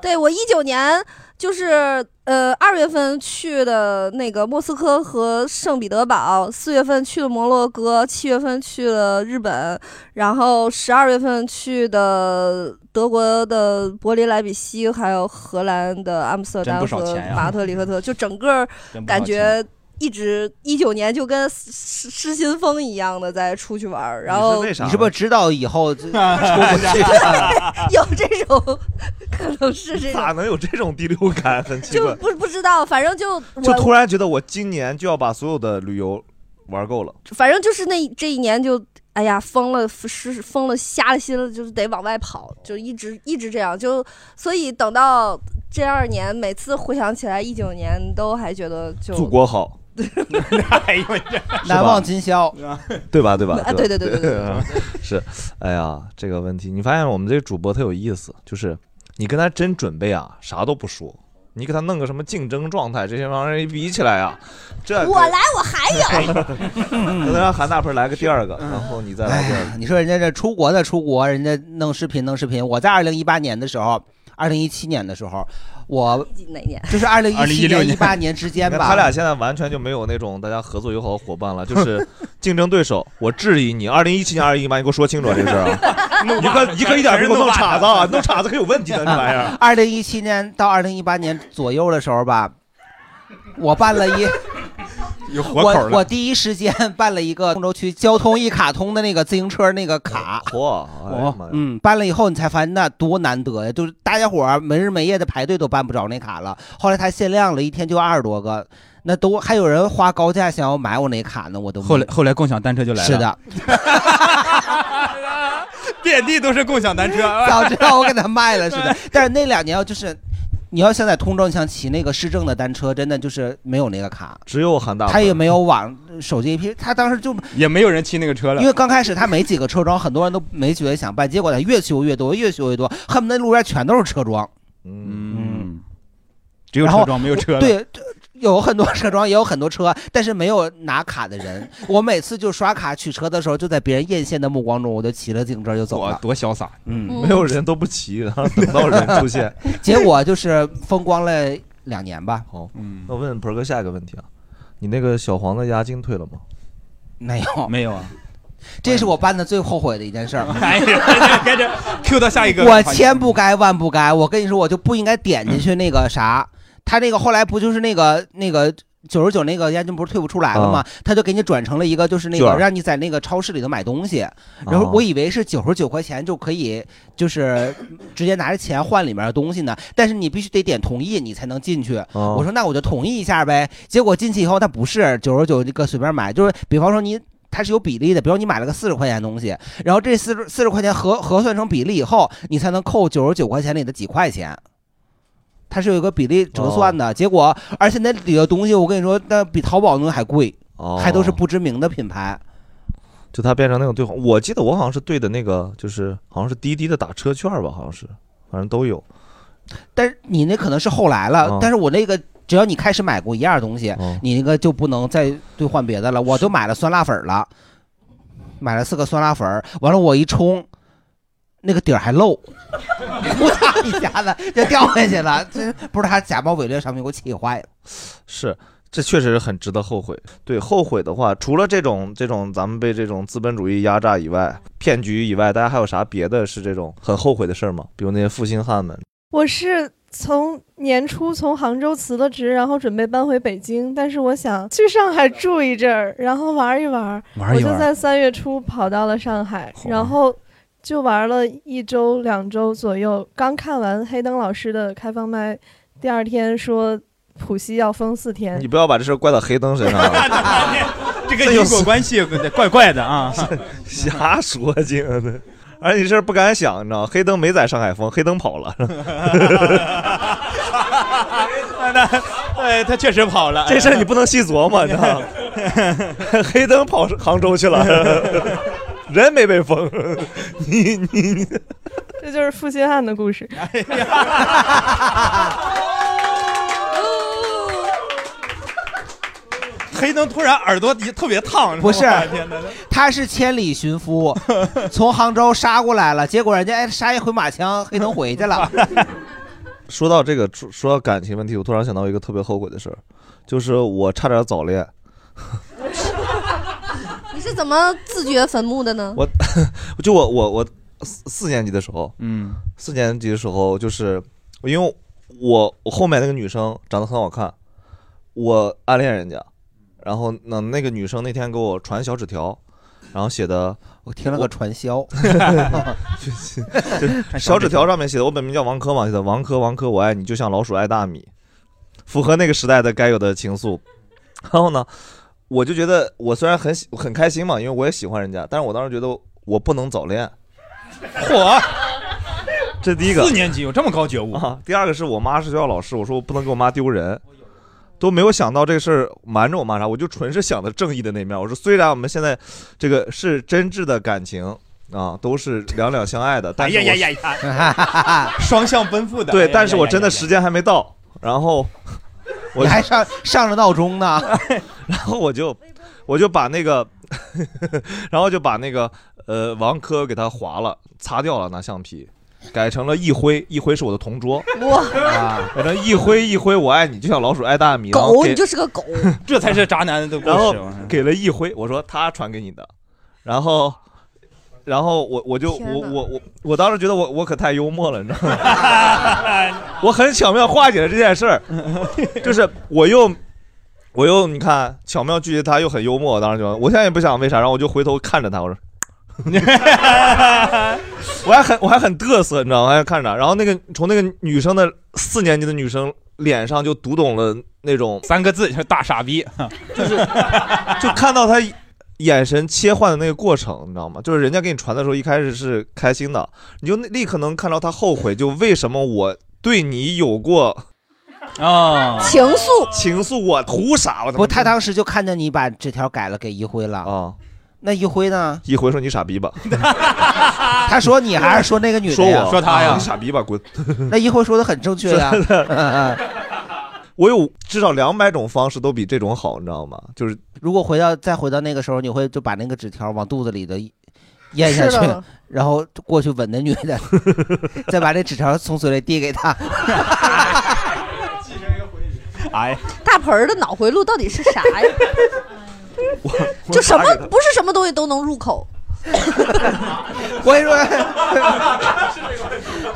[SPEAKER 4] 对我一九年就是呃二月份去的那个莫斯科和圣彼得堡，四月份去了摩洛哥，七月份去了日本，然后十二月份去的德国的柏林、莱比锡，还有荷兰的阿姆斯特
[SPEAKER 3] 真
[SPEAKER 4] 丹
[SPEAKER 3] 不少
[SPEAKER 4] 和
[SPEAKER 3] 钱呀
[SPEAKER 4] 马特里赫特，就整个
[SPEAKER 3] 真不少
[SPEAKER 4] 感觉。一直一九年就跟失失心疯一样的在出去玩儿，然后
[SPEAKER 2] 你是不是知道以后就出 不去？
[SPEAKER 4] 有这种， 可能是这种
[SPEAKER 1] 咋能有这种第六感？很奇怪，
[SPEAKER 4] 不不知道，反正就
[SPEAKER 1] 就
[SPEAKER 4] 我
[SPEAKER 1] 突然觉得我今年就要把所有的旅游玩够了。
[SPEAKER 4] 反正就是那这一年就哎呀疯了，失疯了，瞎了心了，就是得往外跑，就一直一直这样，就所以等到这二年，每次回想起来一九年，都还觉得就
[SPEAKER 1] 祖国好，
[SPEAKER 2] 难忘 今宵，
[SPEAKER 1] 对吧？对吧？
[SPEAKER 4] 呃
[SPEAKER 2] 啊
[SPEAKER 1] 吧
[SPEAKER 2] 对对对对对
[SPEAKER 1] 是，哎呀，这个问题，你发现我们这个主播特有意思，就是你跟他真准备啊，啥都不说，你给他弄个什么竞争状态，这些玩意儿一比起来啊，这
[SPEAKER 4] 我来我还有，
[SPEAKER 1] 可能让韩大鹏来个第二个，
[SPEAKER 6] 嗯
[SPEAKER 1] 然后你再来第二
[SPEAKER 6] 哎
[SPEAKER 1] 个。
[SPEAKER 2] 你说人家这出国的出国，人家弄视频弄视频。我在二零一八年的时候，二零一七年的时候，我
[SPEAKER 4] 哪年？
[SPEAKER 2] 就是二零一七
[SPEAKER 1] 2016
[SPEAKER 2] 一八年之间
[SPEAKER 1] 你
[SPEAKER 2] 吧。
[SPEAKER 1] 看他俩现在完全就没有那种大家合作友好的伙伴了，就是 竞争对手。我质疑你，二零一七年、二零一八，你给我说清楚这个事儿 啊！你可你可一点别给我弄岔子啊！弄岔子可有问题的，这玩意儿。
[SPEAKER 2] 二零一七年到二零一八年左右的时候吧，我办了一。
[SPEAKER 6] 有活口
[SPEAKER 2] 我
[SPEAKER 6] 了
[SPEAKER 2] 我第一时间办了一个通州区交通一卡通的那个自行车那个卡，
[SPEAKER 1] 嚯、哎呀妈呀
[SPEAKER 2] 嗯，办了以后你才发现那多难得呀，就是大家伙儿没日没夜的排队都办不着那卡了。后来它限量了，一天就二十多个，那都还有人花高价想要买我那卡呢，我都
[SPEAKER 3] 后来 后来共享单车就来了，
[SPEAKER 2] 是的，
[SPEAKER 6] 遍地都是共享单车。
[SPEAKER 2] 早知道我给他卖了似的。但是那两年就是，你要想在通州想骑那个市政的单车，真的就是没有那个卡，
[SPEAKER 1] 只有韩大鹏
[SPEAKER 2] 他也没有网手机 APP，他当时就
[SPEAKER 6] 也没有人骑那个车了，
[SPEAKER 2] 因为刚开始他没几个车庄，很多人都没觉得想办，结果他越修越多，越修越多，恨不得路边全都是车庄。
[SPEAKER 3] 嗯，
[SPEAKER 6] 只有车庄没有车了
[SPEAKER 2] 对，这有很多车庄，也有很多车，但是没有拿卡的 人。我每次就刷卡取车的时候，就在别人艳羡的目光中，我就骑着自行车就走了，
[SPEAKER 3] 多潇洒。
[SPEAKER 2] 嗯
[SPEAKER 1] 没有人都不骑，然后等到人出现。
[SPEAKER 2] 结果就是风光了两年吧。
[SPEAKER 1] 好，哦
[SPEAKER 2] 嗯
[SPEAKER 1] 那我问鹏哥下一个问题啊，你那个小黄的押金退了吗？
[SPEAKER 2] 没有，
[SPEAKER 3] 没有啊。
[SPEAKER 2] 这是我办的最后悔的一件事儿。
[SPEAKER 6] 哎呀，该 这 Q 到下一个
[SPEAKER 2] 我
[SPEAKER 6] 环节。
[SPEAKER 2] 千不该万不该，我跟你说，我就不应该点进去那个啥，他那个后来不就是那个那个。九十九那个押金不是退不出来了吗
[SPEAKER 6] 啊？
[SPEAKER 2] 他就给你转成了一个，就是那
[SPEAKER 6] 券
[SPEAKER 2] 个
[SPEAKER 6] 儿啊
[SPEAKER 2] 让你在那个超市里头买东西，然后我以为是九十九块钱就可以，就是直接拿着钱换里面的东西呢。但是你必须得点同意，你才能进去。
[SPEAKER 1] 哦
[SPEAKER 2] 我说那我就同意一下呗。结果进去以后，他不是九十九那个随便买，就是比方说你。它是有比例的，比如你买了个四十块钱的东西，然后这四十四十块钱核核算成比例以后，你才能扣九十九块钱里的几块钱。它是有一个比例折算
[SPEAKER 1] 哦
[SPEAKER 2] 的，结果而且那里的东西，我跟你说，那比淘宝那还贵，
[SPEAKER 1] 哦
[SPEAKER 2] 还都是不知名的品牌。
[SPEAKER 1] 就他变成那种兑换，我记得我好像是兑的那个，就是好像是滴滴的打车券吧，好像是，反正都有。
[SPEAKER 2] 但是你那可能是后来了，
[SPEAKER 1] 嗯
[SPEAKER 2] 但是我那个只要你开始买过一样东西，你那个就不能再兑换别的了。我就买了酸辣粉了，买了四个酸辣粉儿，完了我一冲，那个底儿还漏， 噗嗒一下子就掉下去了。 这不是他假冒伪劣商品，给我气坏了。
[SPEAKER 1] 是，这确实很值得后悔。对，后悔的话，除了这种这种咱们被这种资本主义压榨以外，骗局以外，大家还有啥别的是这种很后悔的事儿吗？比如那些负心汉们，
[SPEAKER 11] 我是从年初从杭州辞了职，然后准备搬回北京，但是我想去上海住一阵儿，然后玩一玩。
[SPEAKER 7] 玩一玩啊
[SPEAKER 11] 我就在三月初跑到了上海，然后就玩了一周、两周左右。刚看完黑灯老师的开放麦，第二天说
[SPEAKER 7] 浦西要封四天
[SPEAKER 1] 你。不要把这事儿怪到黑灯身上啊了，
[SPEAKER 5] 这个因果关系怪怪的 啊！
[SPEAKER 1] 瞎说净的。而且这事儿不敢想，你知道，黑灯没在上海封，黑灯跑了。
[SPEAKER 17] 哎
[SPEAKER 5] 对他确实跑了，
[SPEAKER 1] 这事儿你不能细琢磨，你知道吗？ 黑灯跑杭州去了， 人没被封，你你你，
[SPEAKER 7] 这就是负心汉的故事。
[SPEAKER 5] 黑灯突然耳朵一特别烫，
[SPEAKER 2] 不是
[SPEAKER 5] 我的天哪！，
[SPEAKER 2] 他是千里寻夫， 从杭州杀过来了，结果人家哎杀一回马枪，黑灯回 去了。
[SPEAKER 1] 说到这个，说说到感情问题，我突然想到一个特别后悔的事儿，就是我差点早恋。
[SPEAKER 4] 你是怎么自掘坟墓的呢？
[SPEAKER 1] 我就我我我四四年级的时候，嗯，四年级的时候就是因为我我后面那个女生长得很好看，我暗恋人家，然后呢那个女生那天给我传小纸条，然后写的
[SPEAKER 2] 我听了个 传销
[SPEAKER 1] 就小纸条上面写的我本名叫王珂嘛，写的王珂王珂我爱你就像老鼠爱大米，符合那个时代的该有的情愫。然后呢，我就觉得我虽然很喜很开心嘛，因为我也喜欢人家，但是我当时觉得我不能 早恋。嚯！这第一个，
[SPEAKER 5] 四年级有这么高觉悟
[SPEAKER 1] 啊！第二个是我妈是学校老师，我说我不能给我妈丢人，都没有想到这个事儿瞒着我妈啥，我就纯是想的正义的那面。我说虽然我们现在这个是真挚的感情啊，都是两两相爱的，但
[SPEAKER 5] 哎
[SPEAKER 1] 是
[SPEAKER 5] 呀
[SPEAKER 1] 我
[SPEAKER 5] 呀呀呀！ 双向奔赴的，哎
[SPEAKER 1] 对，
[SPEAKER 5] 呀
[SPEAKER 1] 但是
[SPEAKER 5] 呀
[SPEAKER 1] 我
[SPEAKER 5] 呀
[SPEAKER 1] 真的时间还没到，然后我
[SPEAKER 2] 你还上上着闹钟呢，
[SPEAKER 1] 然后我就我就把那个， 然后就把那个呃王珂给他划了，擦掉了，拿橡皮。改成了一辉，一辉是我的同桌，
[SPEAKER 4] 哇
[SPEAKER 1] 啊，改成一辉一辉，我爱 你，就像老鼠爱大米。然后
[SPEAKER 4] 狗，
[SPEAKER 1] 给
[SPEAKER 4] 你就是个狗。
[SPEAKER 1] 这才是渣男的
[SPEAKER 5] 故事
[SPEAKER 1] 然后给了一辉，我说他传给你的，然后，然后我我就
[SPEAKER 5] 天哪
[SPEAKER 1] 我我我我当时觉得我我可太幽默了，你知道吗？ 我很巧妙化解了这件事儿，就是我又我又你看巧妙拒绝他，又很幽默，我当时就我现在也不想为啥，然后我就回头看着他，我说。 我还很我还很嘚瑟，你知道吗？我还看着他，然后那个从那个女生的四年级的女生脸上就读懂了那种
[SPEAKER 5] 三个字，就是大傻逼。
[SPEAKER 1] 就看到他眼神切换的那个过程，你知道吗？就是人家给你传的时候，一开始是开心的，你就立刻能看到他后悔，就为什么我对你有过
[SPEAKER 5] 啊
[SPEAKER 4] 情愫，
[SPEAKER 1] 情愫，我图啥？我
[SPEAKER 2] 不，他当时就看见你把纸条改了给一辉了
[SPEAKER 1] 啊。
[SPEAKER 2] 那一辉呢？
[SPEAKER 1] 一辉说你傻逼吧，
[SPEAKER 2] 他说你还是说那个女的
[SPEAKER 1] 说
[SPEAKER 2] 呀？啊
[SPEAKER 1] 我啊你傻逼吧，滚！
[SPEAKER 2] 那一辉说的很正 确呀。
[SPEAKER 1] 真
[SPEAKER 2] 嗯
[SPEAKER 1] 的，我有至少两百种方式都比这种好，你知道吗？就是
[SPEAKER 2] 如果回到再回到那个时候，你会就把那个纸条往肚子里的咽下
[SPEAKER 1] 吃
[SPEAKER 2] 去
[SPEAKER 1] 了，
[SPEAKER 2] 然后过去吻那女 的，再把那纸条从嘴里递给她。
[SPEAKER 3] 嗯
[SPEAKER 1] 哎，
[SPEAKER 4] 大盆儿的脑回路到底是啥 呀？就什么不是什么东西都能入口。
[SPEAKER 2] 我跟你说，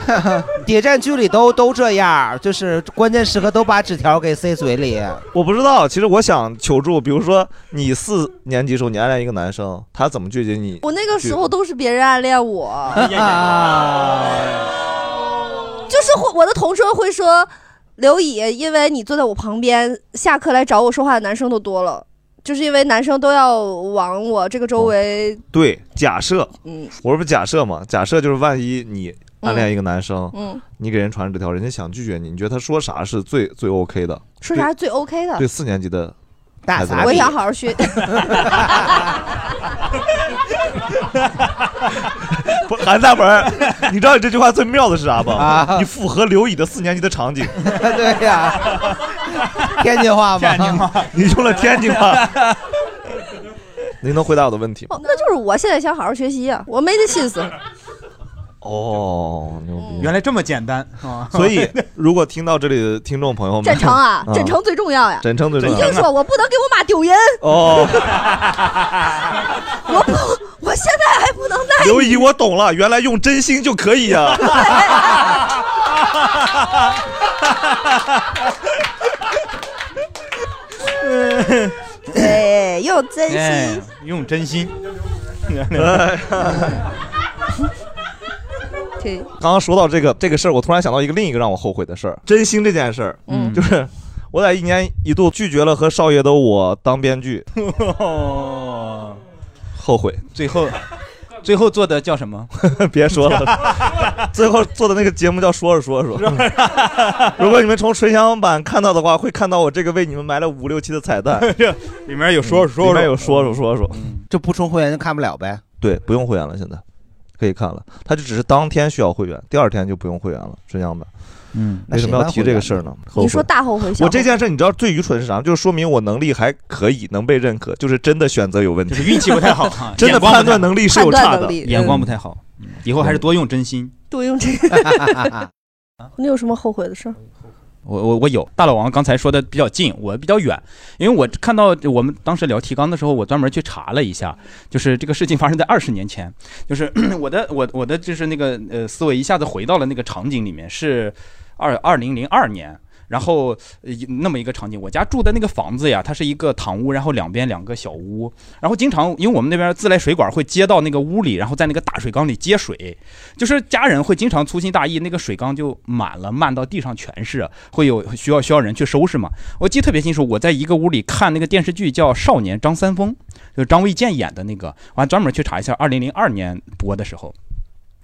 [SPEAKER 2] 谍战剧里都都这样，就是关键时刻都把纸条给塞嘴里。
[SPEAKER 1] 我不知道，其实我想求助，比如说你四年级时候你暗恋一个男生，他怎么拒绝你？
[SPEAKER 4] 我那个时候都是别人暗恋我，
[SPEAKER 1] 哎
[SPEAKER 4] 就是会我的同桌会说，刘乙，因为你坐在我旁边，下课来找我说话的男生都多了，就是因为男生都要往我这个周围，
[SPEAKER 1] 对，假设，
[SPEAKER 4] 嗯
[SPEAKER 1] 我这不假设嘛？假设就是万一你暗恋一个男生，
[SPEAKER 4] 嗯，
[SPEAKER 1] 你给人传纸条，人家想拒绝你，你觉得他说啥是最最 OK 的？
[SPEAKER 4] 说啥是最 OK 的
[SPEAKER 1] 对？四年级的孩子来
[SPEAKER 4] 我也
[SPEAKER 1] 说
[SPEAKER 4] 想好好学。
[SPEAKER 1] 不韩大本儿，你知道你这句话最妙的是啥
[SPEAKER 5] 啊
[SPEAKER 1] 吧？你符合刘乙的四年级的场景，
[SPEAKER 2] 对呀、 天津话
[SPEAKER 1] 天
[SPEAKER 2] 吗？
[SPEAKER 1] 津 话，你用了天津话。您能回答我的问题吗？
[SPEAKER 4] 哦那就是我现在想好好学习呀、啊我没 这心思。
[SPEAKER 1] 哦，牛
[SPEAKER 4] 嗯
[SPEAKER 1] 逼！
[SPEAKER 5] 原来这么简单啊！
[SPEAKER 1] 所 以，如果听到这里的听众朋友们，
[SPEAKER 4] 真诚啊，真诚
[SPEAKER 1] 最
[SPEAKER 4] 最重要呀。
[SPEAKER 1] 真诚哦最重
[SPEAKER 4] 你
[SPEAKER 1] 要。
[SPEAKER 4] 听说我不能给我妈丢人，
[SPEAKER 1] 哦，
[SPEAKER 4] 我不，我现在还不能那
[SPEAKER 1] 刘姨，我懂了，原来用真心就可以啊呀、
[SPEAKER 4] 对，用真
[SPEAKER 5] 哎
[SPEAKER 4] 心。
[SPEAKER 5] 用真心。
[SPEAKER 4] 对，
[SPEAKER 1] 刚刚说到这个这个事儿，我突然想到一个另一个让我后悔的事儿，真心这件事儿，嗯，就是我在一年一度拒绝了和少爷的我当编剧，
[SPEAKER 3] 哦，
[SPEAKER 1] 后悔。
[SPEAKER 3] 最后，最后做的叫什 么？
[SPEAKER 1] 别说了，最后做的那个节目叫《说着说着说》。 如果你们从纯享版看到的话，会看到我这个为你们埋了五六期的彩蛋，
[SPEAKER 6] 里面有说着说着
[SPEAKER 1] 嗯里面有说说说说。
[SPEAKER 2] 这不充会员就看不了呗？
[SPEAKER 1] 对，不用会员了，现在可以看了。他就只是当天需要会员，第二天就不用会员了，纯享版。
[SPEAKER 3] 嗯，
[SPEAKER 1] 为什么要提这个事儿呢？后悔
[SPEAKER 4] 你说大后悔小后悔，
[SPEAKER 1] 我这件事，你知道最愚蠢是啥吗？就是说明我能力还可以，能被认可，就是真的选择有问题，
[SPEAKER 3] 运气不太好啊
[SPEAKER 1] 真的
[SPEAKER 3] 眼光不太
[SPEAKER 1] 判断能力是有差
[SPEAKER 4] 判断
[SPEAKER 1] 的
[SPEAKER 4] 能力，
[SPEAKER 3] 眼光不太好，以后还是多用真 心。
[SPEAKER 4] 多用这
[SPEAKER 3] 个
[SPEAKER 4] 个。你有什么后悔的事儿？
[SPEAKER 3] 我我我有大老王刚才说的比较近，我比较远，因为我看到我们当时聊提纲的时候，我专门去查了一下，就是这个事情发生在二十年前，就是 我的我我的就是那个呃思维一下子回到了那个场景里面，是二二零零二年。然后呃那么一个场景，我家住的那个房子呀，它是一个堂屋，然后两边两个小屋，然后经常因为我们那边自来水管会接到那个屋里，然后在那个大水缸里接水，就是家人会经常粗心大意，那个水缸就满了，漫到地上全是，会有需要需要人去收拾嘛。我记得特别清楚，我在一个屋里看那个电视剧叫《少年张三丰》，就是张卫健演的那个，我还专门去查一下，二零零二年播的时候。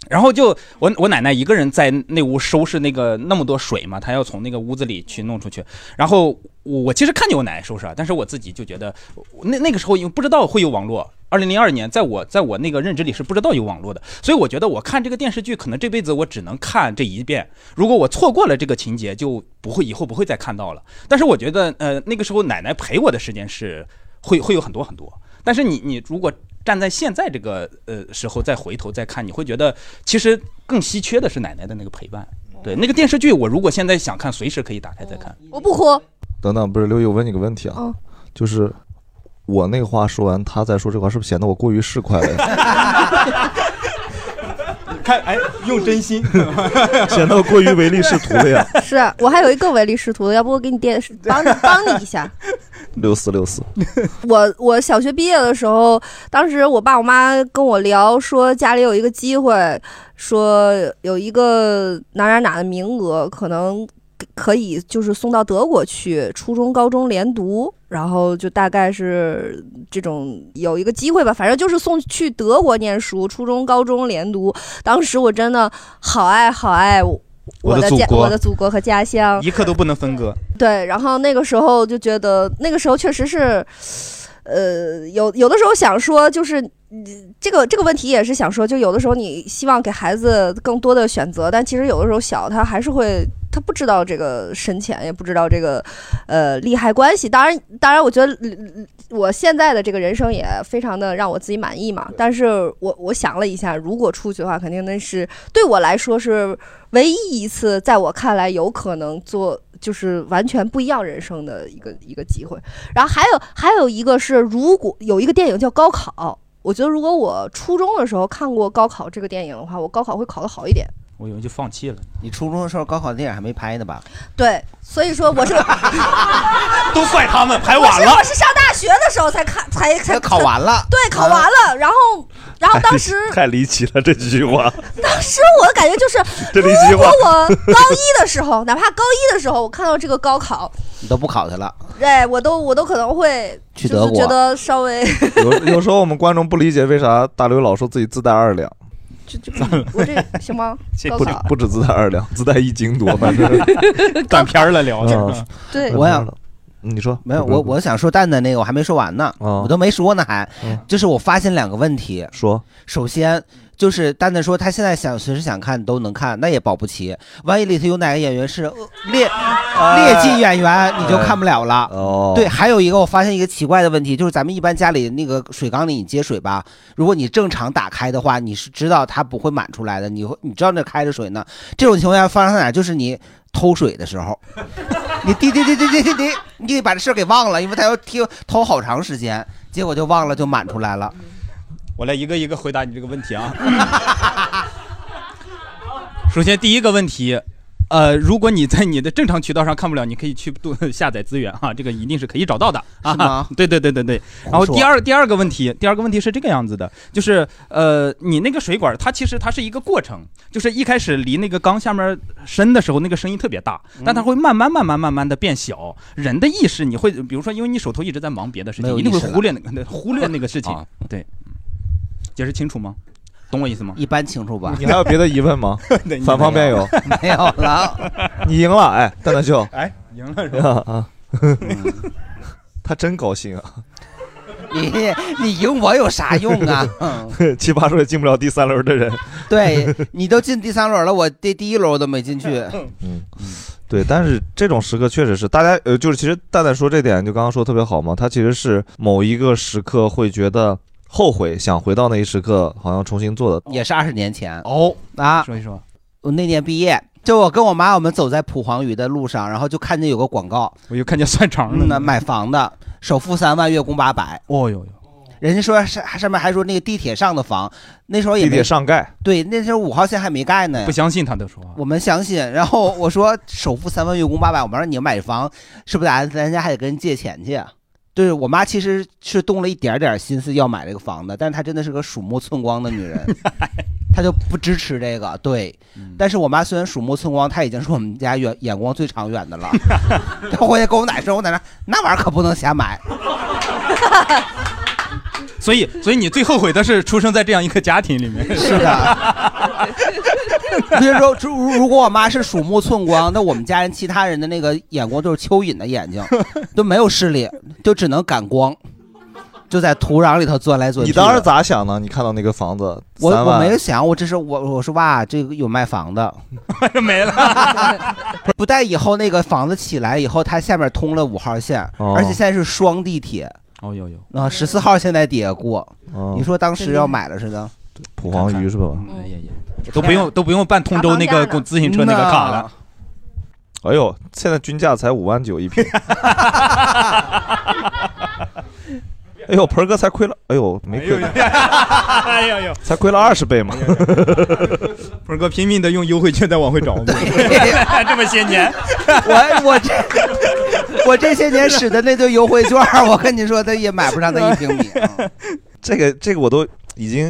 [SPEAKER 3] 然后就我我奶奶一个人在那屋收拾那个那么多水嘛，她要从那个屋子里去弄出去。然后我我其实看见我奶奶收拾啊，但是我自己就觉得我那那个时候因为不知道会有网络。二零零二年，在我在我那个认知里是不知道有网络的，所以我觉得我看这个电视剧，可能这辈子我只能看这一遍。如果我错过了这个情节，就不会以后不会再看到了。但是我觉得，呃，那个时候奶奶陪我的时间是会会有很多很多。但是你你如果站在现在这个呃时候再回头再看，你会觉得其实更稀缺的是奶奶的那个陪伴。对，那个电视剧我如果现在想看，随时可以打开再看。
[SPEAKER 4] 我不哭。
[SPEAKER 1] 等等，不是刘宇，我问你个问题啊，
[SPEAKER 4] 嗯
[SPEAKER 1] 就是我那话说完，他再说这话，是不是显得我过于市侩了 呀？
[SPEAKER 3] 看，哎，用真心，
[SPEAKER 1] 显得我过于 唯利是图了呀？
[SPEAKER 4] 是我还有一个唯利是图的，要不我给你电帮你帮你一下。
[SPEAKER 1] 六四六四，
[SPEAKER 4] 我我小学毕业的时候，当时我爸我妈跟我聊说家里有一个机会，说有一个哪哪哪的名额，可能可以就是送到德国去，初中高中连读，然后就大概是这种有一个机会吧，反正就是送去德国念书，初中高中连读。当时我真的好爱好爱我
[SPEAKER 3] 我的
[SPEAKER 4] 的
[SPEAKER 3] 祖
[SPEAKER 4] 家
[SPEAKER 3] 国
[SPEAKER 4] 我的祖国和家乡，
[SPEAKER 3] 一刻都不能分割。
[SPEAKER 4] 对，然后那个时候就觉得，那个时候确实是，呃，有有的时候想说，就是嗯这个这个问题也是想说，就有的时候你希望给孩子更多的选择，但其实有的时候小他还是会。他不知道这个深浅，也不知道这个，呃，利害关系。当然，当然，我觉得嗯我现在的这个人生也非常的让我自己满意嘛。但是我我想了一下，如果出去的话，肯定那是对我来说是唯一一次，在我看来有可能做就是完全不一样人生的一个一个机会。然后还有还有一个是，如果有一个电影叫《高考》，我觉得如果我初中的时候看过《高考》这个电影的话，我高考会考得好一点。
[SPEAKER 3] 我以为就放弃了。
[SPEAKER 2] 你初中的时候高考电影还没拍呢吧？
[SPEAKER 4] 对，所以说 我是
[SPEAKER 3] 都怪他们拍
[SPEAKER 4] 我是我是上大学的时候才看才才
[SPEAKER 2] 考完了
[SPEAKER 4] 对，考完了，然后然 后当时
[SPEAKER 1] 太离奇了这几句话，
[SPEAKER 4] 当时我的感觉就是，
[SPEAKER 1] 这离奇
[SPEAKER 4] 如果
[SPEAKER 1] 话
[SPEAKER 4] 我高一的时候， 哪怕高一的时候，我看到这个高考，
[SPEAKER 2] 你都不考他了，
[SPEAKER 4] 哎，我都我都可能会
[SPEAKER 1] 去
[SPEAKER 4] 就是觉得稍微
[SPEAKER 1] 有有时候我们观众不理解为啥大刘老说自己自带二两，
[SPEAKER 4] 就就我这行吗？高
[SPEAKER 1] 不止
[SPEAKER 4] 考
[SPEAKER 1] 不止自带二两，自带一斤多，反正 嗯
[SPEAKER 3] 断片儿了聊
[SPEAKER 1] 的。
[SPEAKER 4] 对
[SPEAKER 2] 我想
[SPEAKER 1] 你说
[SPEAKER 2] 没有，我我想说蛋蛋那个我还没说完呢，
[SPEAKER 1] 哦
[SPEAKER 2] 我都没说呢还，
[SPEAKER 1] 嗯
[SPEAKER 2] 就是我发现两个问题。
[SPEAKER 1] 说，
[SPEAKER 2] 首先就是蛋蛋说他现在想随时想看都能看，那也保不齐，万一里头有哪个演员是呃劣
[SPEAKER 1] 哎
[SPEAKER 2] 劣迹演员，你就看不了了。
[SPEAKER 1] 哦
[SPEAKER 2] 对，还有一个我发现一个奇怪的问题，就是咱们一般家里那个水缸里你接水吧，如果你正常打开的话，你是知道它不会满出来的，你会你知道那开着水呢。这种情况下发生在哪儿？就是你偷水的时候，你滴滴滴滴滴滴滴，你得把这事儿给忘了，因为它要听偷好长时间，结果就忘了就满出来了。
[SPEAKER 3] 我来一个一个 回答你这个问题啊。首先第一个问题，呃，如果你在你的正常渠道上看不了，你可以去度下载资源哈，这个一定是可以找到的啊。
[SPEAKER 2] 是吗
[SPEAKER 3] 对对对对对。然后第二第二个问题，第二个问题是这个样子的，就是呃，你那个水管它其实它是一个过程，就是一开始离那个缸下面深的时候，那个声音特别大，
[SPEAKER 2] 嗯
[SPEAKER 3] 但它会慢慢慢慢慢慢的变小。人的意识你会，比如说因为你手头一直在忙别的事
[SPEAKER 2] 没
[SPEAKER 3] 情，
[SPEAKER 2] 有
[SPEAKER 3] 一定
[SPEAKER 2] 意
[SPEAKER 3] 会
[SPEAKER 2] 识了
[SPEAKER 3] 忽略那个忽略那个事情。
[SPEAKER 2] 啊
[SPEAKER 3] 对，解释清楚吗？懂我意思吗？
[SPEAKER 2] 一般清楚吧。
[SPEAKER 1] 你还有别的疑 问吗
[SPEAKER 3] 对？你
[SPEAKER 1] 反方辩
[SPEAKER 3] 没有
[SPEAKER 1] 友
[SPEAKER 2] 没有了，
[SPEAKER 1] 你赢了，哎，蛋蛋秀，
[SPEAKER 3] 哎赢了是吧
[SPEAKER 1] 吧？啊， 他真高兴啊！
[SPEAKER 2] 你你赢我有啥用啊？嗯
[SPEAKER 1] 奇葩说也进不了第三轮的人，
[SPEAKER 2] 对你都进第三轮了，我第第一轮我都没进去。
[SPEAKER 1] 对，但是这种时刻确实是大家呃，就是其实蛋蛋说这点，就刚刚说得特别好嘛，他其实是某一个时刻会觉得后悔，想回到那一时刻，好像重新做的。
[SPEAKER 2] 也是二十年前
[SPEAKER 1] 哦
[SPEAKER 2] 啊，
[SPEAKER 3] 说一说，
[SPEAKER 2] 我那年毕业，就我跟我妈我们走在普黄鱼的路上，然后就看见有个广告，
[SPEAKER 3] 我就看见算肠
[SPEAKER 2] 了，那买房的首付三万，月供八百，
[SPEAKER 3] 哦哟哟，
[SPEAKER 2] 人家说上上面还说那个地铁上的房，那时候也
[SPEAKER 1] 地
[SPEAKER 2] 没
[SPEAKER 1] 铁上盖，
[SPEAKER 2] 对，那时候五号线还没盖呢，
[SPEAKER 3] 不相信他都说。
[SPEAKER 2] 我们相信。然后我说首付三万，月供八百，我妈说你买房是不是咱咱家还得跟人借钱去啊？对我妈其实是动了一点点心思要买这个房子，但是她真的是个鼠目寸光的女人，她就不支持这个。对，但是我妈虽然鼠目寸光，她已经是我们家远眼光最长远的了。 她回去跟我奶说，我奶说那玩意儿可不能瞎买。
[SPEAKER 3] 所以，所以你最后悔的是出生在这样一个家庭里面。
[SPEAKER 2] 是的。 比如说，如如果我妈是鼠目寸光，那我们家人其他人的那个眼光就是蚯蚓的眼睛，都没有视力，就只能感光，就在土壤里头钻来钻去。
[SPEAKER 1] 你当时咋想呢？你看到那个房子，
[SPEAKER 2] 我
[SPEAKER 1] 三
[SPEAKER 2] 我
[SPEAKER 1] 万
[SPEAKER 2] 没有想，我这是我我说哇，这个有卖房的，
[SPEAKER 3] 没了。
[SPEAKER 2] 不但以后那个房子起来以后，它下面通了五号线，
[SPEAKER 1] 哦
[SPEAKER 2] 而且现在是双地铁，
[SPEAKER 3] 哦有有，
[SPEAKER 2] 啊十四号现在底下过，
[SPEAKER 1] 哦
[SPEAKER 2] 你说当时要买嗯了似的，
[SPEAKER 1] 蒲黄鱼是吧？
[SPEAKER 3] 哎呀呀，都不用都不用办通州那个公自行车那个卡了。
[SPEAKER 1] 哎呦，现在均价才五万九一平。 哎呦，盆儿哥才亏了，哎呦，没亏，
[SPEAKER 3] 哎呦呦，
[SPEAKER 1] 才亏了二十倍嘛。
[SPEAKER 3] 鹏哥拼命的用优惠券在往回找我们，这么些年，
[SPEAKER 2] 我我 这 我这些年使的那堆优惠券儿，我跟你说，它也买不上它一平米。
[SPEAKER 1] 这个这个我都已经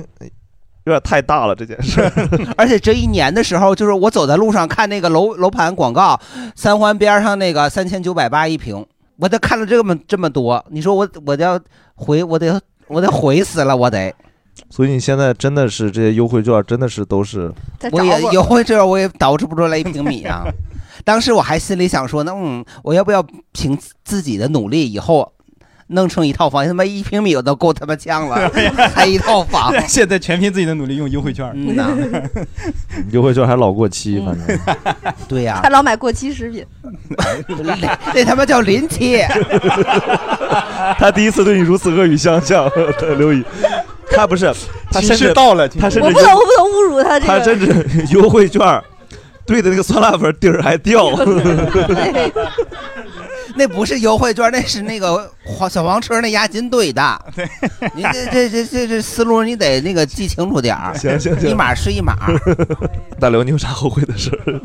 [SPEAKER 1] 有点太大了这件事。
[SPEAKER 2] 而且这一年的时候，就是我走在路上看那个楼楼盘广告，三环边上那个三千九百八一平，我都看了这么这么多，你说我我得要回，我得我得回死了，我得。
[SPEAKER 1] 所以你现在真的是这些优惠券，真的是都是
[SPEAKER 4] 再
[SPEAKER 2] 我
[SPEAKER 4] 找
[SPEAKER 2] 也
[SPEAKER 4] 我
[SPEAKER 2] 优惠券，我也捯饬不出来一平米 啊。当时我还心里想说呢，嗯，我要不要凭自己的努力，以后弄成一套房？他妈一平米我都够他妈呛 了，才一套房。
[SPEAKER 3] 现在全凭自己的努力用优惠券。
[SPEAKER 2] 嗯呐，
[SPEAKER 1] 优惠券还老过
[SPEAKER 4] 嗯
[SPEAKER 1] 期，反正
[SPEAKER 2] 对呀、
[SPEAKER 4] 他老买过期食品，
[SPEAKER 2] 那他妈叫临期。
[SPEAKER 1] 他第一次对你如此恶语相向， 刘宇，他不是 他
[SPEAKER 3] 歧
[SPEAKER 1] 甚至
[SPEAKER 3] 视到了
[SPEAKER 1] 他甚
[SPEAKER 4] 我
[SPEAKER 1] 至
[SPEAKER 4] 不能我不能侮辱他这
[SPEAKER 1] 他甚
[SPEAKER 4] 个。
[SPEAKER 1] 至 优惠券对的那个酸辣粉底儿还掉。
[SPEAKER 2] 那不是优惠券，那是那个黄小黄车那押金兑的。 对，你这这这这这思路你得那个记清楚点儿。
[SPEAKER 1] 行行行
[SPEAKER 2] 一码是一码。
[SPEAKER 1] 大刘，你有啥后悔的事 儿？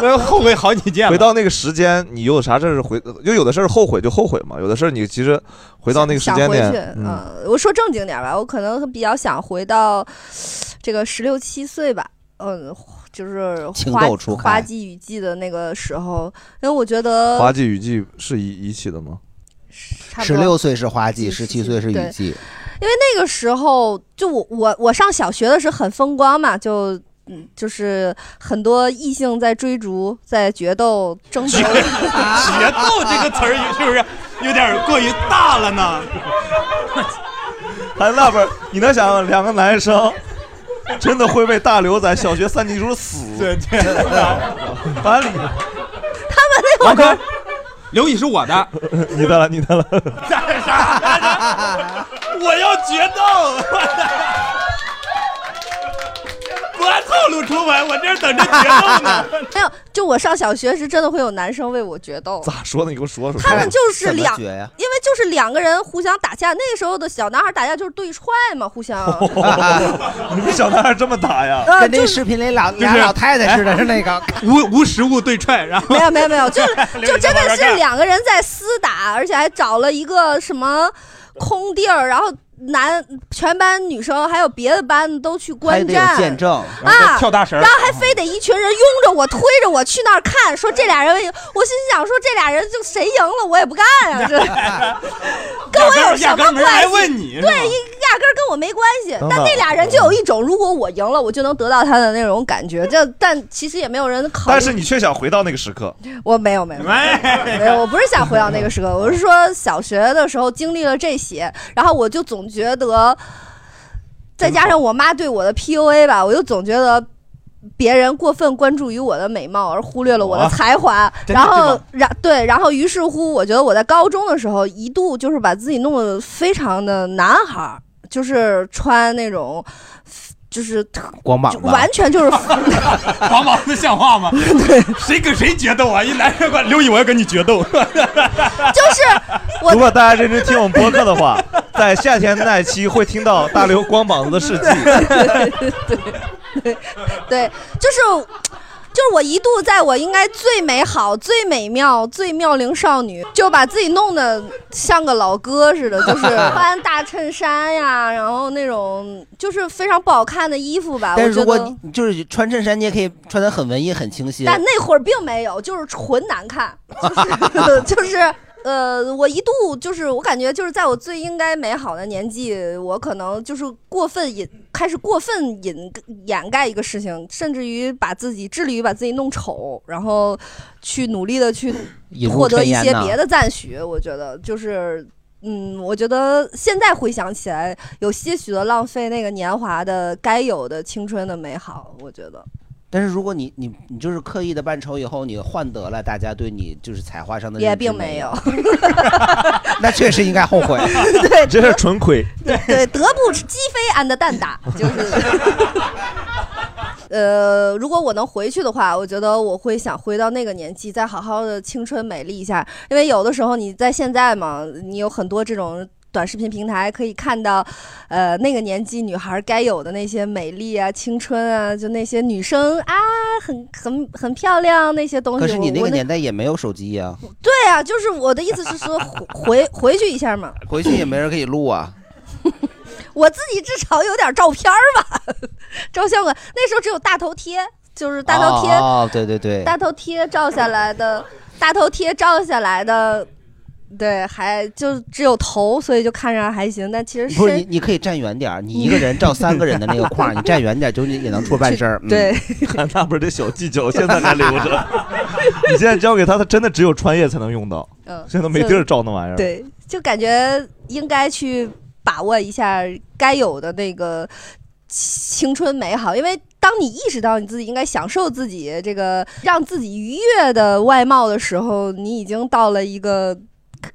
[SPEAKER 3] 那后悔好几件了
[SPEAKER 1] 回到那个时间，你有啥事儿是回？就有的事儿后悔就后悔嘛，有的事儿你其实回到那个时
[SPEAKER 4] 想
[SPEAKER 1] 间
[SPEAKER 4] 回
[SPEAKER 1] 点
[SPEAKER 4] 去，，
[SPEAKER 1] 嗯，
[SPEAKER 4] 呃我说正经点儿吧，我可能比较想回到这个十六七岁吧，嗯，就是
[SPEAKER 1] 情
[SPEAKER 4] 花
[SPEAKER 1] 窦初开
[SPEAKER 4] 花季雨季的那个时候，因为我觉得
[SPEAKER 1] 花季雨季是一一起的吗？
[SPEAKER 4] 差不
[SPEAKER 2] 十
[SPEAKER 4] 多
[SPEAKER 2] 六岁是花季，十七岁是雨
[SPEAKER 4] 对
[SPEAKER 2] 季。
[SPEAKER 4] 因为那个时候，就我我我上小学的时候很风光嘛，就嗯，就是很多异性在追逐，在决斗、争 夺。
[SPEAKER 3] 决斗这个词儿是不是有点过于大了呢？
[SPEAKER 1] 哎，那边儿你能想想两个男生真的会被大刘在小学三年级时候死？ 对
[SPEAKER 3] 对，
[SPEAKER 1] 班里
[SPEAKER 4] 他们那
[SPEAKER 3] 王哥，刘宇是我的，
[SPEAKER 1] 你的了，你的了。
[SPEAKER 3] 我要决斗， 不按套路出牌，我这儿等着决斗呢。
[SPEAKER 4] 没有，就我上小学时，真的会有男生为我决斗。
[SPEAKER 1] 咋说呢？你给我说说。
[SPEAKER 4] 他们就是两，
[SPEAKER 1] 怎
[SPEAKER 4] 因
[SPEAKER 1] 么决呀
[SPEAKER 4] 为就是两个人互相打架。那个时候的小男孩打架就是对踹嘛，互相。 呃
[SPEAKER 1] 你们小男孩这么打
[SPEAKER 3] 哎
[SPEAKER 1] 呀？
[SPEAKER 4] 啊
[SPEAKER 2] 跟那视频里老
[SPEAKER 1] 就是
[SPEAKER 2] 俩老太太似的，是那个。
[SPEAKER 5] 无无实物对踹，然后
[SPEAKER 4] 没有没有没 有，就是 就真的是
[SPEAKER 5] 俩。
[SPEAKER 4] 两个人在厮打，而且还找了一个什么空地儿，然后男全班女生还有别的班的都去观战，
[SPEAKER 2] 证
[SPEAKER 4] 啊，然后还非得一群人拥着我、推着我去那儿看，说这俩人为，我心想说这俩人就谁赢了我也不干呀、这 跟我有什
[SPEAKER 5] 压
[SPEAKER 4] 么
[SPEAKER 5] 根儿
[SPEAKER 4] 关
[SPEAKER 5] 没人
[SPEAKER 4] 系？
[SPEAKER 5] 来问你是吧
[SPEAKER 4] 对，一压根儿跟我没关系。
[SPEAKER 5] 等等
[SPEAKER 4] 但那俩人就有一种，如果我赢了，我就能得到他的那种感觉。这但其实也没有人考虑。
[SPEAKER 1] 但是你却想回到那个时 刻。
[SPEAKER 4] 我没有没有
[SPEAKER 10] 哎
[SPEAKER 4] 没有，我不是想回到那个时刻，我是说小学的时候经历了这些，然后我就总觉得，再加上我妈对我的 PUA 吧，我就总觉得。别人过分关注于我的美貌，而忽略了我的
[SPEAKER 10] 哇
[SPEAKER 4] 才华，
[SPEAKER 10] 真的
[SPEAKER 4] 然
[SPEAKER 10] 是
[SPEAKER 4] 后
[SPEAKER 10] 吗，
[SPEAKER 4] 然对，然后于是乎，我觉得我在高中的时候一度就是把自己弄得非常的男孩儿，就是穿那种，就是特
[SPEAKER 2] 光膀
[SPEAKER 4] 就
[SPEAKER 2] 子，啊
[SPEAKER 4] 完全就 是
[SPEAKER 5] 黄毛子像话吗？谁跟谁决斗啊？一男生管刘宇，我要跟你决斗。
[SPEAKER 4] 就是我
[SPEAKER 1] 如果大家认真听我们播客的话，在夏天那一期会听到大刘光膀子的事 迹。
[SPEAKER 4] 对，就是就是我一度在我应该最美好、最美妙、最妙龄少女，就把自己弄得像个老哥似的，就是 穿大衬衫呀，然后那种就是非常不好看的衣服吧。
[SPEAKER 2] 但是如
[SPEAKER 4] 我觉
[SPEAKER 2] 果
[SPEAKER 4] 得，
[SPEAKER 2] 你就是穿衬衫，你也可以穿的很文艺、很清新。
[SPEAKER 4] 但那会儿并没有，就是纯难看，就是 就是。呃，我一度就是，我感觉就是在我最应该美好的年纪，我可能就是过分隐，开始过分隐掩盖一个事情，甚至于把自己致力于把自己弄丑，然后去努力的去
[SPEAKER 2] 引入
[SPEAKER 4] 获得
[SPEAKER 2] 尘
[SPEAKER 4] 一
[SPEAKER 2] 烟
[SPEAKER 4] 些
[SPEAKER 2] 呐
[SPEAKER 4] 别的赞许。我觉得就是，嗯，我觉得现在回想起来，有些许的浪费那个年华的该有的青春的美好。我觉得，
[SPEAKER 2] 但是如果你你你就是刻意的扮丑以后，你换得了大家对你就是才华上的
[SPEAKER 4] 也
[SPEAKER 2] 认知
[SPEAKER 4] 并
[SPEAKER 2] 没
[SPEAKER 4] 没有，
[SPEAKER 2] 那确实应该后悔。
[SPEAKER 4] 对，
[SPEAKER 1] 这是纯亏。
[SPEAKER 4] 对对，德不知鸡飞安的蛋打，就是。 呃，如果我能回去的话，我觉得我会想回到那个年纪，再好好的青春美丽一下。因为有的时候你在现在嘛，你有很多这种短视频平台可以看到，呃，那个年纪女孩该有的那些美丽啊、青春啊，就那些女生啊，很很很漂亮那些东西。
[SPEAKER 2] 可是你
[SPEAKER 4] 我
[SPEAKER 2] 那
[SPEAKER 4] 我
[SPEAKER 2] 个年代也没有手机呀、
[SPEAKER 4] 对啊，就是我的意思是说回回回去一下嘛，
[SPEAKER 2] 回去也没人可以录啊。
[SPEAKER 4] 我自己至少有点照片儿吧， 照相馆那时候只有大头贴，就是 大头贴，
[SPEAKER 2] 哦，对对对，
[SPEAKER 4] 大头贴照下来的，大头贴照下来的，对，还就只有头，所以就看上还行，但其实
[SPEAKER 2] 不是你，
[SPEAKER 4] 身
[SPEAKER 2] 你可以站远点儿，你一个人照三个人的那个 框儿，你站远点儿，就你也能出半身儿。嗯
[SPEAKER 4] 对，
[SPEAKER 1] 那不是这小技巧，现在还留着。 你现在交给他，他真的只有穿越才能用到。
[SPEAKER 4] 嗯
[SPEAKER 1] 现在都没地儿照那玩意儿。
[SPEAKER 4] 对，就感觉应该去把握一下该有的那个青春美好，因为当你意识到你自己应该享受自己这个让自己愉悦的外貌的时候，你已经到了一个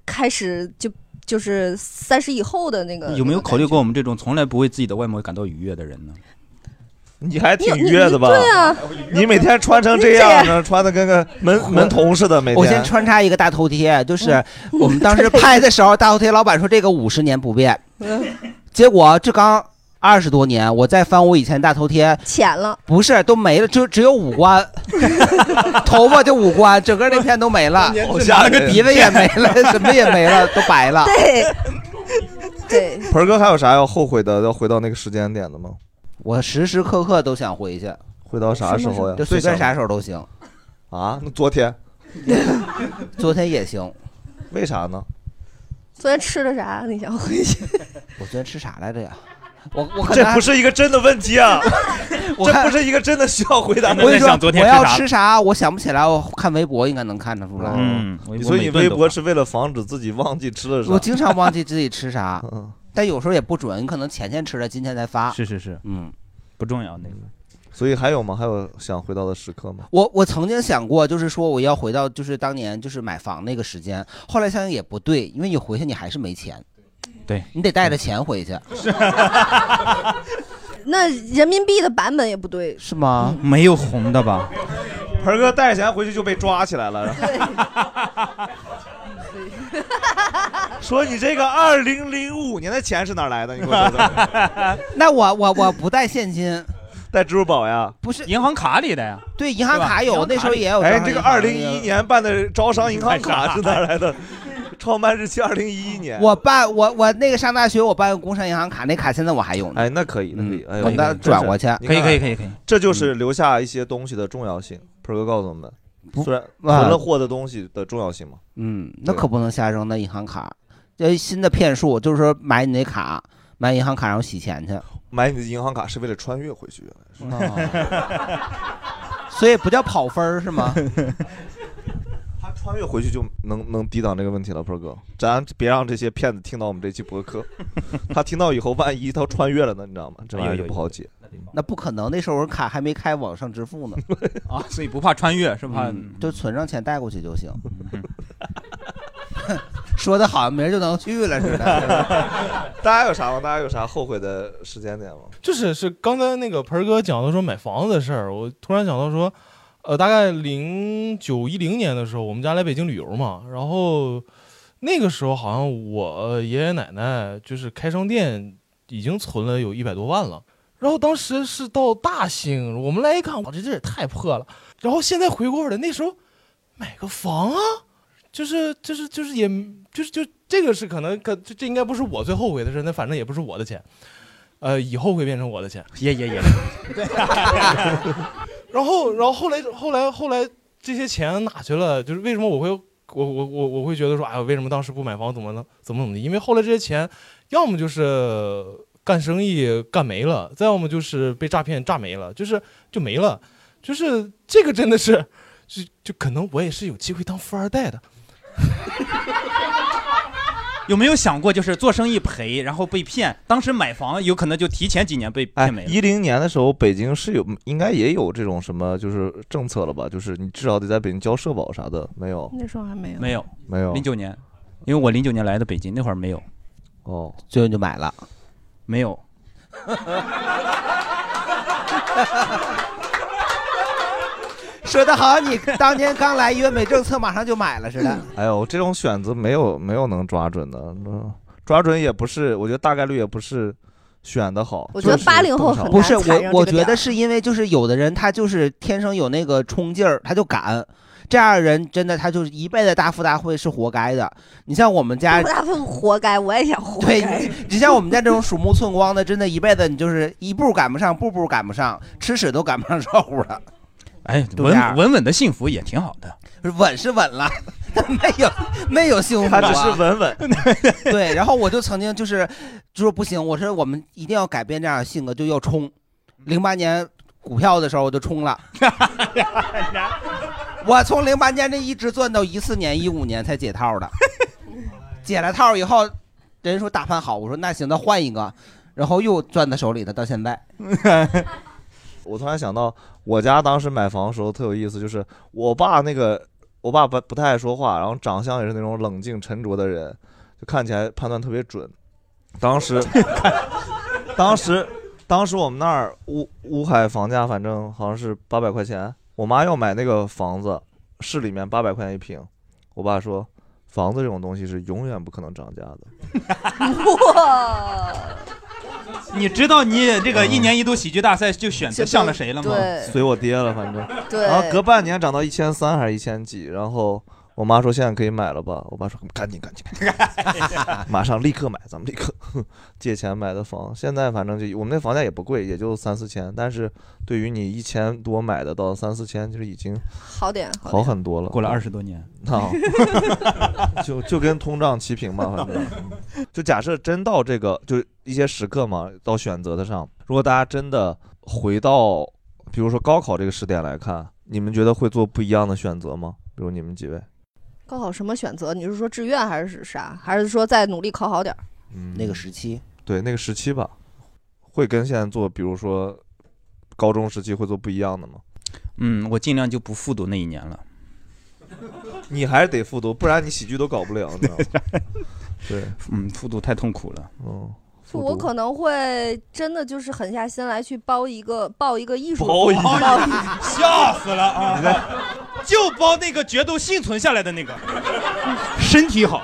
[SPEAKER 4] 开始就就是三十以后的那个
[SPEAKER 3] 有没有考虑过我们这种从来不为自己的外貌感到愉悦的人呢？
[SPEAKER 1] 你还挺愉悦的吧？
[SPEAKER 4] 你对啊，
[SPEAKER 1] 你每天穿成这样 呢，穿的跟个门门童似的，每天。
[SPEAKER 2] 我先穿插一个大头贴，
[SPEAKER 4] 嗯
[SPEAKER 2] 就是 我们当时拍的时候，大头贴老板说这个五十年不变，
[SPEAKER 4] 嗯
[SPEAKER 2] 结果这刚二十多年，我再翻我以前大头贴，
[SPEAKER 4] 浅了。
[SPEAKER 2] 不是都没了，就只有五 官，头发就五官，整个那片都没 了，
[SPEAKER 1] 好吓人
[SPEAKER 2] 个鼻子也没了， 什么也没了，都白了。
[SPEAKER 4] 对，对，
[SPEAKER 1] 盆儿哥还有啥要后悔的？要回到那个时间点的吗？
[SPEAKER 2] 我时时刻刻都想回去。
[SPEAKER 1] 回到啥时候呀？
[SPEAKER 2] 就随便啥时
[SPEAKER 1] 候
[SPEAKER 2] 候都行。
[SPEAKER 1] 啊？那昨天
[SPEAKER 2] 昨天也行，
[SPEAKER 1] 为啥呢？
[SPEAKER 4] 昨天吃的啥？你想回去？
[SPEAKER 2] 我昨天吃啥来着呀？我我可
[SPEAKER 1] 这
[SPEAKER 2] 能
[SPEAKER 1] 不是一个真的问题 啊！
[SPEAKER 2] 我看
[SPEAKER 1] 这不是一个真的需要回答的
[SPEAKER 2] 我跟
[SPEAKER 1] 问
[SPEAKER 2] 你
[SPEAKER 1] 题。
[SPEAKER 2] 说，我要吃啥，我想不起来。我看微博应该能看得出来。
[SPEAKER 1] 嗯，所以微博是为了防止自己忘记吃了啥。
[SPEAKER 2] 我经常忘记自己 吃啥，
[SPEAKER 1] 嗯
[SPEAKER 2] 但有时候也不准，你可能前天吃的，今天才发。
[SPEAKER 3] 是是是，
[SPEAKER 2] 嗯，
[SPEAKER 3] 不重要那个。
[SPEAKER 1] 所以还有吗？还有想回到的时刻吗？
[SPEAKER 2] 我我曾经想过，就是说我要回到就是当年就是买房那个时间，后来想想也不对，因为你回去你还是没钱，
[SPEAKER 3] 对
[SPEAKER 2] 你得
[SPEAKER 1] 嗯
[SPEAKER 2] 带着钱 回去，
[SPEAKER 4] 那人民币的版本也不对，
[SPEAKER 2] 是吗？
[SPEAKER 3] 没有红的吧？
[SPEAKER 1] 盆儿哥带着钱回去就被抓起来了，然后 说你这个二零零五年的钱是哪儿来的？你给我说说。
[SPEAKER 2] 嗯那我我我不带现金，
[SPEAKER 1] 带支付宝呀？
[SPEAKER 2] 不是
[SPEAKER 1] 银行卡里的呀？
[SPEAKER 2] 对，银行卡有，那时候也有。
[SPEAKER 1] 哎，这个二零一一，年办的招商银行卡是哪儿来 的？创办日期二零一一年。
[SPEAKER 2] 我办我我那个上大学我办工商银行卡，那卡现在我还用呢。
[SPEAKER 1] 哎，那可以，那可以，哎呦
[SPEAKER 2] 我那转过去啊
[SPEAKER 1] 真是你看
[SPEAKER 2] 嗯可以可以可以可以
[SPEAKER 1] 这就是留下一些东西的重要性。鹏哥告诉我们，虽然
[SPEAKER 2] 啊
[SPEAKER 1] 囤了货的东西的重要性嘛，
[SPEAKER 2] 嗯，那可不能瞎扔那银行卡，这新的骗术就是说买你那卡，买银行卡然后洗钱去，
[SPEAKER 1] 买你的银行卡是为了穿越回去，原来是。
[SPEAKER 3] 哦
[SPEAKER 2] 所以不叫跑分儿 是吗？
[SPEAKER 1] 他穿越回去就能能抵挡这个问题了，鹏哥，咱别让这些骗子听到我们这期博客，他听到以后，万一他穿越了呢，你知道吗？这
[SPEAKER 2] 哎
[SPEAKER 1] 玩意儿就不好解。
[SPEAKER 2] 那不可能，那时候卡还没开网上 支付呢，
[SPEAKER 3] 啊，所以不怕穿越是吧？
[SPEAKER 2] 嗯就存上钱带过去就行。 说的好像明儿就能去了似的。
[SPEAKER 1] 大家有啥吗？大家有啥后悔的时间点吗？
[SPEAKER 16] 就是是刚才那个盆儿哥讲的说买房子的事儿，我突然想到说，呃，大概零九一零年的时候，我们家来北京旅游嘛，然后那个时候好像我爷爷奶奶就是开商店已经存了有一百多万了，然后当时是到大兴，我们来一看，哇，这这也太破了，然后现在回过味儿来，那时候买个房啊。就是就是就是也就是就这个是可能可这这应该不是我最后悔的事，那反正也不是我的钱，呃，以后会变成我的钱。
[SPEAKER 3] 也也也，
[SPEAKER 16] 然后，然后后来，后来，后来这些钱哪去了？就是为什么我会，我我我我会觉得说，哎呀，为什么当时不买房？怎么能怎么怎么的？因为后来这些钱，要么就是干生意干没了，再要么就是被诈骗诈没了，就是就没了。就是这个真的是，就就可能我也是有机会当富二代的。
[SPEAKER 3] 有没有想过就是做生意赔，然后被骗？当时买房有可能就提前几年被
[SPEAKER 1] 哎
[SPEAKER 3] 骗没，了。
[SPEAKER 1] 一零年的时候，北京是有应该也有这种什么就是政策了吧？就是你至少得在北京交社保啥的，没有？
[SPEAKER 11] 那时候还没有
[SPEAKER 3] 没有
[SPEAKER 1] 没有
[SPEAKER 3] 零九年，因为我零九年来的北京，那会儿没有。
[SPEAKER 1] 哦，
[SPEAKER 2] 最后就买了，
[SPEAKER 3] 没有。
[SPEAKER 2] 说的好像你当年刚来约美政策马上就买了似的。
[SPEAKER 1] 哎呦，这种选择没有没有能抓准的，嗯抓准也不是，我觉得大概率也不是选的好。
[SPEAKER 4] 我觉得
[SPEAKER 1] 就是
[SPEAKER 4] 80后
[SPEAKER 1] 正常
[SPEAKER 4] 很
[SPEAKER 2] 不是
[SPEAKER 4] 难踩
[SPEAKER 2] 我，
[SPEAKER 4] 上这
[SPEAKER 2] 我
[SPEAKER 4] 个
[SPEAKER 2] 觉
[SPEAKER 4] 点
[SPEAKER 2] 得
[SPEAKER 4] 儿
[SPEAKER 2] 是因为就是有的人他就是天生有那个冲劲儿，他就敢。这样的人真的他就是一辈子大富大贵是活该的。你像我们家
[SPEAKER 4] 不大富活该，我也想活
[SPEAKER 2] 对
[SPEAKER 4] 该。
[SPEAKER 2] 你你像我们家这种鼠目寸光的，真的一辈子你就是一步赶不上，步步赶不上，吃屎都赶不上照顾了。
[SPEAKER 3] 哎，
[SPEAKER 2] 就
[SPEAKER 1] 啊
[SPEAKER 2] 这样
[SPEAKER 3] 稳稳稳的幸福也挺好的。
[SPEAKER 2] 稳是稳了， 没有没有幸福、
[SPEAKER 3] 他
[SPEAKER 2] 啊，
[SPEAKER 3] 只是稳
[SPEAKER 1] 稳。
[SPEAKER 2] 对，然后我就曾经就是就说不行，我说我们一定要改变这样的性格，就要冲。零八年股票的时候我就冲了，我从零八年这一直赚到一四年、一五年才解套的。解了套以后，人说大盘好，我说那行，那换一个，然后又攥在手里的，到现在。
[SPEAKER 1] 我突然想到，我家当时买房的时候特有意思，就是我爸那个，我爸不不太爱说话，然后长相也是那种冷静沉着的人，就看起来判断特别准。当时，当时，当时我们那儿乌乌海房价反正好像是八百块钱，我妈要买那个房子，市里面八百块钱一平，我爸说，房子这种东西是永远不可能涨价的。
[SPEAKER 3] 你知道你这
[SPEAKER 1] 嗯
[SPEAKER 3] 个一年一度喜剧大赛就选择向了谁了吗？
[SPEAKER 1] 随我爹了，反正。
[SPEAKER 3] 对
[SPEAKER 1] 然后隔半年涨到一千三还是一千几，然后我妈说现在可以买了吧？我爸说赶紧赶紧赶紧， 马上立刻买，咱们立刻 借钱买的房。现在反正就我们那房价也不贵，也就三四千，但是对于你一千多买的到三四千，就是已经
[SPEAKER 4] 好点好
[SPEAKER 1] 好
[SPEAKER 4] 点
[SPEAKER 1] 很多了。
[SPEAKER 3] 过了20多 年
[SPEAKER 1] 啊，就就跟通胀齐平吧，反正。就假设真到这个，就一些时刻嘛，到选择的上，如果大家真的回到，比如说高考这个时点来看，你们觉得会做不一样的选择吗？比如你们几位，
[SPEAKER 4] 高考什么选择？你是说志愿还是啥？还是说再努力考好点儿？
[SPEAKER 1] 嗯，
[SPEAKER 2] 那个时期，
[SPEAKER 1] 对那个时期吧，会跟现在做，比如说高中时期会做不一样的吗？
[SPEAKER 3] 嗯，我尽量就不复读那一年了。
[SPEAKER 1] 你还是得 复读，不然你喜剧都搞不了，你知道吗？对，
[SPEAKER 3] 嗯，复读太痛苦了。
[SPEAKER 1] 哦，
[SPEAKER 4] 就我可能会真的就是狠下心来去包一个报一个艺术
[SPEAKER 5] 包一个
[SPEAKER 4] 报 一
[SPEAKER 5] 吓死了啊！就包那个决斗幸存下来的那个，身体好，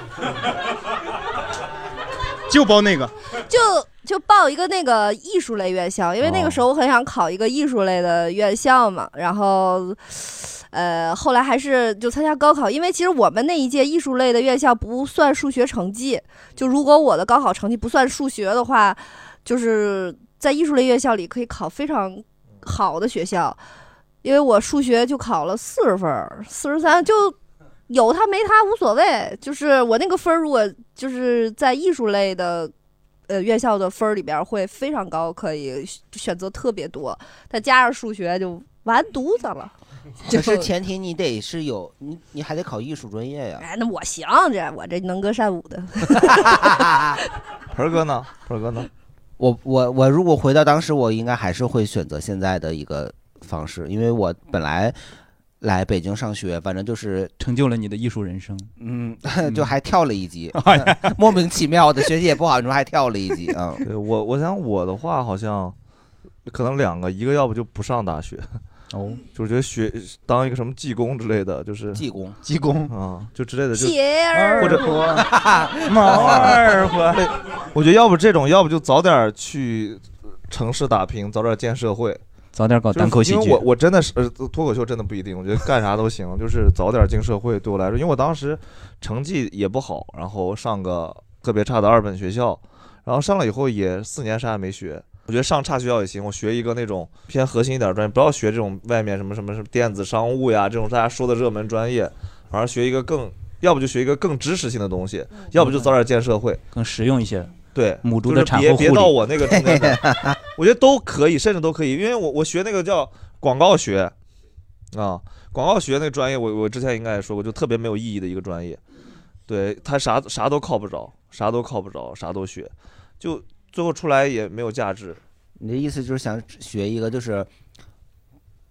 [SPEAKER 5] 就包那个。
[SPEAKER 4] 就就报一个那个艺术类院校，因为那个时候我很想考一个艺术类的院校嘛。然后，呃，后来还是就参加高考，因为其实我们那一届艺术类的院校不算数学成绩，就如果我的高考成绩不算数学的话，就是在艺术类院校里可以考非常好的学校，因为我数学就考了四十分儿，四十三就有它没它无所谓。就是我那个分儿，如果就是在艺术类的呃院校的分儿里边儿会非常高，可以选选择特别多，再加上数学就完犊子了。
[SPEAKER 2] 可是前提你得是有你，你还得考艺术专业呀。
[SPEAKER 4] 哎，那我行，这我这能歌善舞 的。
[SPEAKER 1] 盆哥呢？盆哥呢？
[SPEAKER 2] 我我我如果回到当时，我应该还是会选择现在的一个方式，因为我本来来北京上学，反正就是
[SPEAKER 5] 成就了你的艺术人生。
[SPEAKER 2] 嗯， 就还跳了一级，
[SPEAKER 1] 哎
[SPEAKER 2] 莫名其妙的学习也不好，你说还跳了一级啊？
[SPEAKER 1] 对我，我想我的话好像可能两个，一个要不就不上大学，
[SPEAKER 5] 哦，
[SPEAKER 1] 就是觉得学当一个什么技工之类的，就是
[SPEAKER 2] 技工，
[SPEAKER 1] 技工啊，就之类的，就
[SPEAKER 4] 鞋儿
[SPEAKER 1] 或者
[SPEAKER 4] 多
[SPEAKER 1] 毛二 环。我觉得要不这种，要不就早点去城市打拼，早点见社会，
[SPEAKER 5] 早点搞单口喜
[SPEAKER 1] 就是
[SPEAKER 5] 剧
[SPEAKER 1] 因为我我真的是呃脱口秀真的不一定，我觉得干啥都行，就是早点进社会对我来说，因为我当时成绩也不好，然后上个特别差的二本学校，然后上了以后也四年啥也没学。我觉得上差学校也行，我学一个那种偏核心一点的专业，不要学这种外面什么什么什么电子商务呀这种大家说的热门专业，反而学一个更，要不就学一个更知识性的东西，要不就早点见社会。
[SPEAKER 5] 更实用一些。
[SPEAKER 1] 对，
[SPEAKER 5] 母猪
[SPEAKER 1] 就
[SPEAKER 5] 的
[SPEAKER 1] 是
[SPEAKER 5] 产
[SPEAKER 1] 别
[SPEAKER 5] 后护
[SPEAKER 1] 别
[SPEAKER 5] 理
[SPEAKER 1] 到我那个中间段，我觉得都可以，甚至都可以，因为我我学那个叫广告学啊，广告学那个专业我，我之前应该也说过，就特别没有意义的一个专业，对他啥啥都靠不着，啥都靠不着，啥都学，就最后出来也没有价值。
[SPEAKER 2] 你的意思就是想学一个就是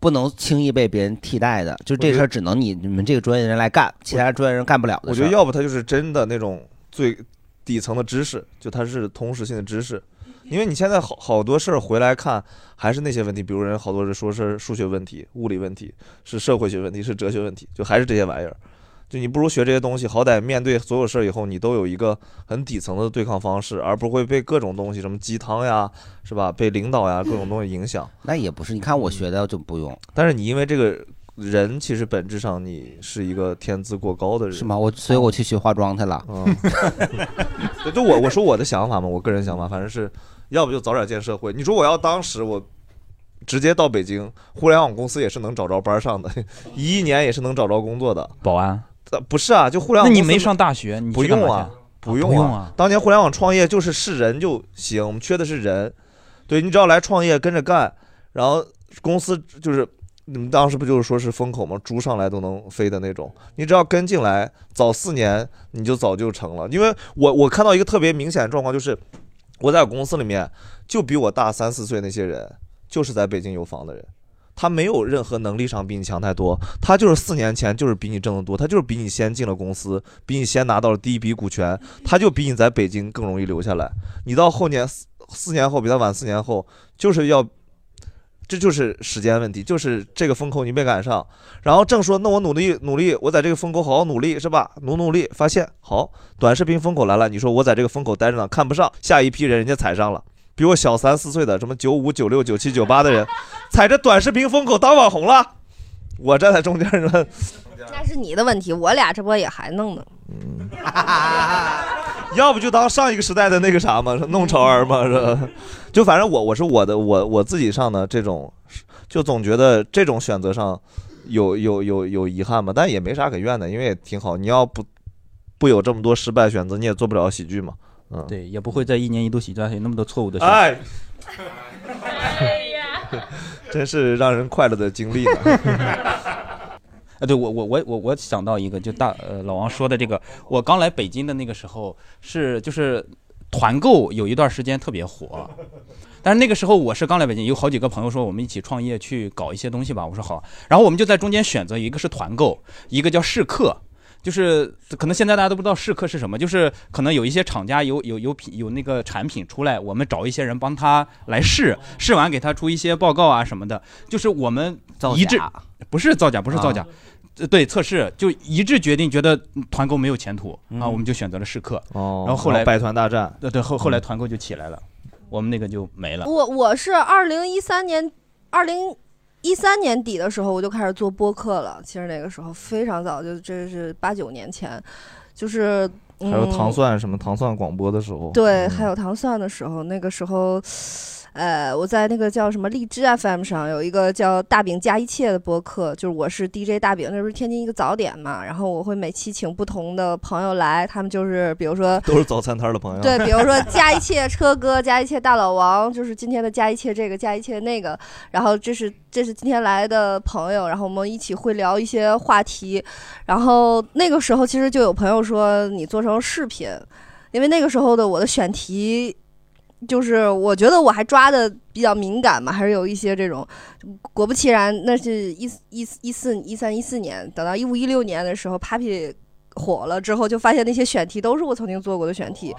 [SPEAKER 2] 不能轻易被别人替代的，就这事儿只能你你们这个专业人来干，其他专业人干不了的
[SPEAKER 1] 我
[SPEAKER 2] 事
[SPEAKER 1] 觉
[SPEAKER 2] 儿。
[SPEAKER 1] 得要不他就是真的那种最底层的知识，就它是通识性的知识。因为你现在好好多事儿回来看，还是那些问题，比如人好多人说是数学问题、物理问题，是社会学问题，是哲学问题，就还是这些玩意儿。就你不如学这些东西，好歹面对所有事儿以后，你都有一个很底层的对抗方式，而不会被各种东西，什么鸡汤呀，是吧？被领导呀各种东西影响。嗯
[SPEAKER 2] 那也不是，你看我学的就不用。
[SPEAKER 1] 但是你因为这个人，其实本质上你是一个天资过高的人，是
[SPEAKER 2] 吗？我所以我去学化妆去了。
[SPEAKER 1] 嗯对，就我我说我的想法嘛，我个人想法，反正是要不就早点见社会。你说我要当时我直接到北京，互联网公司也是能找着班儿上的， 一一年也是能找着工作的。
[SPEAKER 5] 保安？
[SPEAKER 1] 不是啊，就互联
[SPEAKER 5] 那
[SPEAKER 1] 网。
[SPEAKER 5] 你没上大学，你
[SPEAKER 1] 不
[SPEAKER 5] 去干
[SPEAKER 1] 用
[SPEAKER 5] 嘛
[SPEAKER 1] 啊
[SPEAKER 5] 去，
[SPEAKER 1] 不
[SPEAKER 5] 不
[SPEAKER 1] 用
[SPEAKER 5] 用
[SPEAKER 1] 啊。当年互联网创业就是是人就行，我们缺的是人。对你只要来创业跟着干，然后公司就是你们当时不就是说是风口吗？猪上来都能飞的那种，你只要跟进来早四年，你就早就成了。因为我我看到一个特别明显的状况，就是我在我公司里面就比我大三四岁那些人，就是在北京有房的人。他没有任何能力上比你强太多，他就是四年前就是比你挣得多，他就是比你先进了公司，比你先拿到了第一笔股权，他就比你在北京更容易留下来。你到后年四四年后比他晚四年后，就是要，这就是时间问题，就是这个风口你没赶上。然后正说那我努力努力，我在这个风口好好努力是吧？努努力，发现好短视频风口来了，你说我在这个风口待着呢，看不上，下一批人人家踩上了。比我小三四岁的，什么九五、九六、九七、九八的人，踩着短视频风口当网红了。我站在中间儿呢，
[SPEAKER 4] 那是你的问题，我俩这不也还弄呢？
[SPEAKER 1] 要不就当上一个时代的那个啥嘛，弄潮儿嘛，是吧？就反正我我是我的我我自己上的这种，就总觉得这种选择上有有有有遗憾嘛，但也没啥可怨的，因为也挺好。你要不不有这么多失败选择，你也做不了喜剧嘛。嗯，
[SPEAKER 5] 对，也不会在一年一度喜剧大学有那么多错误的选择。
[SPEAKER 1] 哎，真是让人快乐的经历呢。
[SPEAKER 5] 啊，对我我我我我想到一个，就大呃老王说的这个，我刚来北京的那个时候是就是团购有一段时间特别火，但是那个时候我是刚来北京，有好几个朋友说我们一起创业去搞一些东西吧，我说好，然后我们就在中间选择，一个是团购，一个叫试课。就是可能现在大家都不知道试课是什么，就是可能有一些厂家有有有品有那个产品出来，我们找一些人帮他来试，试完给他出一些报告啊什么的，就是我们一致
[SPEAKER 2] 假
[SPEAKER 5] 不是造假，不是造假。
[SPEAKER 2] 啊
[SPEAKER 5] 呃对测试就一致决定，觉得团购没有前途、啊，
[SPEAKER 1] 嗯
[SPEAKER 5] 我们就选择了试课。
[SPEAKER 1] 哦
[SPEAKER 5] 然后后来
[SPEAKER 1] 百团大战，嗯
[SPEAKER 5] 对对，后后来团购就起来了，我们那个就没了。
[SPEAKER 1] 啊
[SPEAKER 4] 我我是二零一三年，二零一三年底的时候我就开始做播客了。其实那个时候非常早，就这是八九年前，就是、嗯、
[SPEAKER 1] 还有糖蒜什么糖蒜广播的时候，嗯
[SPEAKER 4] 对，还有糖蒜的时候，那个时候，呃，我在那个叫什么荔枝 FM 上有一个叫“大饼加一切”的播客，就是我是 DJ 大饼，那不是天津一个早点嘛，然后我会每期请不同的朋友来，他们就是比如说
[SPEAKER 1] 都是早餐摊儿的朋友。
[SPEAKER 4] 对， 比如说加一切车哥，加一切大老王，就是今天的加一切这个，加一切那个。然后这是这是今天来的朋友，然后我们一起会聊一些话题。然后那个时候其实就有朋友说你做成视频，因为那个时候的我的选题。就是我觉得我还抓的比较敏感嘛，还是有一些这种。果不其然，那是一一一四一三一四年，等到一五一六年的时候，Papi 火了之后，就发现那些选题都是我曾经做过的选题，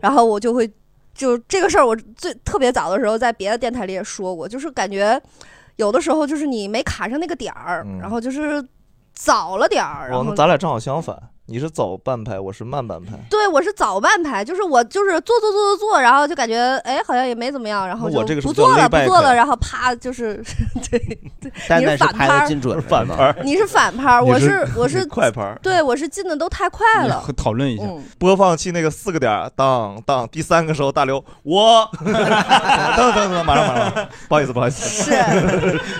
[SPEAKER 4] 然后我就会就这个事儿，我最特别早的时候在别的电台里也说过，就是感觉有的时候就是你没卡上那个点儿，然后就是早了点儿，
[SPEAKER 1] 嗯哦，
[SPEAKER 4] 然后
[SPEAKER 1] 那咱俩正好相反，你是早半拍，我是慢半拍。
[SPEAKER 4] 对，我是早半拍，就是我就是做做做做做，然后就感觉哎好像也没怎么样，然后
[SPEAKER 1] 那我
[SPEAKER 4] 就
[SPEAKER 1] 这个是
[SPEAKER 4] 不
[SPEAKER 1] 叫
[SPEAKER 4] 做了
[SPEAKER 1] layback
[SPEAKER 4] 不做了，然后啪就是 对对，
[SPEAKER 2] 但
[SPEAKER 4] 你
[SPEAKER 2] 那
[SPEAKER 4] 是
[SPEAKER 2] 是
[SPEAKER 4] 反
[SPEAKER 2] 拍
[SPEAKER 4] 拍
[SPEAKER 2] 得
[SPEAKER 4] 儿
[SPEAKER 2] 进准是
[SPEAKER 1] 反
[SPEAKER 2] 吧
[SPEAKER 1] 拍儿，
[SPEAKER 4] 你是反拍儿，我
[SPEAKER 1] 你
[SPEAKER 4] 是我
[SPEAKER 1] 你
[SPEAKER 4] 是
[SPEAKER 1] 快拍儿。
[SPEAKER 4] 对我是进的都太快了，
[SPEAKER 1] 讨论一
[SPEAKER 4] 下嗯
[SPEAKER 1] 播放器那个四个点儿，当当，第三个时候大刘，我等 等等等，马上马上， 不好意思不好意思，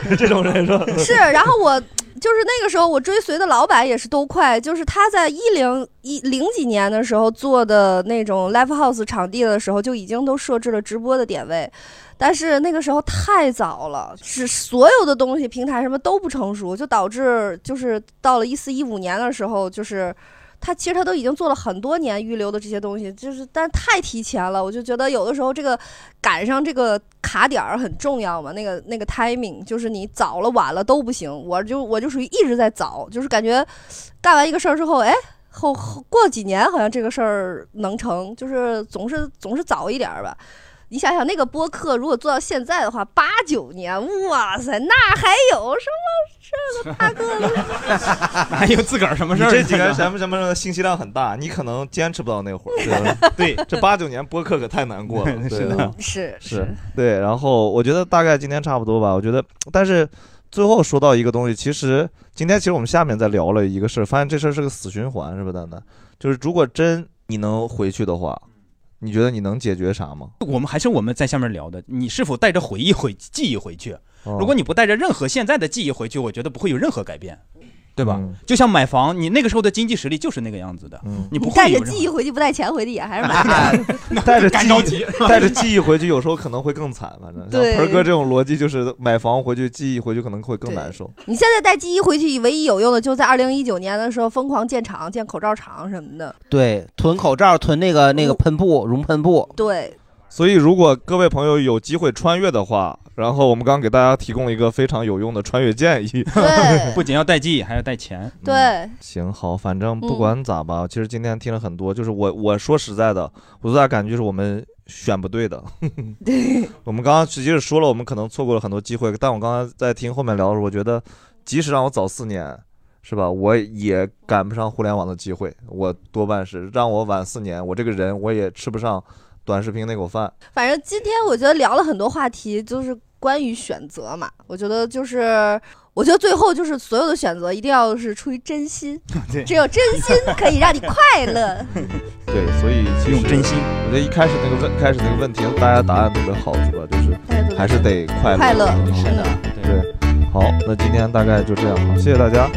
[SPEAKER 1] 是 这种人是吧？
[SPEAKER 4] 是，然后我就是那个时候我追随的老板也是都快，就是他在一零一零几年的时候做的那种 live house 场地的时候，就已经都设置了直播的点位。但是那个时候太早了，是所有的东西平台什么都不成熟，就导致就是到了一四一五年的时候，就是他其实他都已经做了很多年预留的这些东西，就是但太提前了，我就觉得有的时候这个赶上这个卡点儿很重要嘛，那个那个 timing 就是你早了晚了都不行，我就我就属于一直在早，就是感觉干完一个事儿之后，哎。后后过几年好像这个事儿能成，就是总是总是早一点儿吧。你想想那个播客，如果做到现在的话，八九年，哇塞，那还有什么这个大哥的
[SPEAKER 1] 还有自个儿什
[SPEAKER 5] 么事儿
[SPEAKER 1] 这几个什么什么什么信息量很大，你可能坚持不到那会儿。 对，对这八九年播客可太 难过了。对啊
[SPEAKER 4] 是的是
[SPEAKER 1] 是，对。然后我觉得大概今天差不多吧。我觉得，但是最后说到一个东西，其实今天其实我们下面再聊了一个事儿，发现这事儿是个死循环，是吧，蛋蛋？就是如果真你能回去的话，你觉得你能解决啥吗？
[SPEAKER 5] 我们还是我们在下面聊的，你是否带着回忆回记忆回去？
[SPEAKER 1] 哦
[SPEAKER 5] 如果你不带着任何现在的记忆回去，我觉得不会有任何改变，对吧？
[SPEAKER 1] 嗯
[SPEAKER 5] 就像买房，你那个时候的经济实力就是那个样子的，你不
[SPEAKER 4] 你
[SPEAKER 5] 会
[SPEAKER 4] 带
[SPEAKER 5] 有
[SPEAKER 4] 着
[SPEAKER 5] 任何
[SPEAKER 4] 记忆回去，不带钱回去也还 是蛮
[SPEAKER 1] 带着
[SPEAKER 5] 干
[SPEAKER 1] 记
[SPEAKER 5] 着急
[SPEAKER 1] 忆，带着记忆回去，有时候可能会更惨。反正像
[SPEAKER 4] 对
[SPEAKER 1] 盆儿哥这种逻辑，就是买房回去，记忆回去可能会更
[SPEAKER 4] 对
[SPEAKER 1] 难受。
[SPEAKER 4] 你现在带记忆回去，唯一有用的就在二零一九年的时候疯狂建厂、建口罩厂什么的。
[SPEAKER 2] 对，囤口罩，囤那个那个喷布，熔喷布。
[SPEAKER 4] 对，
[SPEAKER 1] 所以，如果各位朋友有机会穿越的话，然后我们刚给大家提供了一个非常有用的穿越建议。
[SPEAKER 5] 不仅要带记忆，还要带钱。
[SPEAKER 1] 嗯
[SPEAKER 4] 对，
[SPEAKER 1] 行，好，反正不管咋吧，其实今天听了很多，就是我我说实在的，我最大感觉就是我们选不对的。
[SPEAKER 4] 对，
[SPEAKER 1] 我们刚刚直接是说了，我们可能错过了很多机会，但我刚刚在听后面聊的时候，我觉得即使让我早四年，是吧，我也赶不上互联网的机会，我多半是让我晚四年，我这个人我也吃不上短视频那口饭。
[SPEAKER 4] 反正今天我觉得聊了很多话题，就是关于选择嘛。我觉得就是，我觉得最后就是所有的选择一定要是出于真心
[SPEAKER 1] 对，
[SPEAKER 4] 只有真心可以让你快乐。
[SPEAKER 1] 对，所以用真心。我觉得一开始那个问，开始那个问题，大家答案特别好，是吧？就是还是得快乐，
[SPEAKER 4] 快乐
[SPEAKER 1] 嗯
[SPEAKER 4] 是的
[SPEAKER 1] 对。好，那今天大概就这样，好，谢谢大家，